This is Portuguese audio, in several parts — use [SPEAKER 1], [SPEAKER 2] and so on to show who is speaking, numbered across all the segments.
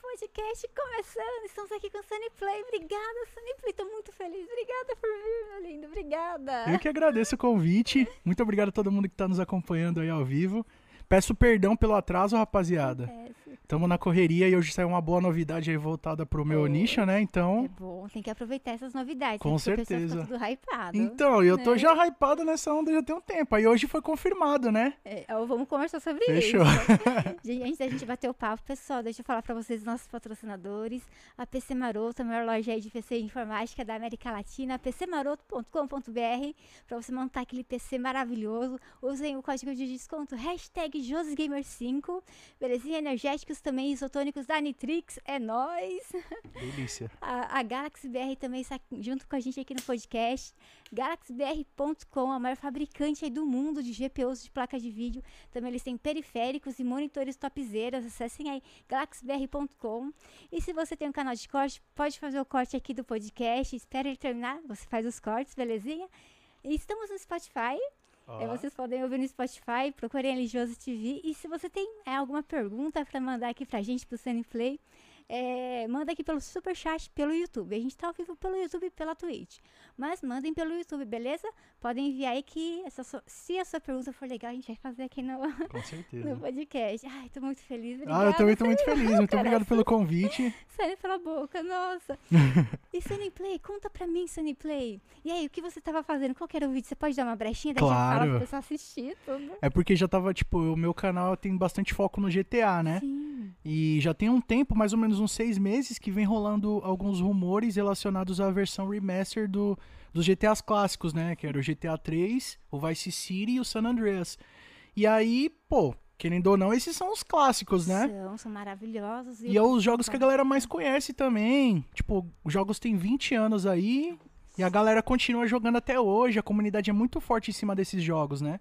[SPEAKER 1] podcast começando. Estamos aqui com o Sunny Play. Obrigada, Sunny Play. Tô muito feliz. Obrigada por vir, meu lindo. Obrigada.
[SPEAKER 2] Eu que agradeço o convite. Muito obrigado a todo mundo que tá nos acompanhando aí ao vivo. Peço perdão pelo atraso, rapaziada.
[SPEAKER 1] Acontece.
[SPEAKER 2] Tamo na correria e hoje saiu uma boa novidade aí voltada pro meu
[SPEAKER 1] Boa.
[SPEAKER 2] nicho, né? Então.
[SPEAKER 1] É bom, tem que aproveitar essas novidades.
[SPEAKER 2] Com
[SPEAKER 1] né? Porque o pessoal
[SPEAKER 2] certeza.
[SPEAKER 1] Fica tudo hypado.
[SPEAKER 2] Então, eu tô
[SPEAKER 1] Né?
[SPEAKER 2] já hypado nessa onda já tem um tempo. Aí hoje foi confirmado, né?
[SPEAKER 1] É, ó, vamos conversar sobre
[SPEAKER 2] Fechou.
[SPEAKER 1] isso. Gente, antes da gente bater o papo, pessoal, deixa eu falar pra vocês dos nossos patrocinadores. A PC Maroto, a maior loja aí de PC e informática da América Latina, pcmaroto.com.br, pra você montar aquele PC maravilhoso. Usem o código de desconto, hashtag JosGamer5. Belezinha? Energéticos também, isotônicos da Nitrix, é nóis!
[SPEAKER 2] Delícia.
[SPEAKER 1] A, a Galaxy BR também está junto com a gente aqui no podcast. GalaxyBR.com, a maior fabricante aí do mundo de GPUs de placa de vídeo. Também eles têm periféricos e monitores topzeiras. Acessem aí galaxybr.com. E se você tem um canal de corte, pode fazer o corte aqui do podcast. Espera ele terminar, você faz os cortes, belezinha? E estamos no Spotify. É, vocês podem ouvir no Spotify, procurem a Religioso TV. E se você tem é, alguma pergunta para mandar aqui pra gente, pro Sunny Play, é, manda aqui pelo Superchat, pelo YouTube. A gente tá ao vivo pelo YouTube e pela Twitch. Mas mandem pelo YouTube, beleza? Podem enviar aí que essa sua- se a sua pergunta for legal, a gente vai fazer aqui no,
[SPEAKER 2] Ah, Com
[SPEAKER 1] no
[SPEAKER 2] certeza.
[SPEAKER 1] podcast. Ai, tô muito feliz.
[SPEAKER 2] Uhum. Ah,
[SPEAKER 1] Obrigada,
[SPEAKER 2] eu também tô muito feliz. Muito
[SPEAKER 1] cara.
[SPEAKER 2] obrigado pelo convite.
[SPEAKER 1] Sunny pela boca, nossa. e Sunny Play, conta pra mim, Sunny Play. E aí, o que você tava fazendo? Qual que era o vídeo? Você pode dar uma brechinha? Daí já fala
[SPEAKER 2] Claro.
[SPEAKER 1] pro pessoal assistir tudo.
[SPEAKER 2] É porque já tava, tipo, o meu canal tem bastante foco no GTA, né?
[SPEAKER 1] Sim.
[SPEAKER 2] E já tem um tempo, mais ou menos uns seis meses, que vem rolando alguns rumores relacionados à versão remaster do, dos GTAs clássicos, né? Que era o GTA 3, o Vice City e o San Andreas. E aí, pô, querendo ou não, esses são os clássicos, né?
[SPEAKER 1] São, são maravilhosos.
[SPEAKER 2] E é os jogos que a galera mais conhece também. Tipo, os jogos têm 20 anos aí e a galera continua jogando até hoje. A comunidade é muito forte em cima desses jogos, né?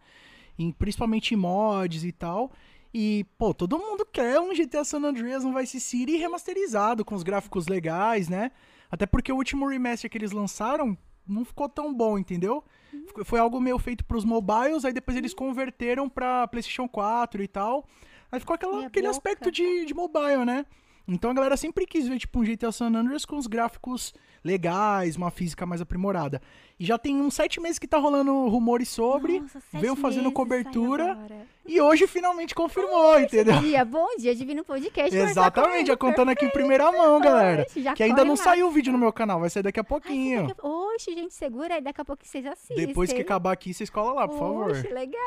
[SPEAKER 2] Em- principalmente em mods e tal. E, pô, todo mundo quer um GTA San Andreas, um Vice City remasterizado, com os gráficos legais, né? Até porque o último remaster que eles lançaram não ficou tão bom, entendeu? Ficou- Foi algo meio feito pros mobiles, aí depois eles converteram pra PlayStation 4 e tal. Aí ficou aquela-
[SPEAKER 1] Meia
[SPEAKER 2] aquele
[SPEAKER 1] boca.
[SPEAKER 2] aspecto de, de mobile, né? Então a galera sempre quis ver, tipo, um GTA San Andreas com os gráficos legais, uma física mais aprimorada. E já tem uns sete meses que tá rolando rumores sobre.
[SPEAKER 1] Nossa, sete
[SPEAKER 2] veio fazendo
[SPEAKER 1] meses,
[SPEAKER 2] cobertura.
[SPEAKER 1] saiu agora.
[SPEAKER 2] E hoje finalmente confirmou, entendeu?
[SPEAKER 1] Bom dia, bom dia, Divino Podcast. conversar
[SPEAKER 2] Exatamente, já
[SPEAKER 1] comigo.
[SPEAKER 2] contando aqui em primeira mão, galera.
[SPEAKER 1] Oxe, já
[SPEAKER 2] Que ainda
[SPEAKER 1] corre
[SPEAKER 2] não
[SPEAKER 1] lá.
[SPEAKER 2] saiu o vídeo no meu canal, vai sair daqui a
[SPEAKER 1] Ai, você
[SPEAKER 2] pouquinho.
[SPEAKER 1] daqui a- Oxe, gente, segura aí, daqui a pouco vocês assistem.
[SPEAKER 2] Depois que acabar aqui, vocês colam lá, por favor.
[SPEAKER 1] Oxe, legal.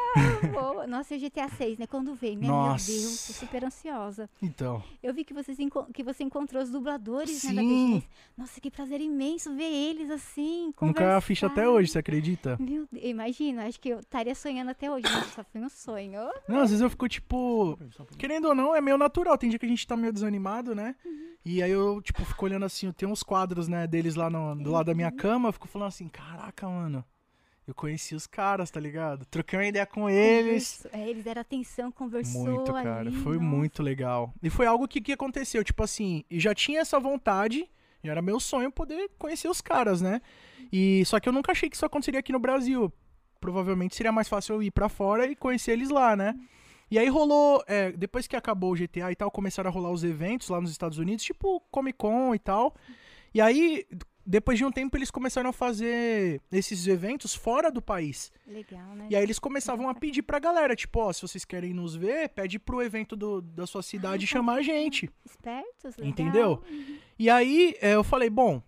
[SPEAKER 1] boa. Nossa, e o GTA 6, né? Quando vem, né?
[SPEAKER 2] Nossa.
[SPEAKER 1] Meu Deus, tô super ansiosa.
[SPEAKER 2] Então,
[SPEAKER 1] Eu vi que, vocês enco- que você encontrou os dubladores, né? da
[SPEAKER 2] Sim.
[SPEAKER 1] BGS. Nossa, que prazer imenso ver eles assim,
[SPEAKER 2] nunca
[SPEAKER 1] conversar.
[SPEAKER 2] caiu a ficha até hoje, você acredita?
[SPEAKER 1] Meu Deus, imagina, acho que eu estaria sonhando até hoje, mas só foi um sonho.
[SPEAKER 2] Não, às vezes eu fico tipo. Querendo ou não, é meio natural. Tem dia que a gente tá meio desanimado, né?
[SPEAKER 1] Uhum.
[SPEAKER 2] E aí eu, tipo, fico olhando assim, tem uns quadros, né, deles lá no, do lado da
[SPEAKER 1] Uhum.
[SPEAKER 2] minha cama, eu fico falando assim, caraca, mano. Eu conheci os caras, tá ligado? Troquei uma ideia com eles.
[SPEAKER 1] Conversou- é, eles deram atenção, conversou
[SPEAKER 2] Muito, cara.
[SPEAKER 1] ali,
[SPEAKER 2] Foi
[SPEAKER 1] nossa.
[SPEAKER 2] muito legal. E foi algo que, que aconteceu. Tipo assim, e já tinha essa vontade, já era meu sonho poder conhecer os caras, né? E só que eu nunca achei que isso aconteceria aqui no Brasil. Provavelmente seria mais fácil eu ir pra fora e conhecer eles lá, né? E aí rolou, é, depois que acabou o GTA e tal, começaram a rolar os eventos lá nos Estados Unidos, tipo Comic Con e tal. E aí, depois de um tempo, eles começaram a fazer esses eventos fora do país.
[SPEAKER 1] Legal, né?
[SPEAKER 2] E aí eles começavam a pedir pra galera, tipo, ó, se vocês querem nos ver, pede pro evento do- da sua cidade chamar a gente,
[SPEAKER 1] Espertos, Ah, tá. legal.
[SPEAKER 2] entendeu? E aí é, eu falei, bom,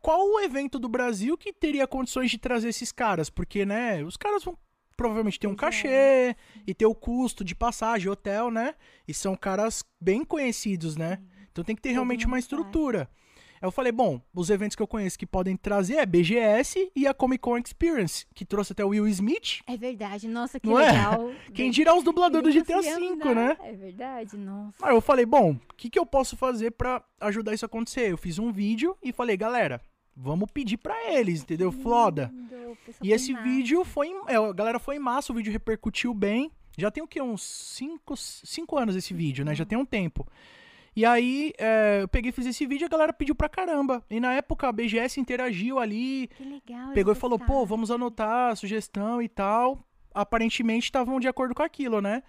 [SPEAKER 2] qual o evento do Brasil que teria condições de trazer esses caras? Porque, né, os caras vão provavelmente ter um
[SPEAKER 1] Pois
[SPEAKER 2] cachê e ter o custo de passagem, hotel, né? E são caras bem conhecidos, né? Então tem que ter
[SPEAKER 1] Todo
[SPEAKER 2] realmente
[SPEAKER 1] mundo
[SPEAKER 2] uma
[SPEAKER 1] vai.
[SPEAKER 2] estrutura. Aí eu falei, bom, os eventos que eu conheço que podem trazer é BGS e a Comic Con Experience, que trouxe até o Will Smith,
[SPEAKER 1] É verdade, nossa, que
[SPEAKER 2] Não é?
[SPEAKER 1] legal.
[SPEAKER 2] quem dirá os dubladores do
[SPEAKER 1] Bem
[SPEAKER 2] GTA
[SPEAKER 1] confiando,
[SPEAKER 2] V, né?
[SPEAKER 1] É verdade, nossa.
[SPEAKER 2] Aí eu falei, bom, o que, que eu posso fazer pra ajudar isso a acontecer? Eu fiz um vídeo e falei, galera, vamos pedir pra eles, entendeu? Floda.
[SPEAKER 1] Lindo, o pessoal
[SPEAKER 2] E
[SPEAKER 1] foi
[SPEAKER 2] esse
[SPEAKER 1] Hum, massa.
[SPEAKER 2] vídeo foi. Em, é, a galera foi em massa, o vídeo repercutiu bem. Já tem o quê? Uns 5 anos esse vídeo,
[SPEAKER 1] Uhum.
[SPEAKER 2] né? Já tem um tempo. E aí, é, eu peguei e fiz esse vídeo e a galera pediu pra caramba. E na época a BGS interagiu ali,
[SPEAKER 1] Que legal.
[SPEAKER 2] pegou e
[SPEAKER 1] eles
[SPEAKER 2] falou, pô,
[SPEAKER 1] gostaram.
[SPEAKER 2] vamos anotar a sugestão e tal. Aparentemente estavam de acordo com aquilo, né?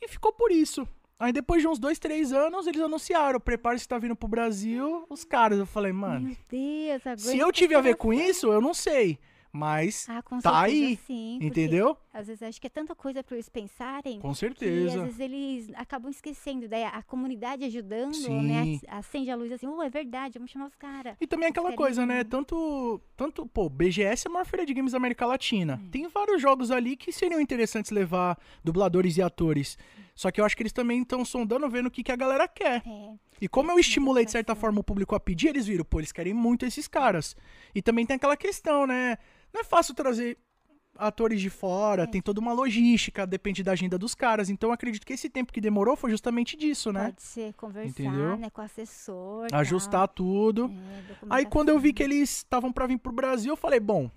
[SPEAKER 2] E ficou por isso. Aí depois de uns dois, três anos, eles anunciaram, prepare-se tá vindo pro Brasil, os caras. Eu falei, mano,
[SPEAKER 1] Meu Deus, agora.
[SPEAKER 2] se
[SPEAKER 1] ele
[SPEAKER 2] eu
[SPEAKER 1] tá
[SPEAKER 2] tive a ver
[SPEAKER 1] falando
[SPEAKER 2] com
[SPEAKER 1] sério.
[SPEAKER 2] isso, eu não sei. Mas,
[SPEAKER 1] Ah, com
[SPEAKER 2] tá
[SPEAKER 1] certeza
[SPEAKER 2] aí,
[SPEAKER 1] sim, porque
[SPEAKER 2] entendeu?
[SPEAKER 1] Às vezes acho que é tanta coisa pra eles pensarem.
[SPEAKER 2] Com
[SPEAKER 1] Que às
[SPEAKER 2] certeza.
[SPEAKER 1] vezes eles acabam esquecendo, daí a comunidade ajudando, né?
[SPEAKER 2] Sim.
[SPEAKER 1] ac- Acende a luz assim, oh, é verdade, vamos chamar os caras.
[SPEAKER 2] E também aquela
[SPEAKER 1] Seria
[SPEAKER 2] coisa, né?
[SPEAKER 1] lindo.
[SPEAKER 2] Tanto, tanto, pô, BGS é a maior feira de games da América Latina.
[SPEAKER 1] É.
[SPEAKER 2] Tem vários jogos ali que seriam interessantes levar dubladores e atores. Só que eu acho que eles também estão sondando, vendo o que, que a galera quer.
[SPEAKER 1] É,
[SPEAKER 2] E como eu estimulei, de certa forma, o público a pedir, eles viram, pô, eles querem muito esses caras. E também tem aquela questão, né? Não é fácil trazer atores de
[SPEAKER 1] É.
[SPEAKER 2] fora, tem toda uma logística, depende da agenda dos caras. Então eu acredito que esse tempo que demorou foi justamente disso, né?
[SPEAKER 1] Pode ser conversar,
[SPEAKER 2] Entendeu?
[SPEAKER 1] né, com o assessor.
[SPEAKER 2] Ajustar tudo.
[SPEAKER 1] tal. É,
[SPEAKER 2] Aí quando eu vi
[SPEAKER 1] documentação.
[SPEAKER 2] que eles estavam pra vir pro Brasil, eu falei, bom,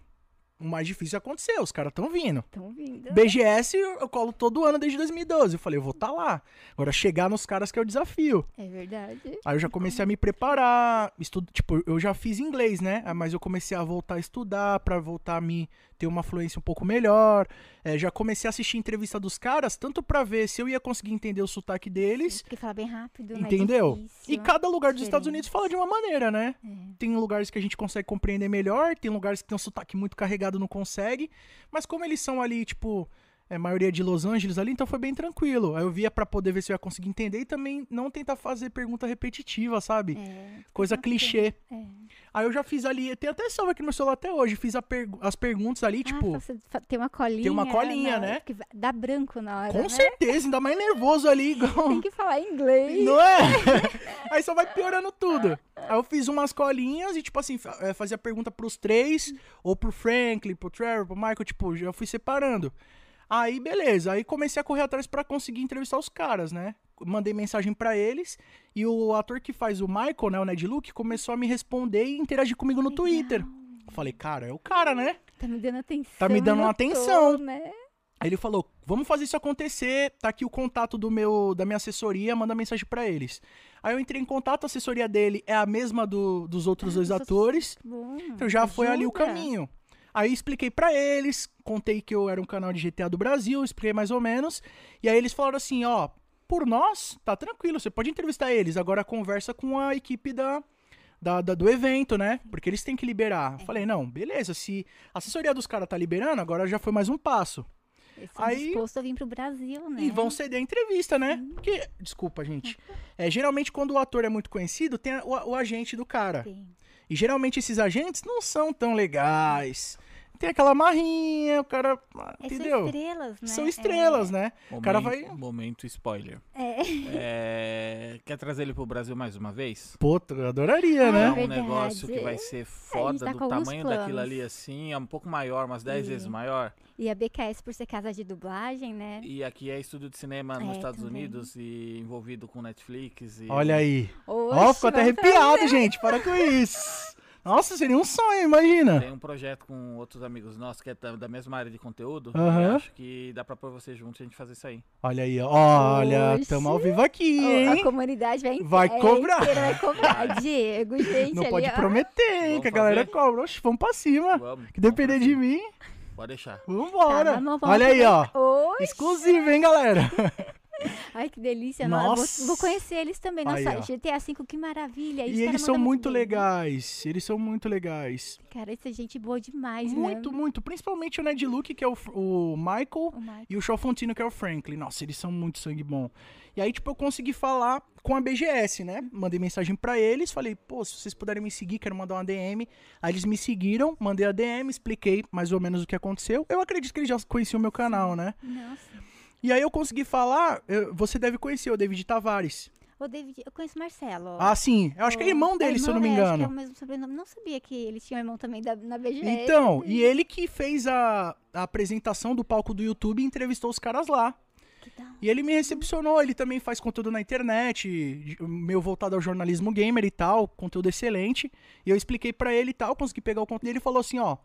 [SPEAKER 2] o mais difícil aconteceu, os caras estão vindo.
[SPEAKER 1] Tão vindo.
[SPEAKER 2] BGS eu eu colo todo ano desde 2012. Eu falei, eu vou tá lá. Agora chegar nos caras que é o desafio.
[SPEAKER 1] É verdade.
[SPEAKER 2] Aí eu já comecei a me preparar, estudo, tipo, eu já fiz inglês, né? Ah, Mas eu comecei a voltar a estudar pra voltar a me ter uma fluência um pouco melhor. É, já comecei a assistir entrevista dos caras, tanto pra ver se eu ia conseguir entender o sotaque deles
[SPEAKER 1] Porque fala bem rápido, né?
[SPEAKER 2] Entendeu? E
[SPEAKER 1] Difícil.
[SPEAKER 2] cada lugar dos Estados
[SPEAKER 1] diferente.
[SPEAKER 2] Unidos fala de uma maneira, né?
[SPEAKER 1] É.
[SPEAKER 2] Tem lugares que a gente consegue compreender melhor, tem lugares que tem um sotaque muito carregado não consegue. Mas como eles são ali, tipo, é, maioria de Los Angeles ali, então foi bem tranquilo. Aí eu via pra poder ver se eu ia conseguir entender e também não tentar fazer pergunta repetitiva, sabe?
[SPEAKER 1] É,
[SPEAKER 2] Coisa clichê.
[SPEAKER 1] é.
[SPEAKER 2] Aí eu já fiz ali, tem até salvo aqui no meu celular até hoje, fiz a pergu- as perguntas ali,
[SPEAKER 1] ah,
[SPEAKER 2] tipo,
[SPEAKER 1] pra você fa- tem uma colinha.
[SPEAKER 2] uma colinha,
[SPEAKER 1] na-
[SPEAKER 2] né?
[SPEAKER 1] que va- dá branco na hora.
[SPEAKER 2] com
[SPEAKER 1] né?
[SPEAKER 2] certeza, ainda mais nervoso ali, igual.
[SPEAKER 1] Tem que falar inglês.
[SPEAKER 2] Não é? Aí só vai piorando tudo. Aí eu fiz umas colinhas e, tipo assim, fa- eh, fazia pergunta pros três, ou pro Franklin, pro Trevor, pro Michael, tipo, já fui separando. Aí, beleza. Aí comecei a correr atrás pra conseguir entrevistar os caras, né? Mandei mensagem pra eles e o ator que faz o Michael, né, o Ned Luke, começou a me responder e interagir comigo no Twitter. Eu falei, cara, é o cara, né?
[SPEAKER 1] Tá me dando atenção.
[SPEAKER 2] Tá me
[SPEAKER 1] e
[SPEAKER 2] dando
[SPEAKER 1] não
[SPEAKER 2] uma
[SPEAKER 1] tô,
[SPEAKER 2] atenção.
[SPEAKER 1] né?
[SPEAKER 2] Aí ele falou: "Vamos fazer isso acontecer. Tá aqui o contato do meu da minha assessoria, manda mensagem pra eles". Aí eu entrei em contato, a assessoria dele é a mesma do- dos outros dois
[SPEAKER 1] dos outros-
[SPEAKER 2] atores.
[SPEAKER 1] Bom,
[SPEAKER 2] Então já foi ali o
[SPEAKER 1] ajuda.
[SPEAKER 2] caminho. Aí expliquei pra eles, contei que eu era um canal de GTA do Brasil, expliquei mais ou menos, e aí eles falaram assim, ó, por nós, tá tranquilo, você pode entrevistar eles, agora conversa com a equipe da, da- da- do evento, né? Porque eles têm que liberar. Eu Falei, não, beleza, se a assessoria dos caras tá liberando, agora já foi mais um passo.
[SPEAKER 1] Eles
[SPEAKER 2] Aí-
[SPEAKER 1] Aí... disposto a vir pro Brasil, né?
[SPEAKER 2] E vão ceder a entrevista, né? Porque, desculpa, gente. É, geralmente, quando o ator é muito conhecido, tem a- o, o agente do cara.
[SPEAKER 1] Sim.
[SPEAKER 2] E geralmente esses agentes não são tão legais. Tem aquela marrinha, o cara. ah,
[SPEAKER 1] É, São
[SPEAKER 2] entendeu?
[SPEAKER 1] estrelas, né?
[SPEAKER 2] São estrelas, né? O cara vai.
[SPEAKER 3] Momento spoiler.
[SPEAKER 1] É.
[SPEAKER 3] É, Quer trazer ele pro Brasil mais uma vez?
[SPEAKER 2] Pô, eu adoraria,
[SPEAKER 1] É,
[SPEAKER 3] É
[SPEAKER 2] né?
[SPEAKER 3] um
[SPEAKER 1] verdade.
[SPEAKER 3] negócio que vai ser foda
[SPEAKER 1] tá
[SPEAKER 3] do
[SPEAKER 1] com alguns
[SPEAKER 3] tamanho
[SPEAKER 1] planos.
[SPEAKER 3] daquilo ali, assim, é um pouco maior, umas 10
[SPEAKER 1] E-
[SPEAKER 3] vezes maior.
[SPEAKER 1] E a BKS, por ser casa de dublagem, né?
[SPEAKER 3] E aqui é estúdio de cinema nos
[SPEAKER 1] É,
[SPEAKER 3] Estados
[SPEAKER 1] também.
[SPEAKER 3] Unidos e envolvido com Netflix. E
[SPEAKER 2] Olha aí.
[SPEAKER 1] Oxe,
[SPEAKER 2] Ó, ficou até
[SPEAKER 1] vamos
[SPEAKER 2] arrepiado, gente. Para com isso. Nossa, seria um sonho, imagina.
[SPEAKER 3] Tem um projeto com outros amigos nossos que é da, da mesma área de conteúdo.
[SPEAKER 2] Aham.
[SPEAKER 3] E acho que dá pra pôr vocês juntos e a gente fazer isso aí.
[SPEAKER 2] Olha aí, ó. Olha,
[SPEAKER 1] Oxe.
[SPEAKER 2] tamo ao vivo aqui,
[SPEAKER 1] fazer. A
[SPEAKER 2] hein?
[SPEAKER 1] comunidade vai, inte-
[SPEAKER 2] Vai
[SPEAKER 1] é,
[SPEAKER 2] cobrar.
[SPEAKER 1] inteira vai cobrar. Diego, gente,
[SPEAKER 2] Não
[SPEAKER 1] ali,
[SPEAKER 2] pode
[SPEAKER 1] ó.
[SPEAKER 2] prometer, hein?
[SPEAKER 3] Vamos
[SPEAKER 2] Que a galera
[SPEAKER 3] fazer?
[SPEAKER 2] cobra. Oxe, vamos pra cima.
[SPEAKER 3] Vamos.
[SPEAKER 2] Ah, Que depender de
[SPEAKER 3] mim.
[SPEAKER 2] mim,
[SPEAKER 3] Pode deixar.
[SPEAKER 2] vambora.
[SPEAKER 1] Tá, mas vamos
[SPEAKER 2] Olha aí, ó.
[SPEAKER 1] aproveitar. Oxe.
[SPEAKER 2] Exclusivo, hein, galera?
[SPEAKER 1] Ai, que delícia. Nossa. eu Vou, vou
[SPEAKER 2] Nossa.
[SPEAKER 1] conhecer eles também. Nossa,
[SPEAKER 2] Aí, ó.
[SPEAKER 1] GTA V, que maravilha. os
[SPEAKER 2] E
[SPEAKER 1] caras
[SPEAKER 2] eles são
[SPEAKER 1] mandam
[SPEAKER 2] muito
[SPEAKER 1] bem.
[SPEAKER 2] legais. Eles são muito legais.
[SPEAKER 1] Cara, isso é gente boa demais,
[SPEAKER 2] Muito,
[SPEAKER 1] né?
[SPEAKER 2] muito. Principalmente o Ned Luke, que é o, F- o Michael,
[SPEAKER 1] O Michael.
[SPEAKER 2] e o Shaw Fontino, que é o Franklin. Nossa, eles são muito sangue bom. E aí, tipo, eu consegui falar com a BGS, né? Mandei mensagem pra eles, falei, pô, se vocês puderem me seguir, quero mandar uma DM. Aí eles me seguiram, mandei a DM, expliquei mais ou menos o que aconteceu. Eu acredito que eles já conheciam o meu canal, né?
[SPEAKER 1] Nossa.
[SPEAKER 2] E aí eu consegui falar, eu- você deve conhecer o David Tavares.
[SPEAKER 1] Ô, David, eu conheço o Marcelo.
[SPEAKER 2] Ah, sim. Eu acho que é irmão dele, se eu não me
[SPEAKER 1] é, acho que é
[SPEAKER 2] engano.
[SPEAKER 1] o mesmo sobrenome. Não sabia que ele tinha um irmão também da- na BGS.
[SPEAKER 2] Então, e ele que fez a, a apresentação do palco do YouTube e entrevistou os caras lá.
[SPEAKER 1] Que da hora.
[SPEAKER 2] E ele me recepcionou, ele também faz conteúdo na internet, de- meu voltado ao jornalismo gamer e tal, conteúdo excelente. E eu expliquei pra ele e tal, consegui pegar o conteúdo. E ele falou assim, ó,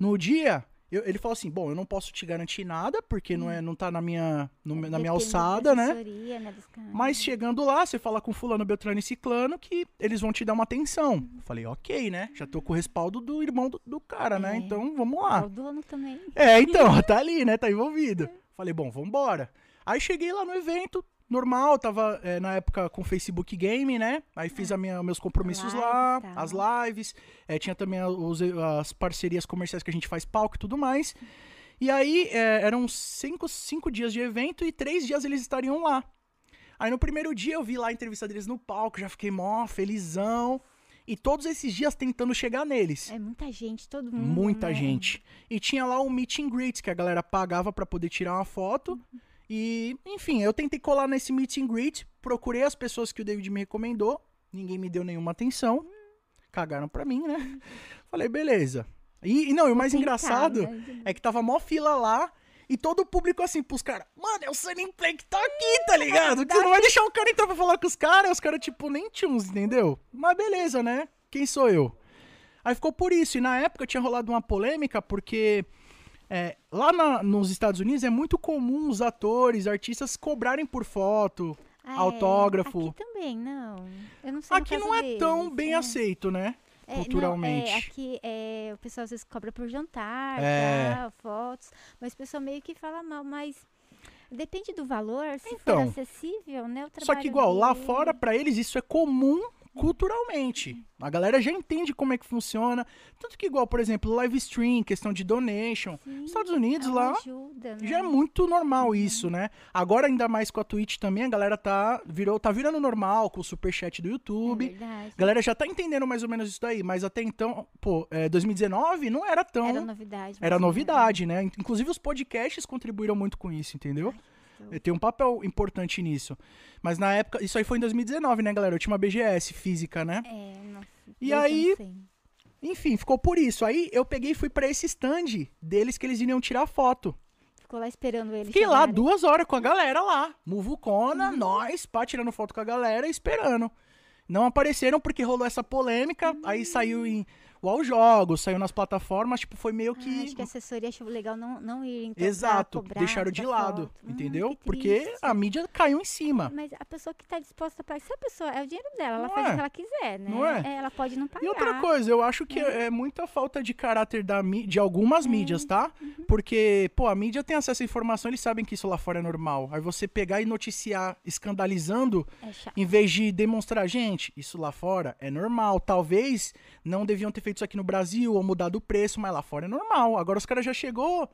[SPEAKER 2] no dia, eu- ele falou assim, bom, eu não posso te garantir nada, porque
[SPEAKER 1] Hum.
[SPEAKER 2] não, é, não tá na minha, no
[SPEAKER 1] É
[SPEAKER 2] meu- na minha
[SPEAKER 1] Depende da
[SPEAKER 2] alçada, né?
[SPEAKER 1] assessoria, né, dos caras.
[SPEAKER 2] Mas chegando lá, você fala com fulano, Beltrano e Ciclano que eles vão te dar uma atenção. Eu falei, ok, né? Já tô com o respaldo do irmão do, do cara,
[SPEAKER 1] É.
[SPEAKER 2] né? Então, vamos
[SPEAKER 1] Ah,
[SPEAKER 2] lá.
[SPEAKER 1] O dono também.
[SPEAKER 2] É, então, tá ali, né? Tá envolvido. Falei, bom, vambora. Aí cheguei lá no evento, normal, tava é, na época com Facebook Game, né? Aí fiz a minha, meus compromissos
[SPEAKER 1] Lives,
[SPEAKER 2] lá,
[SPEAKER 1] tá.
[SPEAKER 2] as lives, é, tinha também a- os- as parcerias comerciais que a gente faz palco e tudo mais. E aí é, eram cinco, cinco dias de evento e três dias eles estariam lá. Aí no primeiro dia eu vi lá a entrevista deles no palco, já fiquei mó felizão. E todos esses dias tentando chegar neles.
[SPEAKER 1] É muita gente, todo mundo.
[SPEAKER 2] Muita
[SPEAKER 1] né?
[SPEAKER 2] gente. E tinha lá o meet and greet, que a galera pagava pra poder tirar uma foto. E, enfim, eu tentei colar nesse meet and greet, procurei as pessoas que o David me recomendou, ninguém me deu nenhuma atenção. Cagaram pra mim,
[SPEAKER 1] Uhum.
[SPEAKER 2] né? Falei, beleza. E, e não, e o mais
[SPEAKER 1] Tentar,
[SPEAKER 2] engraçado
[SPEAKER 1] né?
[SPEAKER 2] é que tava mó fila lá. E todo o público assim pros caras, mano, é o Sunny Play que tá aqui, tá ligado? Que você não vai deixar o cara entrar pra falar com os caras, os caras, tipo, nem tchuns, entendeu? Mas beleza, né? Quem sou eu? Aí ficou por isso. E na época tinha rolado uma polêmica, porque é, lá na- nos Estados Unidos é muito comum os atores, artistas cobrarem por foto.
[SPEAKER 1] Ah, é.
[SPEAKER 2] autógrafo.
[SPEAKER 1] Aqui também, não. Eu não sei no
[SPEAKER 2] Aqui
[SPEAKER 1] caso
[SPEAKER 2] não é
[SPEAKER 1] deles,
[SPEAKER 2] tão bem
[SPEAKER 1] é.
[SPEAKER 2] aceito, né?
[SPEAKER 1] É,
[SPEAKER 2] culturalmente.
[SPEAKER 1] Não, é, aqui é, o pessoal às vezes cobra por jantar,
[SPEAKER 2] É.
[SPEAKER 1] tal, fotos, mas o pessoal meio que fala mal, mas depende do valor, se
[SPEAKER 2] Então.
[SPEAKER 1] for acessível, né? o
[SPEAKER 2] Só que
[SPEAKER 1] trabalho
[SPEAKER 2] igual, lá
[SPEAKER 1] dele.
[SPEAKER 2] fora, pra eles, isso é comum culturalmente. A galera já entende como é que funciona. Tanto que igual, por exemplo, live stream, questão de donation.
[SPEAKER 1] Sim,
[SPEAKER 2] Nos Estados Unidos,
[SPEAKER 1] é uma
[SPEAKER 2] lá,
[SPEAKER 1] ajuda, né?
[SPEAKER 2] Já é muito normal isso, né? Agora, ainda mais com a Twitch também, a galera tá, virou, tá virando normal com o superchat do
[SPEAKER 1] É
[SPEAKER 2] YouTube.
[SPEAKER 1] verdade.
[SPEAKER 2] A galera já tá entendendo mais ou menos isso daí, mas até então, pô, é, 2019 não era tão.
[SPEAKER 1] Era novidade.
[SPEAKER 2] então, Era
[SPEAKER 1] mas não
[SPEAKER 2] novidade, né? Inclusive os podcasts contribuíram muito com isso, entendeu?
[SPEAKER 1] então.
[SPEAKER 2] Tem um papel importante nisso. Mas na época, isso aí foi em 2019, né, galera? Eu tinha uma BGS física, né?
[SPEAKER 1] É, nossa,
[SPEAKER 2] E
[SPEAKER 1] desde eu não
[SPEAKER 2] aí,
[SPEAKER 1] sei.
[SPEAKER 2] Enfim, ficou por isso. Aí eu peguei e fui pra esse stand deles que eles iriam tirar foto.
[SPEAKER 1] Ficou lá esperando ele.
[SPEAKER 2] Fiquei lá
[SPEAKER 1] chegarem.
[SPEAKER 2] duas horas com a galera lá. Muvucona,
[SPEAKER 1] Uhum.
[SPEAKER 2] nós, pá, tirando foto com a galera e esperando. Não apareceram porque rolou essa polêmica,
[SPEAKER 1] Uhum.
[SPEAKER 2] aí saiu em UOL Jogos, saiu nas plataformas, tipo, foi meio
[SPEAKER 1] Ah,
[SPEAKER 2] que.
[SPEAKER 1] acho que a assessoria achou legal não, não ir então, pra
[SPEAKER 2] Exato,
[SPEAKER 1] cobrar,
[SPEAKER 2] deixaram de
[SPEAKER 1] tirar
[SPEAKER 2] lado,
[SPEAKER 1] foto. Hum,
[SPEAKER 2] entendeu?
[SPEAKER 1] que
[SPEAKER 2] porque
[SPEAKER 1] triste.
[SPEAKER 2] a mídia caiu em cima.
[SPEAKER 1] Mas a pessoa que tá disposta a pagar. Se a pessoa. É o dinheiro dela, ela
[SPEAKER 2] Não
[SPEAKER 1] faz
[SPEAKER 2] é?
[SPEAKER 1] o que ela quiser, né?
[SPEAKER 2] Não é?
[SPEAKER 1] Ela pode não pagar.
[SPEAKER 2] E outra coisa, eu acho que é, muita falta de caráter da, mí- de
[SPEAKER 1] É.
[SPEAKER 2] algumas mídias, tá?
[SPEAKER 1] Uhum.
[SPEAKER 2] Porque, pô, a mídia tem acesso à informação, eles sabem que isso lá fora é normal. Aí você pegar e noticiar escandalizando,
[SPEAKER 1] É chato.
[SPEAKER 2] em vez de demonstrar, gente, isso lá fora é normal. Talvez não deviam ter feito isso aqui no Brasil ou mudado o preço, mas lá fora é normal. Agora os caras já chegou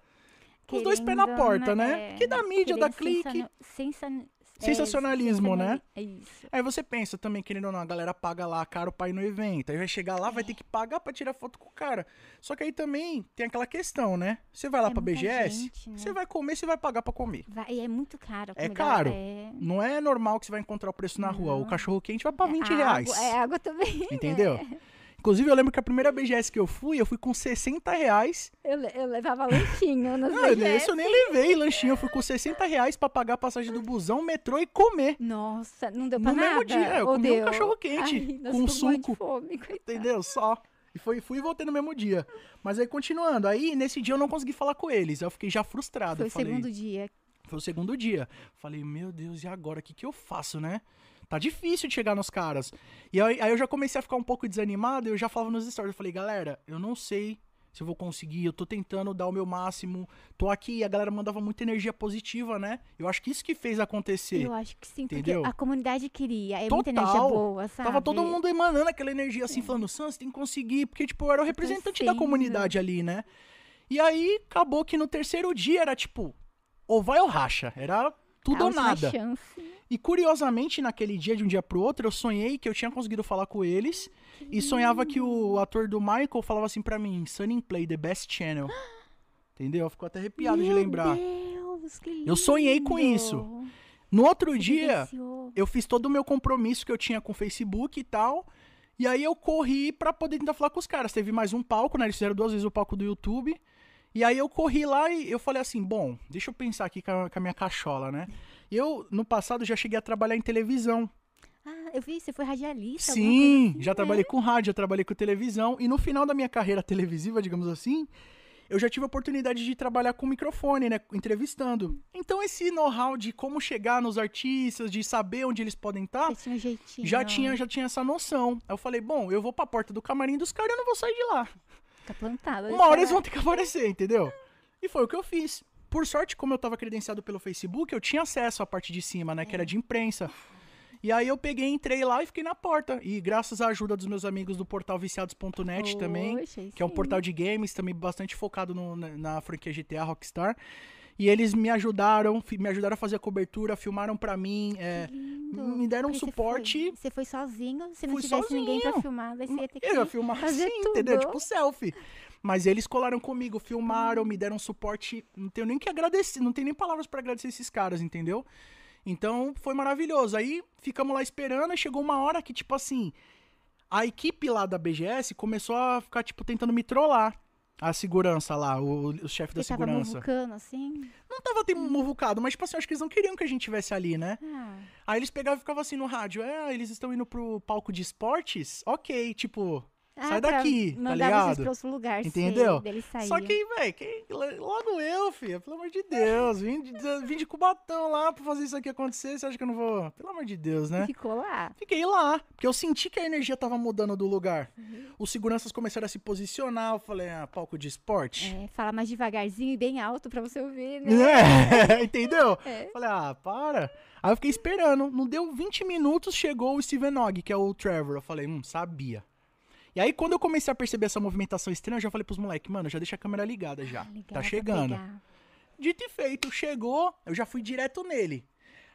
[SPEAKER 2] com os dois pés na
[SPEAKER 1] Querendo,
[SPEAKER 2] porta,
[SPEAKER 1] é,
[SPEAKER 2] né? Que da mídia, da
[SPEAKER 1] querendo
[SPEAKER 2] clique.
[SPEAKER 1] sensano- sensa- é,
[SPEAKER 2] Sensacionalismo, né?
[SPEAKER 1] sensacionali- É isso.
[SPEAKER 2] Aí você pensa também, querendo ou não, a galera paga lá caro pra ir no evento. Aí vai chegar lá, vai ter que pagar pra tirar foto com o cara. Só que aí também tem aquela questão, né? Você vai lá
[SPEAKER 1] É
[SPEAKER 2] pra
[SPEAKER 1] muita
[SPEAKER 2] BGS,
[SPEAKER 1] gente, né?
[SPEAKER 2] você vai comer, você vai pagar pra comer.
[SPEAKER 1] Vai- e é muito caro. a
[SPEAKER 2] É
[SPEAKER 1] comida,
[SPEAKER 2] caro.
[SPEAKER 1] É,
[SPEAKER 2] Não é normal que você vai encontrar o preço na rua. O cachorro quente vai pra 20
[SPEAKER 1] água-
[SPEAKER 2] reais.
[SPEAKER 1] É água também.
[SPEAKER 2] Entendeu? Inclusive, eu lembro que a primeira BGS que eu fui, eu fui com 60 reais.
[SPEAKER 1] Eu, le- eu levava lanchinho nas
[SPEAKER 2] Não,
[SPEAKER 1] BGS.
[SPEAKER 2] isso Ah, eu nem levei lanchinho. Eu fui com 60 reais pra pagar a passagem do busão, metrô e comer.
[SPEAKER 1] Nossa, não deu
[SPEAKER 2] No
[SPEAKER 1] pra
[SPEAKER 2] mesmo
[SPEAKER 1] nada.
[SPEAKER 2] dia, eu
[SPEAKER 1] Ou
[SPEAKER 2] comi um
[SPEAKER 1] deu?
[SPEAKER 2] cachorro-quente
[SPEAKER 1] Ai, nossa,
[SPEAKER 2] com
[SPEAKER 1] tô morrendo de
[SPEAKER 2] suco.
[SPEAKER 1] fome, coitada.
[SPEAKER 2] Entendeu? Só. E foi, fui e voltei no mesmo dia. Mas aí, continuando. Aí, nesse dia, eu não consegui falar com eles. Eu fiquei já frustrado.
[SPEAKER 1] Foi
[SPEAKER 2] eu
[SPEAKER 1] o
[SPEAKER 2] falei,
[SPEAKER 1] segundo dia.
[SPEAKER 2] Foi o segundo dia. Falei, meu Deus, e agora? O que, que eu faço, né? Tá difícil de chegar nos caras. E aí, aí eu já comecei a ficar um pouco desanimado. Eu já falava nos stories. Eu falei, galera, eu não sei se eu vou conseguir. Eu tô tentando dar o meu máximo. Tô aqui. E a galera mandava muita energia positiva, né? Eu acho que isso que fez acontecer.
[SPEAKER 1] Eu acho que sim,
[SPEAKER 2] Entendeu?
[SPEAKER 1] porque a comunidade queria. É muita energia
[SPEAKER 2] Total.
[SPEAKER 1] boa, sabe?
[SPEAKER 2] Tava todo mundo emanando aquela energia assim, falando, Sam, você tem que conseguir, porque, tipo, eu era o representante da
[SPEAKER 1] sendo.
[SPEAKER 2] comunidade ali, né? E aí, acabou que no terceiro dia era, tipo, ou vai ou racha. Era tudo
[SPEAKER 1] A
[SPEAKER 2] ou
[SPEAKER 1] última
[SPEAKER 2] nada.
[SPEAKER 1] chance.
[SPEAKER 2] E curiosamente, naquele dia, de um dia pro outro, eu sonhei que eu tinha conseguido falar com eles. E sonhava que o ator do Michael falava assim pra mim, Sunny Play, the best channel. Entendeu? Ficou até arrepiado de
[SPEAKER 1] Meu
[SPEAKER 2] lembrar.
[SPEAKER 1] Deus, que lindo.
[SPEAKER 2] Eu sonhei com isso. No outro
[SPEAKER 1] Você
[SPEAKER 2] dia,
[SPEAKER 1] vivenciou.
[SPEAKER 2] eu fiz todo o meu compromisso que eu tinha com o Facebook e tal. E aí eu corri pra poder tentar falar com os caras. Teve mais um palco, né? Eles fizeram duas vezes o palco do YouTube. E aí eu corri lá e eu falei assim, bom, deixa eu pensar aqui com a, com a minha cachola, né? Eu, no passado, já cheguei a trabalhar em televisão.
[SPEAKER 1] Ah, eu vi, você foi radialista. alguma
[SPEAKER 2] Sim,
[SPEAKER 1] coisa assim,
[SPEAKER 2] já
[SPEAKER 1] né?
[SPEAKER 2] trabalhei com rádio, já trabalhei com televisão. E no final da minha carreira televisiva, digamos assim, eu já tive a oportunidade de trabalhar com microfone, né? Entrevistando. Então esse know-how de como chegar nos artistas, de saber onde eles podem estar,
[SPEAKER 1] Já tinha um jeitinho.
[SPEAKER 2] Ah, já tinha, já tinha essa noção. Aí eu falei, bom, eu vou pra porta do camarim dos caras e eu não vou sair de lá.
[SPEAKER 1] Tá plantado.
[SPEAKER 2] Uma hora eles vão ter que aparecer, entendeu? E foi o que eu fiz. Por sorte, como eu tava credenciado pelo Facebook, eu tinha acesso à parte de cima, né? Que
[SPEAKER 1] É.
[SPEAKER 2] era de imprensa. E aí eu peguei, entrei lá e fiquei na porta. E graças à ajuda dos meus amigos do portal viciados.net também,
[SPEAKER 1] Poxa, aí
[SPEAKER 2] que é um
[SPEAKER 1] sim.
[SPEAKER 2] portal de games também bastante focado no- na, na franquia GTA Rockstar. E eles me ajudaram, fi- me ajudaram a fazer a cobertura, filmaram pra mim, é,
[SPEAKER 1] Lindo.
[SPEAKER 2] me deram um
[SPEAKER 1] Porque você
[SPEAKER 2] suporte.
[SPEAKER 1] foi- Você foi, sozinho, se não
[SPEAKER 2] Fui
[SPEAKER 1] tivesse ninguém pra
[SPEAKER 2] sozinho.
[SPEAKER 1] filmar, daí você ia ter que.
[SPEAKER 2] Eu ia filmar
[SPEAKER 1] fazer
[SPEAKER 2] assim,
[SPEAKER 1] tudo.
[SPEAKER 2] entendeu? Tipo selfie. Mas eles colaram comigo, filmaram, me deram suporte. Não tenho nem que agradecer, não tenho nem palavras pra agradecer esses caras, entendeu? Então foi maravilhoso. Aí ficamos lá esperando, e chegou uma hora que, tipo assim, a equipe lá da BGS começou a ficar, tipo, tentando me trollar. A segurança lá, o, o chefe da
[SPEAKER 1] Porque tava
[SPEAKER 2] segurança.
[SPEAKER 1] muvucando, assim.
[SPEAKER 2] Não tava tendo muvucado, mas, tipo assim, acho que eles não queriam que a gente tivesse ali, né?
[SPEAKER 1] Ah,
[SPEAKER 2] Aí eles pegavam e ficavam assim no rádio: é, eles estão indo pro palco de esportes? Ok, tipo, Sai
[SPEAKER 1] Ah, pra
[SPEAKER 2] daqui, tá
[SPEAKER 1] mandar vocês
[SPEAKER 2] ligado?
[SPEAKER 1] pra outro lugar, sei,
[SPEAKER 2] Entendeu?
[SPEAKER 1] daí eles
[SPEAKER 2] Só
[SPEAKER 1] saíam.
[SPEAKER 2] que, velho, quem- logo eu, filha, pelo amor de Deus. Vim de, vim de Cubatão lá pra fazer isso aqui acontecer. Você acha que eu não vou? Pelo amor de Deus, né?
[SPEAKER 1] Ficou lá.
[SPEAKER 2] Fiquei lá, porque eu senti que a energia tava mudando do lugar. Os seguranças começaram a se posicionar. Eu falei, ah, palco de esporte.
[SPEAKER 1] É, fala mais devagarzinho e bem alto pra você ouvir, né?
[SPEAKER 2] É, entendeu?
[SPEAKER 1] É.
[SPEAKER 2] Falei, ah, para. Aí eu fiquei esperando. Não deu 20 minutos, chegou o Steven Ogg, que é o Trevor. Eu falei, hum, sabia. E aí, quando eu comecei a perceber essa movimentação estranha, eu já falei pros moleques, mano, já deixa a câmera ligada já.
[SPEAKER 1] Legal,
[SPEAKER 2] tá
[SPEAKER 1] pra
[SPEAKER 2] chegando.
[SPEAKER 1] pegar.
[SPEAKER 2] Dito e feito, chegou, eu já fui direto nele.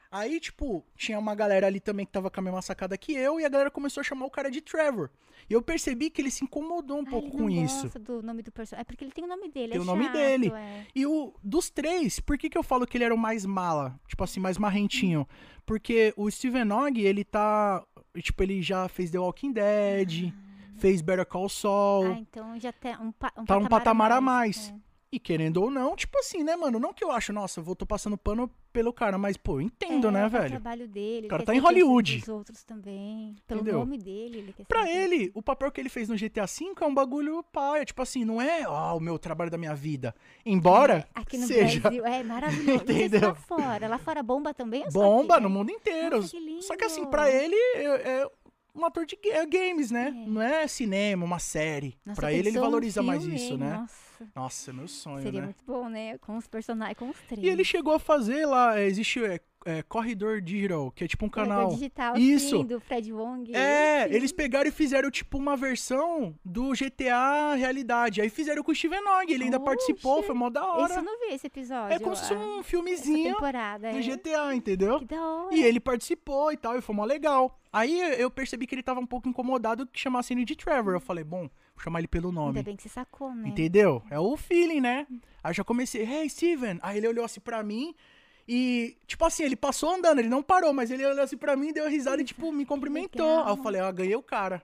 [SPEAKER 2] Aí, tipo, tinha uma galera ali também que tava com a mesma sacada que eu, e a galera começou a chamar o cara de Trevor. E eu percebi que ele se incomodou um
[SPEAKER 1] Ah,
[SPEAKER 2] pouco
[SPEAKER 1] ele
[SPEAKER 2] com
[SPEAKER 1] não
[SPEAKER 2] isso.
[SPEAKER 1] gosta do nome do personagem. É porque ele tem o nome dele,
[SPEAKER 2] Tem
[SPEAKER 1] é
[SPEAKER 2] o nome
[SPEAKER 1] chato,
[SPEAKER 2] dele.
[SPEAKER 1] é.
[SPEAKER 2] E o dos três, por que, que eu falo que ele era o mais mala? Tipo assim, mais marrentinho. Porque o Steven Ogg, ele tá. Tipo, ele já fez The Walking Dead, fez Better Call Saul.
[SPEAKER 1] Ah, então já tá um, pa-
[SPEAKER 2] tá um patamar a mais.
[SPEAKER 1] né?
[SPEAKER 2] E querendo ou não, tipo assim, né, mano? Não que eu acho, nossa, eu vou tô passando pano pelo cara, mas, pô, eu entendo,
[SPEAKER 1] É,
[SPEAKER 2] né,
[SPEAKER 1] o
[SPEAKER 2] velho?
[SPEAKER 1] trabalho dele. ele
[SPEAKER 2] cara
[SPEAKER 1] quer
[SPEAKER 2] tá
[SPEAKER 1] ser
[SPEAKER 2] em
[SPEAKER 1] conhecido
[SPEAKER 2] Hollywood.
[SPEAKER 1] Dos outros também. Pelo
[SPEAKER 2] Entendeu?
[SPEAKER 1] nome dele. Ele quer ser
[SPEAKER 2] Pra
[SPEAKER 1] conhecido.
[SPEAKER 2] ele, o papel que ele fez no GTA V é um bagulho paia. Tipo assim, não é, ó, o meu trabalho da minha vida. Embora
[SPEAKER 1] É, Aqui no
[SPEAKER 2] seja
[SPEAKER 1] Brasil. É maravilhoso. Não sei se
[SPEAKER 2] Entendeu?
[SPEAKER 1] lá fora. Lá fora bomba também? ou só aqui,
[SPEAKER 2] bomba
[SPEAKER 1] né?
[SPEAKER 2] no mundo inteiro.
[SPEAKER 1] Nossa, que
[SPEAKER 2] Só que assim,
[SPEAKER 1] lindo.
[SPEAKER 2] pra ele, é, é um ator de ga- games, né? Não é cinema, uma série.
[SPEAKER 1] Nossa,
[SPEAKER 2] pra ele, ele
[SPEAKER 1] pensou num
[SPEAKER 2] valoriza mais
[SPEAKER 1] filme,
[SPEAKER 2] isso,
[SPEAKER 1] hein?
[SPEAKER 2] né?
[SPEAKER 1] Nossa,
[SPEAKER 2] Nossa, é meu sonho,
[SPEAKER 1] seria
[SPEAKER 2] né?
[SPEAKER 1] muito bom, né? Com os personagens, com os três.
[SPEAKER 2] E ele chegou a fazer lá, é, existe é, é, Corredor Digital, que é tipo um
[SPEAKER 1] Colega
[SPEAKER 2] canal.
[SPEAKER 1] digital,
[SPEAKER 2] Isso.
[SPEAKER 1] sim, do Fred Wong.
[SPEAKER 2] É,
[SPEAKER 1] sim.
[SPEAKER 2] eles pegaram e fizeram tipo uma versão do GTA Realidade. Aí fizeram com o Steven Ogg, ele ainda
[SPEAKER 1] Oxe.
[SPEAKER 2] participou, foi mó da
[SPEAKER 1] Esse eu
[SPEAKER 2] hora.
[SPEAKER 1] não vi esse episódio.
[SPEAKER 2] É como se fosse
[SPEAKER 1] ah,
[SPEAKER 2] um
[SPEAKER 1] essa
[SPEAKER 2] filmezinho
[SPEAKER 1] temporada.
[SPEAKER 2] do
[SPEAKER 1] é.
[SPEAKER 2] GTA, entendeu?
[SPEAKER 1] Que é. da hora.
[SPEAKER 2] E é ele participou e tal, e foi mó legal. Aí eu percebi que ele tava um pouco incomodado que chamassem ele de Trevor. Eu falei, bom, vou chamar ele pelo
[SPEAKER 1] Ainda
[SPEAKER 2] nome.
[SPEAKER 1] bem que você sacou, né?
[SPEAKER 2] Entendeu? É o feeling, né? Aí eu já comecei, hey, Steven. Aí ele olhou assim pra mim e, tipo assim, ele passou andando, ele não parou, mas ele olhou assim pra mim, deu risada e, tipo, me cumprimentou.
[SPEAKER 1] legal.
[SPEAKER 2] Aí eu falei, ó, ganhei o cara.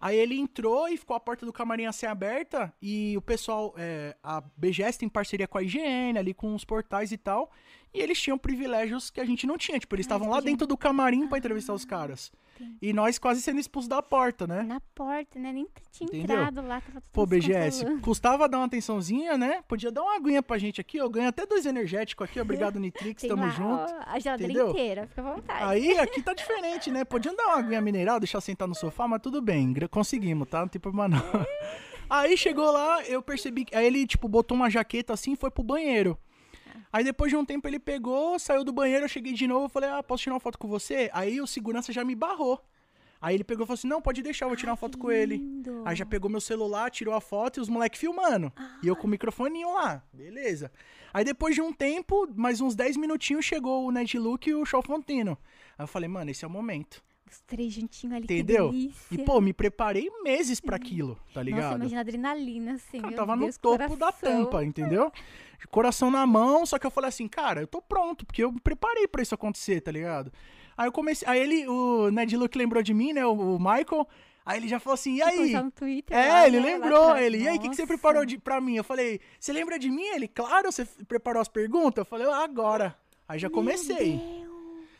[SPEAKER 2] Aí ele entrou e ficou a porta do camarim assim aberta e o pessoal, é, a BGS tem parceria com a IGN ali, com os portais e tal, e eles tinham privilégios que a gente não tinha, tipo, eles
[SPEAKER 1] Ah,
[SPEAKER 2] estavam
[SPEAKER 1] eles
[SPEAKER 2] lá
[SPEAKER 1] podiam-
[SPEAKER 2] dentro do camarim pra entrevistar os caras. E nós quase sendo expulsos da porta, né?
[SPEAKER 1] Na porta, né? Nem t- tinha
[SPEAKER 2] Entendeu?
[SPEAKER 1] entrado lá. Tava todo
[SPEAKER 2] Pô,
[SPEAKER 1] mundo se
[SPEAKER 2] BGS,
[SPEAKER 1] controlando.
[SPEAKER 2] custava dar uma atençãozinha, né? Podia dar uma aguinha pra gente aqui, ó. Ganha até dois energéticos aqui, obrigado Nitrix,
[SPEAKER 1] Tem
[SPEAKER 2] tamo
[SPEAKER 1] lá,
[SPEAKER 2] junto.
[SPEAKER 1] ó, a geladeira
[SPEAKER 2] entendeu?
[SPEAKER 1] inteira, fica à vontade.
[SPEAKER 2] Aí aqui tá diferente, né? Podiam dar uma aguinha mineral, deixar sentar no sofá, mas tudo bem, gra- conseguimos, tá? Não tem problema não. Aí chegou lá, eu percebi que. Aí ele, tipo, botou uma jaqueta assim e foi pro banheiro.
[SPEAKER 1] Ah.
[SPEAKER 2] Aí depois de um tempo ele pegou, saiu do banheiro, eu cheguei de novo, eu falei, ah, posso tirar uma foto com você? Aí o segurança já me barrou. Aí ele pegou e falou assim: não, pode deixar, eu vou tirar uma foto com ele.
[SPEAKER 1] Lindo.
[SPEAKER 2] Aí já pegou meu celular, tirou a foto e os moleques filmando. E eu
[SPEAKER 1] Ah.
[SPEAKER 2] com o microfoninho lá. Beleza. Aí depois de um tempo, mais uns 10 minutinhos, chegou o Ned Luke e o Shaw Fontino. Aí eu falei, mano, esse é o momento.
[SPEAKER 1] Os três juntinhos ali,
[SPEAKER 2] Entendeu?
[SPEAKER 1] que delícia.
[SPEAKER 2] E, pô, me preparei meses pra aquilo, tá
[SPEAKER 1] Uhum. Nossa,
[SPEAKER 2] ligado?
[SPEAKER 1] imagina a adrenalina, assim.
[SPEAKER 2] Cara,
[SPEAKER 1] meu
[SPEAKER 2] eu tava
[SPEAKER 1] Deus,
[SPEAKER 2] no topo da
[SPEAKER 1] coração.
[SPEAKER 2] tampa, entendeu? Coração na mão, só que eu falei assim, cara, eu tô pronto, porque eu me preparei pra isso acontecer, tá ligado? Aí eu comecei. Aí ele, o Ned Luke lembrou de mim, né? O, o Michael. Aí ele já falou assim, e
[SPEAKER 1] Tinha que
[SPEAKER 2] aí?
[SPEAKER 1] postar no Twitter
[SPEAKER 2] É,
[SPEAKER 1] lá,
[SPEAKER 2] ele
[SPEAKER 1] né, lá
[SPEAKER 2] lembrou.
[SPEAKER 1] atrás.
[SPEAKER 2] Ele, e aí, o que, que você
[SPEAKER 1] Nossa.
[SPEAKER 2] preparou de, pra mim? Eu falei, você lembra de mim? Ele, claro, você f- preparou as perguntas? Eu falei, ah, agora. Aí já comecei.
[SPEAKER 1] Meu Deus.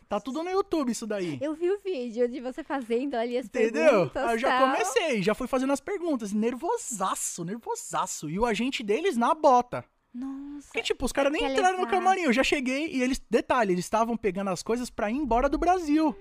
[SPEAKER 2] Tá tudo no YouTube isso daí.
[SPEAKER 1] Eu vi o vídeo de você fazendo ali as
[SPEAKER 2] Entendeu?
[SPEAKER 1] perguntas.
[SPEAKER 2] Aí eu já
[SPEAKER 1] tal.
[SPEAKER 2] comecei, já fui fazendo as perguntas. Nervosaço, nervosaço. E o agente deles na bota.
[SPEAKER 1] Nossa.
[SPEAKER 2] Porque, tipo, os caras nem
[SPEAKER 1] Quer
[SPEAKER 2] entraram no
[SPEAKER 1] levar.
[SPEAKER 2] camarim. Eu já cheguei e eles. Detalhe, eles estavam pegando as coisas pra ir embora do Brasil.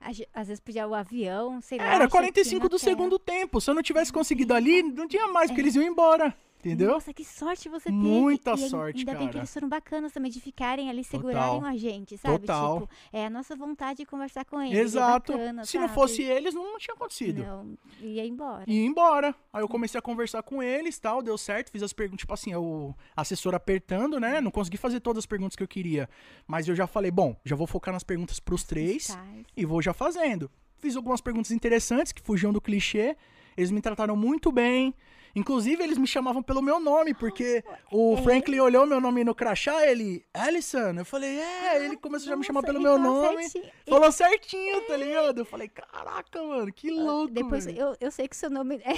[SPEAKER 1] Às às vezes podia o avião, sei lá.
[SPEAKER 2] Era
[SPEAKER 1] check-in
[SPEAKER 2] 45
[SPEAKER 1] hotel.
[SPEAKER 2] do
[SPEAKER 1] É.
[SPEAKER 2] segundo tempo. Se eu não tivesse conseguido ali, não tinha mais, porque eles iam embora. Entendeu?
[SPEAKER 1] Nossa, que sorte você teve.
[SPEAKER 2] Muita
[SPEAKER 1] E ai-
[SPEAKER 2] sorte,
[SPEAKER 1] ainda bem que
[SPEAKER 2] cara.
[SPEAKER 1] eles foram bacanas também de ficarem ali, segurarem
[SPEAKER 2] Total.
[SPEAKER 1] a gente, sabe?
[SPEAKER 2] Total.
[SPEAKER 1] Tipo, é a nossa vontade de conversar com eles. é
[SPEAKER 2] Exato.
[SPEAKER 1] bacana,
[SPEAKER 2] Se não
[SPEAKER 1] sabe?
[SPEAKER 2] fosse eles, não tinha acontecido.
[SPEAKER 1] Não, é. ia embora.
[SPEAKER 2] E ia embora. Aí eu comecei a conversar com eles, tal, deu certo, fiz as perguntas, tipo assim, o assessor apertando, né? Não consegui fazer todas as perguntas que eu queria, mas eu já falei, bom, já vou focar nas perguntas pros três
[SPEAKER 1] Faz.
[SPEAKER 2] e vou já fazendo. Fiz algumas perguntas interessantes que fugiam do clichê. Eles me trataram muito bem. Inclusive, eles me chamavam pelo meu nome, porque o
[SPEAKER 1] é.
[SPEAKER 2] Franklin olhou meu nome no crachá, ele, Alison. Eu falei, é, ele começou já a me chamar
[SPEAKER 1] Nossa,
[SPEAKER 2] pelo
[SPEAKER 1] ele tá
[SPEAKER 2] meu
[SPEAKER 1] fala
[SPEAKER 2] nome.
[SPEAKER 1] certinho. E
[SPEAKER 2] Falou certinho, tá ligado? Eu falei, caraca, mano, que louco.
[SPEAKER 1] Ah, Depois,
[SPEAKER 2] velho."
[SPEAKER 1] eu, eu sei que o seu nome é,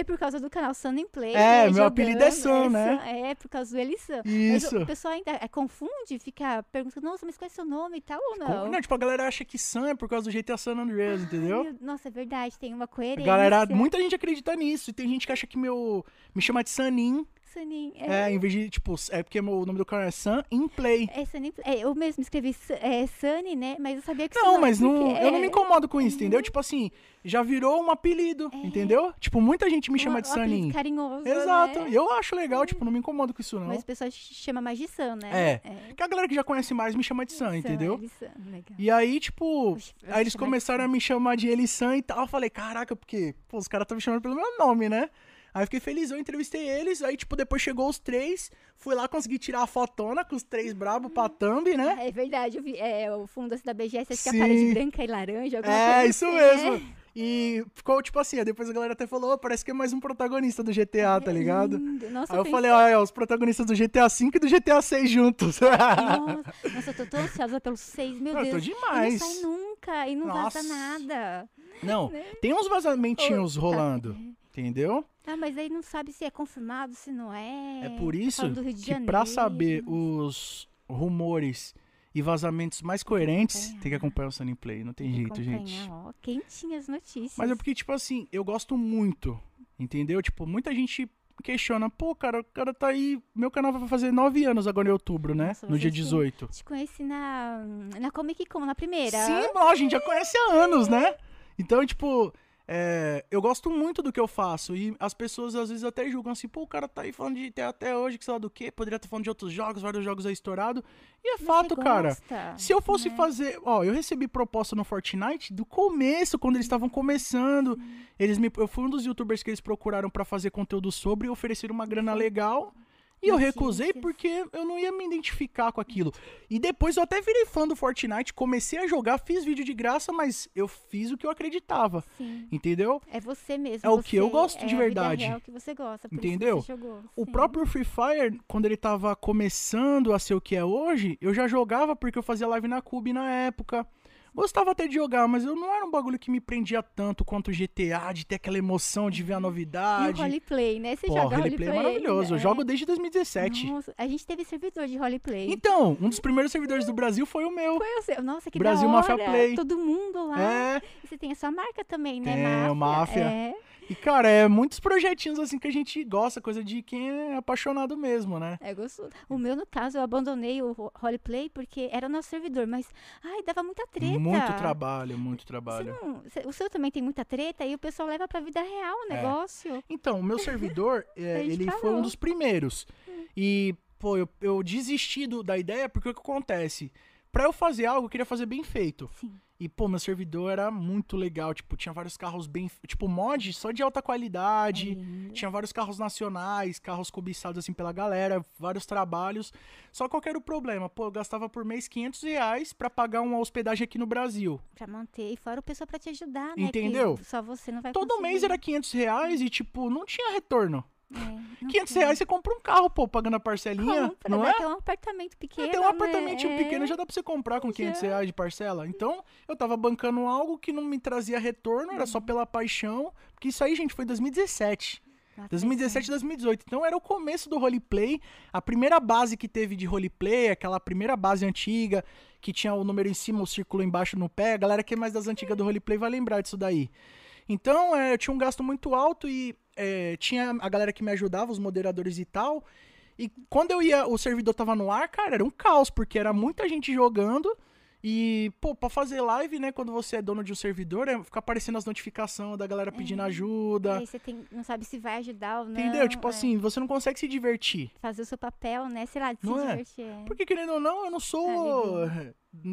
[SPEAKER 1] é por causa do canal Sun and Play.
[SPEAKER 2] É,
[SPEAKER 1] né,
[SPEAKER 2] meu apelido é Sun,
[SPEAKER 1] Sun,
[SPEAKER 2] né?
[SPEAKER 1] É, por causa do Elissan.
[SPEAKER 2] Isso.
[SPEAKER 1] Mas o pessoal ainda é, confunde, fica perguntando, nossa, mas qual é seu nome e tal ou
[SPEAKER 2] Como-
[SPEAKER 1] não?
[SPEAKER 2] Não, tipo, a galera acha que Sam é por causa do GTA San Andreas, entendeu?
[SPEAKER 1] Ai, nossa, é verdade, tem uma
[SPEAKER 2] A
[SPEAKER 1] coerência.
[SPEAKER 2] galera, é muita gente acredita nisso. E tem gente que acha que meu. Me chama de Sanin.
[SPEAKER 1] Sunin, é.
[SPEAKER 2] É, em vez de, tipo, é porque meu- o nome do canal é Sam in Play.
[SPEAKER 1] É, Sunny, é, eu mesmo escrevi Su- é, Sunny, né? Mas eu sabia que seu
[SPEAKER 2] Não,
[SPEAKER 1] nome-
[SPEAKER 2] mas não,
[SPEAKER 1] porque
[SPEAKER 2] eu não me
[SPEAKER 1] é-
[SPEAKER 2] incomodo com isso, entendeu? Tipo assim, já virou um apelido, entendeu? Tipo, muita gente me
[SPEAKER 1] É. um-
[SPEAKER 2] chama de
[SPEAKER 1] um apelido
[SPEAKER 2] Sanin.
[SPEAKER 1] carinhoso,
[SPEAKER 2] Exato.
[SPEAKER 1] né?
[SPEAKER 2] E eu acho legal, tipo, não me incomodo com isso, não.
[SPEAKER 1] Mas o pessoal te chama mais de Sun, né?
[SPEAKER 2] É. Porque a galera que já conhece mais me chama de Sam,
[SPEAKER 1] Sun,
[SPEAKER 2] entendeu?
[SPEAKER 1] Elissan, legal.
[SPEAKER 2] E aí, tipo,
[SPEAKER 1] Poxa, eu
[SPEAKER 2] aí eles
[SPEAKER 1] chamar de
[SPEAKER 2] começaram a me chamar de Elissan e tal. Eu falei, caraca, porque pô, os caras estão me chamando pelo meu nome, né? Aí eu fiquei feliz, eu entrevistei eles. Aí, tipo, depois chegou os três. Fui lá, consegui tirar a fotona com os três brabo pra thumb, né?
[SPEAKER 1] Ah, É verdade, eu vi, é, o fundo assim, da BGS, acho que
[SPEAKER 2] Sim.
[SPEAKER 1] a parede branca e laranja. alguma
[SPEAKER 2] É,
[SPEAKER 1] coisa
[SPEAKER 2] isso
[SPEAKER 1] assim, né?
[SPEAKER 2] mesmo. E ficou, tipo assim, aí depois a galera até falou, "Ô, parece que é mais um protagonista do GTA, tá ligado?
[SPEAKER 1] É. Lindo. Nossa,
[SPEAKER 2] Aí eu
[SPEAKER 1] pensei-
[SPEAKER 2] falei, olha, os protagonistas do GTA V e do GTA VI juntos.
[SPEAKER 1] Nossa, nossa, eu tô tão ansiosa pelos seis, meu
[SPEAKER 2] Eu tô
[SPEAKER 1] Deus.
[SPEAKER 2] demais.
[SPEAKER 1] E não sai nunca, né? e não
[SPEAKER 2] Nossa.
[SPEAKER 1] vaza nada.
[SPEAKER 2] Não, tem uns vazamentinhos rolando, entendeu?
[SPEAKER 1] Ah, mas aí não sabe se é confirmado, se não é.
[SPEAKER 2] É por isso
[SPEAKER 1] Falando do Rio de
[SPEAKER 2] que
[SPEAKER 1] Janeiro.
[SPEAKER 2] pra saber os rumores e vazamentos mais coerentes, tem que acompanhar o Sunny Play, não tem jeito,
[SPEAKER 1] acompanhar,
[SPEAKER 2] gente.
[SPEAKER 1] Ó, quentinha as notícias.
[SPEAKER 2] Mas é porque, tipo assim, eu gosto muito, entendeu? Tipo, muita gente questiona, pô, cara, o cara tá aí, meu canal vai fazer nove anos agora em outubro, né?
[SPEAKER 1] Nossa,
[SPEAKER 2] no dia
[SPEAKER 1] vocês têm-
[SPEAKER 2] 18.
[SPEAKER 1] Te conheci na, na Comic Con, na primeira.
[SPEAKER 2] Sim, bom, a gente já conhece há anos, né? Então, tipo, é, eu gosto muito do que eu faço. E as pessoas às vezes até julgam assim, pô, o cara tá aí falando de GTA até hoje, que sei lá do quê, poderia estar falando de outros jogos, vários jogos aí estourado. E é
[SPEAKER 1] Você
[SPEAKER 2] fato, cara.
[SPEAKER 1] gosta,
[SPEAKER 2] Se eu fosse
[SPEAKER 1] né?
[SPEAKER 2] fazer. Ó, eu recebi proposta no Fortnite do começo, quando eles estavam começando. Eles me, eu fui um dos youtubers que eles procuraram pra fazer conteúdo sobre e ofereceram uma grana legal. E eu recusei
[SPEAKER 1] Notícias.
[SPEAKER 2] porque eu não ia me identificar com aquilo. E depois eu até virei fã do Fortnite, comecei a jogar, fiz vídeo de graça, mas eu fiz o que eu acreditava.
[SPEAKER 1] Sim.
[SPEAKER 2] Entendeu?
[SPEAKER 1] É você mesmo.
[SPEAKER 2] É o que eu
[SPEAKER 1] você-
[SPEAKER 2] gosto de
[SPEAKER 1] é a vida
[SPEAKER 2] verdade.
[SPEAKER 1] real que você gosta. por isso que
[SPEAKER 2] Entendeu?
[SPEAKER 1] você jogou,
[SPEAKER 2] O
[SPEAKER 1] sim.
[SPEAKER 2] próprio Free Fire, quando ele tava começando a ser o que é hoje, eu já jogava porque eu fazia live na Cube na época. Gostava até de jogar, mas eu não era um bagulho que me prendia tanto quanto o GTA, de ter aquela emoção de ver a
[SPEAKER 1] Uhum. E o
[SPEAKER 2] novidade.
[SPEAKER 1] roleplay, né? Você
[SPEAKER 2] Pô,
[SPEAKER 1] joga
[SPEAKER 2] roleplay
[SPEAKER 1] roleplay.
[SPEAKER 2] é maravilhoso.
[SPEAKER 1] ainda,
[SPEAKER 2] Eu jogo
[SPEAKER 1] é.
[SPEAKER 2] desde 2017.
[SPEAKER 1] Nossa, a gente teve servidor de roleplay.
[SPEAKER 2] Então, um dos primeiros servidores do Brasil foi o meu.
[SPEAKER 1] Foi o seu. Nossa, que
[SPEAKER 2] Brasil
[SPEAKER 1] da hora.
[SPEAKER 2] Mafia Play.
[SPEAKER 1] Todo mundo lá.
[SPEAKER 2] É.
[SPEAKER 1] E Você tem a sua marca também, né?
[SPEAKER 2] Tenho, Máfia.
[SPEAKER 1] É.
[SPEAKER 2] E, cara, é muitos projetinhos assim que a gente gosta, coisa de quem é apaixonado mesmo, né?
[SPEAKER 1] É gostoso. O meu, no caso, eu abandonei o ro- roleplay porque era o nosso servidor, mas, ai, dava muita treta.
[SPEAKER 2] Muito trabalho, muito
[SPEAKER 1] Você
[SPEAKER 2] trabalho.
[SPEAKER 1] não- cê- o seu também tem muita treta e o pessoal leva pra vida real o
[SPEAKER 2] É.
[SPEAKER 1] negócio.
[SPEAKER 2] Então, o meu servidor, é,
[SPEAKER 1] A gente
[SPEAKER 2] ele foi
[SPEAKER 1] parou.
[SPEAKER 2] um dos primeiros. E, pô, eu, eu desisti do- da ideia porque o que acontece? Pra eu fazer algo, eu queria fazer bem feito.
[SPEAKER 1] Sim.
[SPEAKER 2] E, pô, meu servidor era muito legal. Tipo, tinha vários carros bem. Tipo, mod só É de alta qualidade.
[SPEAKER 1] É lindo.
[SPEAKER 2] Tinha vários carros nacionais, carros cobiçados assim pela galera, vários trabalhos. Só qual que era o problema? Pô, eu gastava por mês 500 reais pra pagar uma hospedagem aqui no Brasil.
[SPEAKER 1] Pra manter. E fora o pessoal pra te ajudar, né?
[SPEAKER 2] Entendeu?
[SPEAKER 1] Que só você não vai
[SPEAKER 2] Todo mês
[SPEAKER 1] conseguir. né,
[SPEAKER 2] era 500 reais e, tipo, não tinha retorno.
[SPEAKER 1] É, não
[SPEAKER 2] 500
[SPEAKER 1] tem.
[SPEAKER 2] reais você compra um carro, pô, pagando a parcelinha,
[SPEAKER 1] Compra,
[SPEAKER 2] não
[SPEAKER 1] dá
[SPEAKER 2] é?
[SPEAKER 1] até um apartamento pequeno.
[SPEAKER 2] Até um
[SPEAKER 1] né?
[SPEAKER 2] apartamentinho
[SPEAKER 1] É.
[SPEAKER 2] pequeno já dá pra você comprar com 500 reais de parcela. Então, eu tava bancando algo que não me trazia retorno, era
[SPEAKER 1] Uhum.
[SPEAKER 2] só pela paixão. Porque isso aí, gente, foi 2017.
[SPEAKER 1] Nossa,
[SPEAKER 2] 2017 e 2018. Então era o começo do roleplay. A primeira base que teve de roleplay, aquela primeira base antiga, que tinha o número em cima, o círculo embaixo no pé. A galera que é mais das antigas do roleplay vai lembrar disso daí. Então, é, eu tinha um gasto muito alto e é, tinha a galera que me ajudava, os moderadores e tal. E quando eu ia, o servidor tava no ar, cara, era um caos, porque era muita gente jogando. E, pô, pra fazer live, né, quando você é dono de um servidor, é, fica aparecendo as notificações da galera pedindo ajuda.
[SPEAKER 1] Aí você tem, não sabe se vai ajudar ou não.
[SPEAKER 2] entendeu? Tipo
[SPEAKER 1] é.
[SPEAKER 2] assim, você não consegue se divertir.
[SPEAKER 1] Fazer o seu papel, né? Sei lá, de se
[SPEAKER 2] Não é?
[SPEAKER 1] divertir. é.
[SPEAKER 2] Porque, querendo ou não, eu não sou.